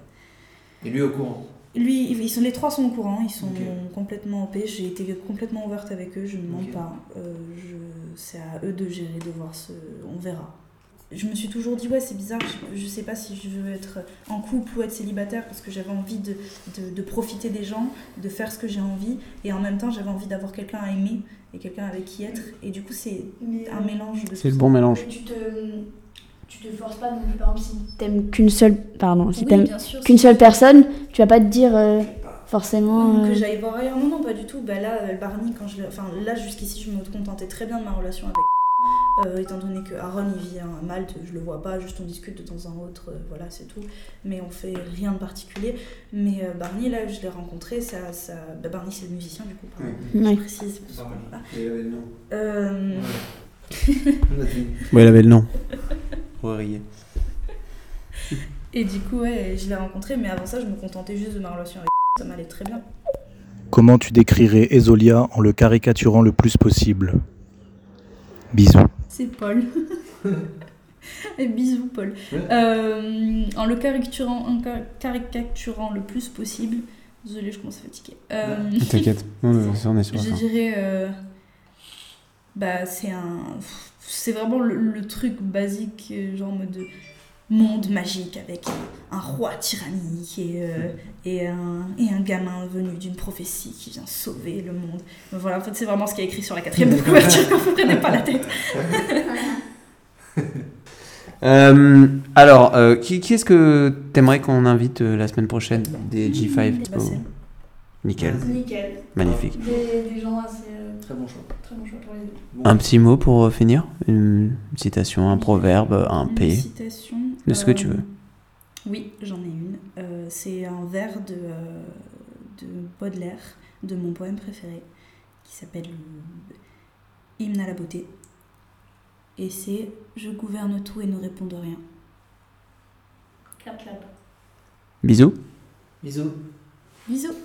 Et lui au courant.
lui, ils sont, les trois sont au courant, ils sont
Ok.
complètement OP. J'ai été complètement ouverte avec eux, je ne mens
Ok.
pas. Euh, je- c'est à eux de gérer, de voir ce. On verra. Je me suis toujours dit, ouais, c'est bizarre, je, je sais pas si je veux être en couple ou être célibataire parce que j'avais envie de, de- de profiter des gens, de faire ce que j'ai envie, et en même temps, j'avais envie d'avoir quelqu'un à aimer et quelqu'un avec qui être. Et du coup, c'est un mélange de
C'est le
tout
bon
ça.
mélange.
Tu te, tu te forces pas non plus, par exemple, si
T'aimes qu'une seule, pardon, si
Oui,
t'aimes
bien sûr,
qu'une
si-
seule personne, tu vas pas te dire euh, forcément.
que
euh,
j'aille voir ailleurs. Non, non, pas du tout. Bah là, euh, Barney, quand je l'ai- enfin là jusqu'ici, je me contentais très bien de ma relation avec. Euh, étant donné que Aaron il vit à Malte, je le vois pas, juste on discute de temps en autre, euh, voilà c'est tout. Mais on fait rien de particulier. Mais euh, Barney là, je l'ai rencontré, ça, ça... bah, Barney c'est le musicien du coup, pardon.
Oui.
Je
Oui.
précise. Voilà.
Et il avait le nom.
Euh,
Ouais, il avait le nom. Ouais, riez.
Et du coup ouais, je l'ai rencontré, mais avant ça je me contentais juste de ma relation avec. Ça m'allait très bien.
Comment tu décrirais Ezolia en le caricaturant le plus possible Bisous.
C'est Paul. Et bisous Paul.
Ouais.
Euh, en le caricaturant, en car- caricaturant le plus possible. Désolée, je commence à fatiguer. Euh,
T'inquiète, hein. non, non, ça, on est sur la
Je
fin.
dirais, euh, bah c'est un, c'est vraiment le, le truc basique, euh, genre en mode de monde magique avec un, un roi tyrannique et, euh, et, un, et un gamin venu d'une prophétie qui vient sauver le monde. Voilà, en fait c'est vraiment ce qui est écrit sur la quatrième de couverture, quand vous prenez pas la tête.
Euh, alors, euh, qui, qui est-ce que t'aimerais qu'on invite euh, la semaine prochaine des G5
Bah, c'est-
Nickel.
Nickel.
Magnifique.
Des, des gens assez euh,
Très bon choix.
Très bon choix pour les deux.
Un petit mot pour euh, finir Une citation, un proverbe, un
Une
pays
citation,
De ce que tu
euh,
veux.
Oui, j'en ai une. Euh, c'est un vers de, euh, de Baudelaire, de mon poème préféré, qui s'appelle euh, Hymne à la beauté. Et c'est Je gouverne tout et ne réponds de rien.
Clap, clap.
Bisous
Bisous.
Bisous